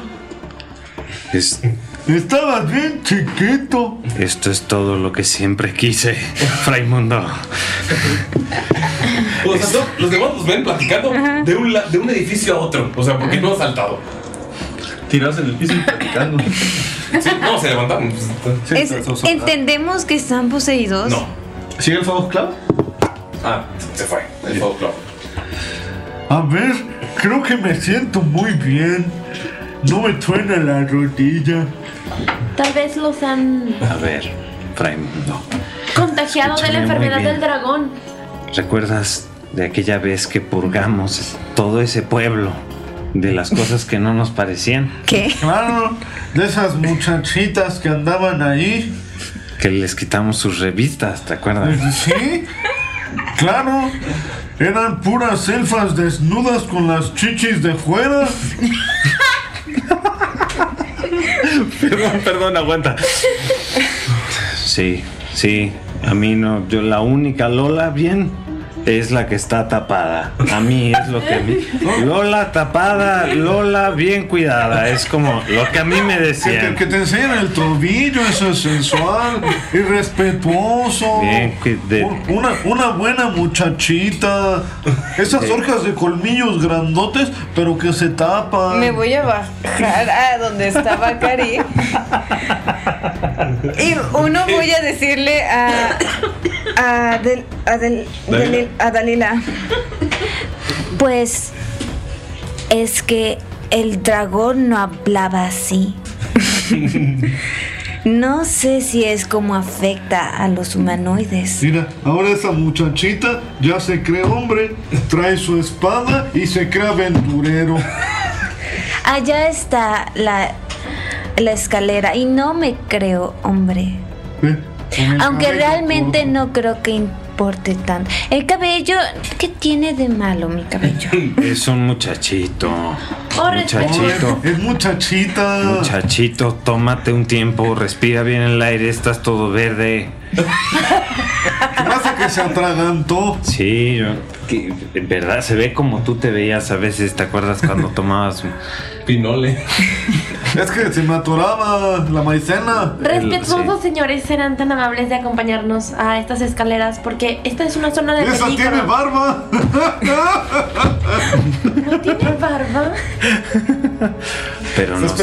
Es-
Estabas bien chiquito.
esto es todo lo que siempre quise, Fraimundo.
O sea, todos los demás los ven platicando de un, la- de un edificio a otro. O sea, ¿por qué no has saltado? Tirados en el piso y platicando. no, se levantaron.
Es- ¿Entendemos que están poseídos?
No.
¿Sigue el Fog Club?
Ah, se fue. El Fog Club.
A ver, creo que me siento muy bien. No me truena la rodilla.
Tal vez los han
A ver, Fraimundo.
contagiado de
Escúchame
la
muy
enfermedad
bien.
del dragón.
¿Recuerdas de aquella vez que purgamos todo ese pueblo de las cosas que no nos parecían?
¿Qué? Claro, de esas muchachitas que andaban ahí.
Que les quitamos sus revistas, ¿te
Ah.
acuerdas?
Sí, claro. Eran puras elfas desnudas con las chichis de fuera.
perdón, perdón, aguanta. Sí, sí. A mí no. Yo la única Lola bien es la que está tapada. A mí es lo que a mí. Lola tapada, Lola bien cuidada. Es como lo que a mí me
Que te,
decían.
que te enseñan el tobillo, eso es sensual, irrespetuoso.
Bien, que de-
Una, una buena muchachita. Esas orcas de colmillos grandotes, pero que se tapan.
Me voy a bajar a donde está Bakari. Y uno voy a decirle a. a, Del- a Del-
Dalila.
Dalil- a Dalila.
Pues es que el dragón no hablaba así. No sé si es como afecta a los humanoides.
Mira, ahora esa muchachita ya se cree hombre, trae su espada y se cree aventurero.
Allá está la, la escalera y no me creo, hombre. Aunque realmente no creo que importe tanto. El cabello, ¿qué tiene de malo mi cabello?
Es un muchachito.
Oh,
Muchachito.
Es muchachita.
Muchachito, tómate un tiempo, respira bien el aire, estás todo verde.
¿Qué pasa que se atragantó?
Sí, yo- que- en verdad se ve como tú te veías a veces, ¿te acuerdas cuando tomabas
pinole?
Es que se me atoraba la maicena.
Respetuosos señores serán tan amables de acompañarnos a estas escaleras porque esta es una zona de
Esa
peligro.
tiene barba.
¿No tiene barba?
Pero nos,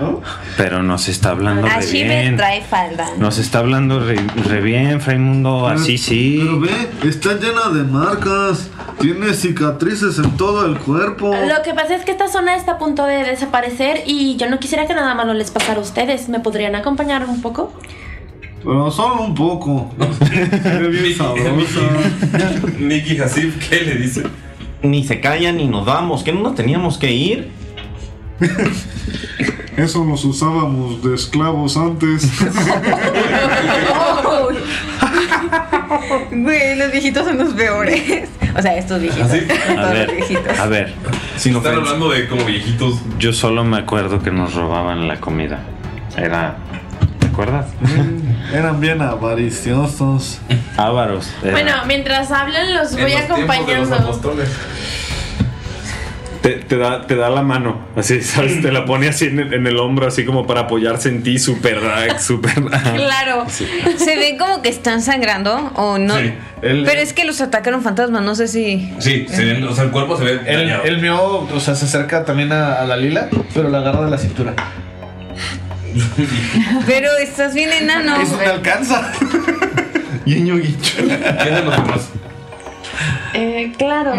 ¿no?
pero nos está hablando re
Así me
bien.
trae falda.
Nos está hablando re, re bien, Fraimundo, así sí.
Pero ve, está llena de marcas, tiene cicatrices en todo el cuerpo.
Lo que pasa es que esta zona está a punto de desaparecer y yo no quisiera que nada malo les pasara a ustedes. ¿Me podrían acompañar un poco?
Pero solo un poco. Ve bien sabrosa.
Nicky Hasif, ¿qué le dice?
Ni se callan ni nos vamos. ¿Que no nos teníamos que ir?
Eso nos usábamos de esclavos antes.
Güey, los viejitos son los peores. O sea, estos viejitos.
A ver, a ver.
Están hablando de como viejitos.
Yo solo me acuerdo que nos robaban la comida. Era. ¿Te acuerdas?
Eran bien avariciosos.
Ávaros. era.
Bueno, mientras hablan eh. los voy acompañando.
Te, te da, te da la mano, así, ¿sabes? Te la pone así en el, en el hombro, así como para apoyarse en ti, súper, ah, súper. ah.
Claro.
Sí.
Se ven como que están sangrando o no.
Sí, él-
Pero es que los atacaron fantasmas, no sé si.
Sí, se ven, o sea, el cuerpo se ve
El,
dañado.
el mío, o sea, se acerca también a, a la lila, pero la agarra de la cintura.
Pero estás bien enano.
Eso me alcanza. Guiño,
Eh, claro.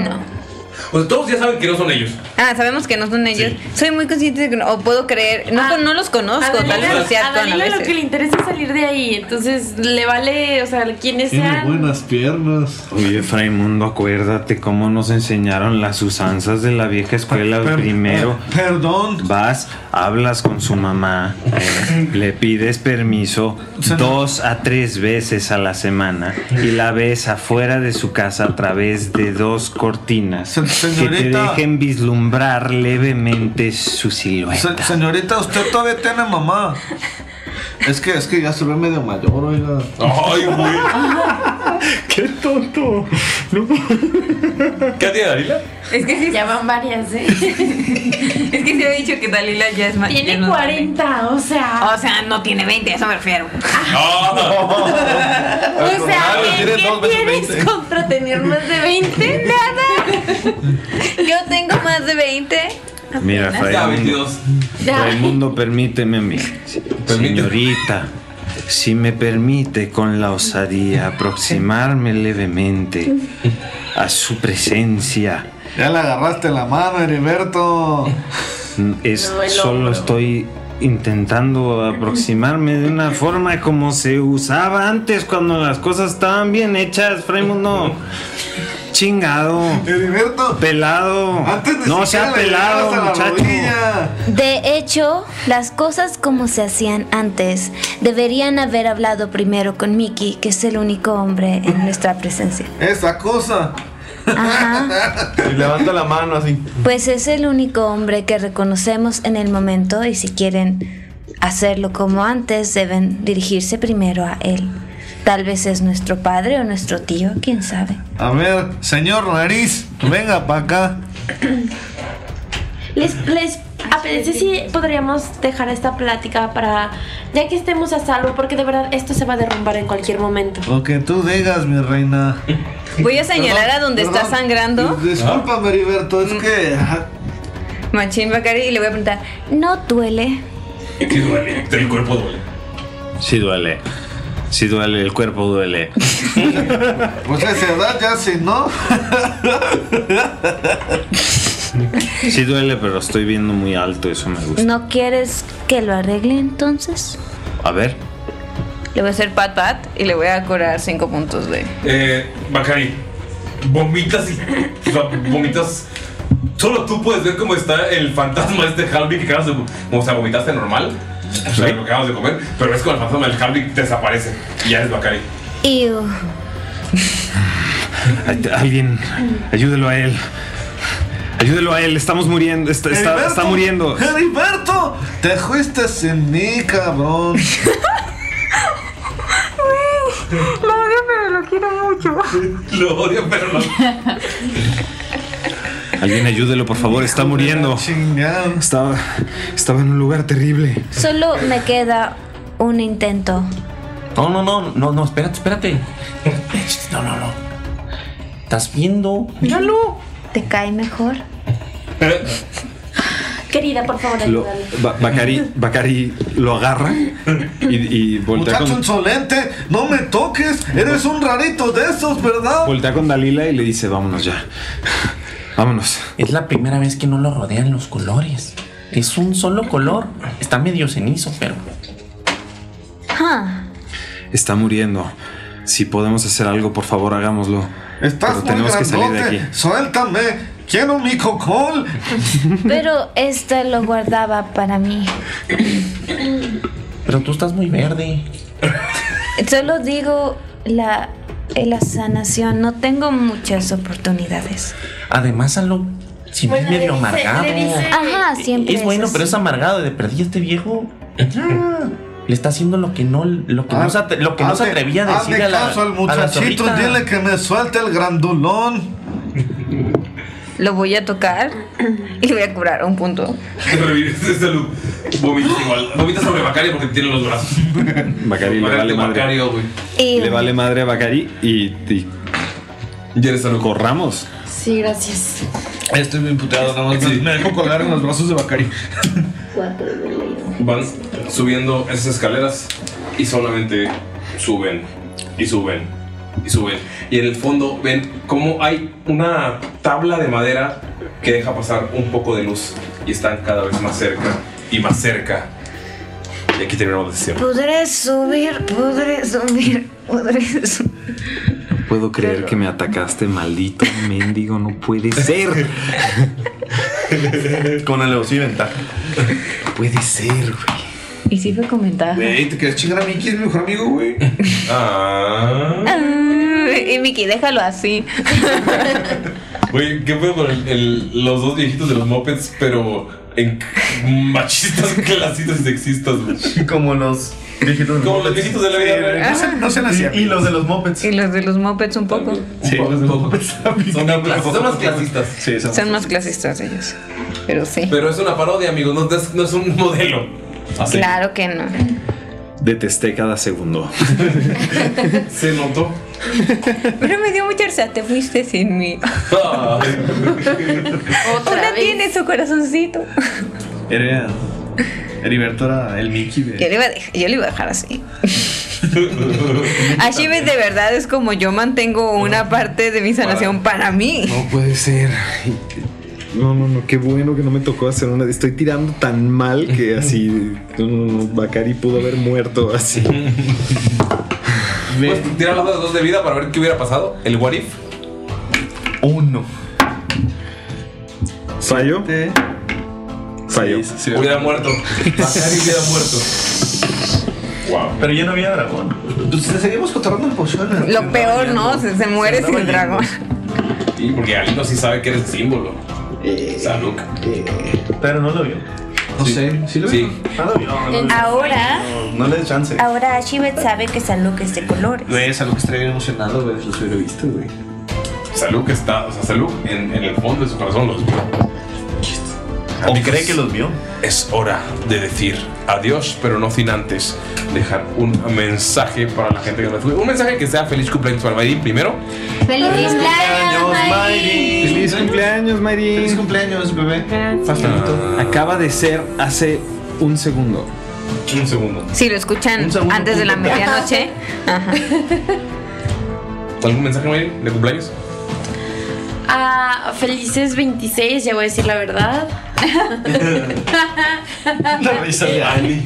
O sea, todos ya saben que no son ellos.
Ah, sabemos que no son ellos. Soy muy consciente de que no, o puedo creer.
Ah,
No, no los conozco,
A
tal
Dalila-
vez se
a
actúan a
Dalila lo que
veces.
le interesa es salir de ahí, entonces le vale, o sea, quienes
Tiene
sean.
Buenas piernas.
Oye, Fraimundo, acuérdate cómo nos enseñaron las usanzas de la vieja escuela primero.
eh, Perdón.
Vas, hablas con su mamá, eh, le pides permiso dos a tres veces a la semana y la ves afuera de su casa a través de dos cortinas que te
señorita.
dejen vislumbrar levemente su silueta.
Se- señorita, usted todavía tiene mamá. Es que, es que ya se ve medio mayor, oiga.
Ay, güey.
Qué tonto.
¿Qué tiene Dalila?
Es que sí. Ya van varias, ¿eh? es que se ha dicho que Dalila ya es más.
Tiene
40, o sea. O sea, no tiene 20, a eso me refiero.
O sea, ¿qué-
¿Qué
¿qué
tienes contra tener más de 20? Nada. Yo tengo más de 20.
Mira, Raimundo, Raimundo, permíteme a mí. Señorita, si me permite con la osadía aproximarme levemente a su presencia.
Ya le agarraste la mano, Heriberto.
Es,
No, el
solo
hombro.
estoy intentando aproximarme de una forma como se usaba antes cuando las cosas estaban bien hechas, Raimundo. Chingado. Pelado. no se ha
siquiera le
pelado,
llegabas a la
muchacho.
De hecho, las cosas como se hacían antes deberían haber hablado primero con Mickey, que es el único hombre en nuestra presencia.
Esa cosa.
Ajá.
Y levanta la mano así.
Pues es el único hombre que reconocemos en el momento y si quieren hacerlo como antes deben dirigirse primero a él. Tal vez es nuestro padre o nuestro tío, quién sabe.
A ver, señor Nariz, venga para acá.
Les, les apetece si podríamos dejar esta plática para ya que estemos a salvo, porque de verdad esto se va a derrumbar en cualquier momento.
Lo que tú digas, mi reina.
Voy a señalar a donde está
perdón.
sangrando.
Discúlpame, Heriberto, es que.
Machín Bacari y le voy a preguntar.
No duele.
Sí duele, pero el cuerpo duele.
Sí duele. Sí duele, el cuerpo duele.
Pues a esa edad ya si no.
Sí duele, pero estoy viendo muy alto, eso me gusta.
¿No quieres que lo arregle entonces?
A ver.
Le voy a hacer pat pat y le voy a curar 5 puntos de.
Eh, Bacari, vomitas y. o sea, vomitas. Solo tú puedes ver cómo está el fantasma este Halving que acabas de. O sea, vomitaste normal. O sea, lo que acabas de comer. Pero ves como el fantasma del Halving desaparece. Y ya es Bacari.
Ew.
Ay- Alguien, ayúdelo a él. Ayúdelo a él, estamos muriendo. Está, está-
Heriberto,
está muriendo.
¡Heriberto! Te fuiste sin mí, cabrón.
Lo odio, pero lo quiero mucho.
Lo odio, pero lo.
Alguien ayúdelo, por favor, está muriendo. Estaba, estaba en un lugar terrible.
Solo me queda un intento.
No, no, no, no, no, espérate, espérate. No, no, no. ¿Estás viendo?
Míralo. ¿Te cae mejor?
Querida, por favor,
Lo,
ayúdame.
Ba- Bacari, Bacari lo agarra y, y voltea,
Muchacho
con,
insolente, no me toques. Eres un rarito de esos, ¿verdad?
voltea con Dalila y le dice, vámonos ya. Vámonos.
Es la primera vez que no lo rodean los colores. Es un solo color. Está medio cenizo, pero.
Huh.
Está muriendo. Si podemos hacer algo, por favor, hagámoslo.
Estás
Pero
muy
tenemos que salir de
grandote.
aquí.
Suéltame. Quiero mi cocol.
Pero este lo guardaba para mí.
Pero tú estás muy verde.
Solo digo la, eh, la sanación. No tengo muchas oportunidades.
Además, a lo. Si me es medio amargado.
Ajá, siempre.
Es bueno,
así.
pero es amargado. De perdí a este viejo. Le está haciendo lo que no, lo que no, se, atre- lo que no se
Ah, Hazle-
atrevía a decir
hazle
a la,
caso al
a la
muchachito,
zorrita.
dile que me suelte el grandulón.
Lo voy a tocar y le voy a curar un punto.
Revives de este salud. Vomitas igual. Vomitas sobre Bacari porque tiene los brazos. oh,
Bacari le vale madre. Le vale madre a Bacari y. y corramos.
Sí, gracias.
Estoy bien puteado, nada más me dejo colgar en los brazos de Bacari.
Van subiendo esas escaleras y solamente suben y suben y suben. Y en el fondo ven cómo hay una tabla de madera que deja pasar un poco de luz y están cada vez más cerca y más cerca. Y aquí terminamos la sesión.
Podré subir, podré subir, podré subir.
No puedo creer que me atacaste, maldito mendigo. No puede ser.
Con alevosía y ventaja.
Puede ser, güey.
Y sí fue comentar.
Güey, te quieres chingar a Mickey, es mi mejor amigo, güey.
Ah.
Y Miki, déjalo así.
Güey, ¿qué pedo con el- el- los dos viejitos de los mopeds, pero en machistas, clasistas y sexistas, güey?
Como los
Como los viejitos de la vida real.
no se- no se
Y,
nacía.
y los de los mopeds.
Ah. Y los de los mopeds un poco.
Sí, los de los mopeds.
Son, clas- son más clasistas. Sí,
Son más clasistas ellos. Pero sí.
Pero es una parodia, amigo, no, es, no es un modelo. Ah,
Claro que no.
Detesté cada segundo.
Se notó.
Pero me dio mucha risa, te fuiste sin mí. Ahora tiene su corazoncito.
Era. Heriberto era el Mickey de.
Yo le iba a dejar, yo le iba a dejar así. Ashibet de verdad es como yo mantengo una parte de mi sanación para mí.
No puede ser. No, no, no, qué bueno que no me tocó hacer una. Estoy tirando tan mal que así. No, no, no, Bacari pudo haber muerto así.
Pues tirar los dados dos de vida para ver qué hubiera pasado. El what if.
Uno.
Fallo. Fallo.
Hubiera muerto. Bacari hubiera muerto.
Wow. Pero ya no había dragón.
Entonces seguimos cotorrando en pociones.
Lo peor, ¿no? Se, se muere sin dragón.
Sí, porque Alino sí sabe que eres el símbolo. Salud.
Pero no lo vio.
Eh, No sé, sí lo vio. Ah,
No lo vio. no lo vio.
Ahora,
No le des chance.
ahora Ashibet sabe que este Saluk es de colores.
Güey, es algo que estaría bien emocionado, güey. Los hubiera visto, güey.
Salud que está, o sea, Salud en, en el fondo de su corazón los vio. ¿O cree que los vio? Es hora de decir adiós, pero no sin antes dejar un mensaje para la gente que nos escucha. Un mensaje que sea feliz cumpleaños para Mayrin primero.
¡Feliz cumpleaños, Mayrin!
¡Feliz cumpleaños, Mayrin! ¡Feliz
cumpleaños, bebé!
Ah.
Acaba de ser hace un segundo.
Un segundo.
Si lo escuchan antes de la
punto.
medianoche. Ajá.
¿Algún mensaje, Mayrin, de cumpleaños?
Ah, felices 26, ya voy a decir la verdad.
La risa de Ali.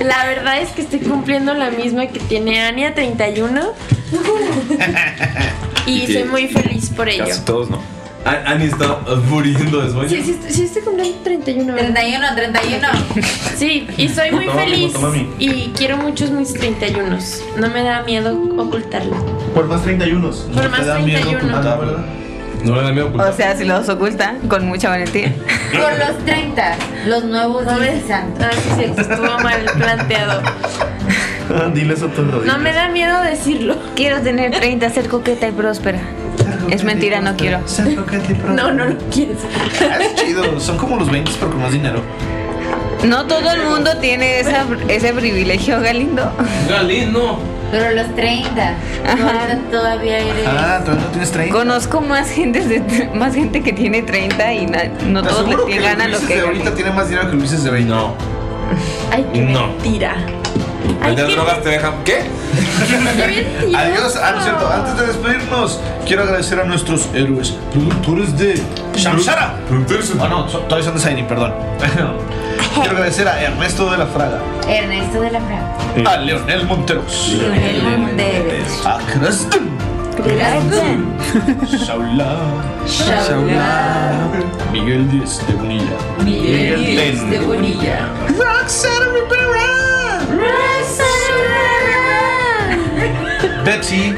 La verdad es que estoy cumpliendo la misma que tiene Ania, 31. y soy muy feliz por ello.
Casi todos no.
Annie está muriendo de
Sí, sí, sí estoy cumpliendo 31. 31, 31. Sí, y soy muy
Vota, mami,
feliz.
vota, mami.
Y quiero muchos mis 31. No me da miedo ocultarlo.
Por más 31.
Por más 31.
No le da miedo
O sea, si los oculta, con mucha valentía.
Por los 30, los nuevos días santos.
estuvo mal planteado.
Dile eso a todos los
No
me da miedo decirlo.
Quiero tener 30, ser coqueta y próspera. Es mentira, no quiero.
No, no lo quieres.
Ah, Es chido. Son como los 20 pero con más dinero.
No todo el mundo tiene esa- ese privilegio, Galindo.
Galindo.
Pero los 30, ahorita todavía eres.
Ah, todavía no tienes 30.
Conozco más gente, de tre- más gente que tiene 30 y na- no todos le
Seguro que
tienen gana lo
Ulises
que
de ahorita tiene más dinero que Ulises de 20.
No.
Ay,
qué No.
mentira.
Vender drogas te dejan. ¿Qué?
Adiós, ah, no es cierto. Antes de despedirnos, quiero agradecer a nuestros héroes, productores de Shamsara.
Productores.
Oh, no, so- todavía son de Saini, perdón. Quiero agradecer a Ernesto de la Fraga,
Ernesto de la Fraga.
a Leonel Monteros,
Leonel Monteros.
a Krasden, Shaula,
Shaula.
Miguel Díez de Bonilla,
Miguel Díez de
Bonilla, Roxana Rivera. Betsy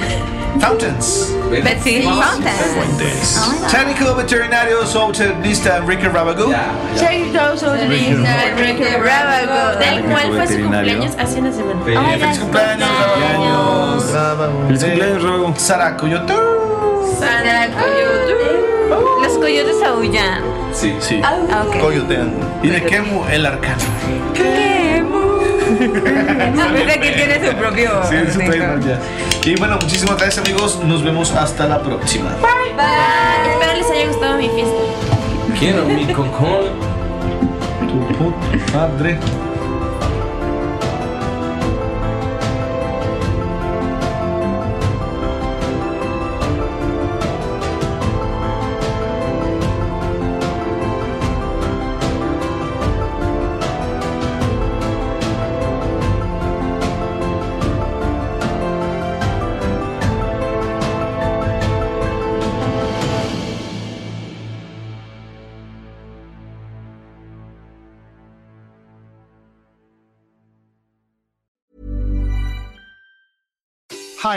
Fountains.
Betsy Fountains.
Fuentes. Técnico veterinario, zootecnista Enrique Rabagú.
Check those out, Lisa, Enrique Bravo, del cual fue su
Veterinario.
cumpleaños hace una semana.
Feliz Hola, cumpleaños, cumpleaños. Feliz cumpleaños, Rabagú. Sara Coyote.
Sara
Coyote. Los coyotes aullan.
Sí, sí.
Ah, ok.
Coyotean.
Y de Kemu, el arcano.
Ahorita que tiene su propio.
Sí, es un trademark ya. Y bueno, muchísimas gracias, amigos. Nos vemos hasta la próxima.
Bye, bye. Espero les haya gustado mi fiesta.
Quiero mi cocón.
Tu puta madre.
Hi,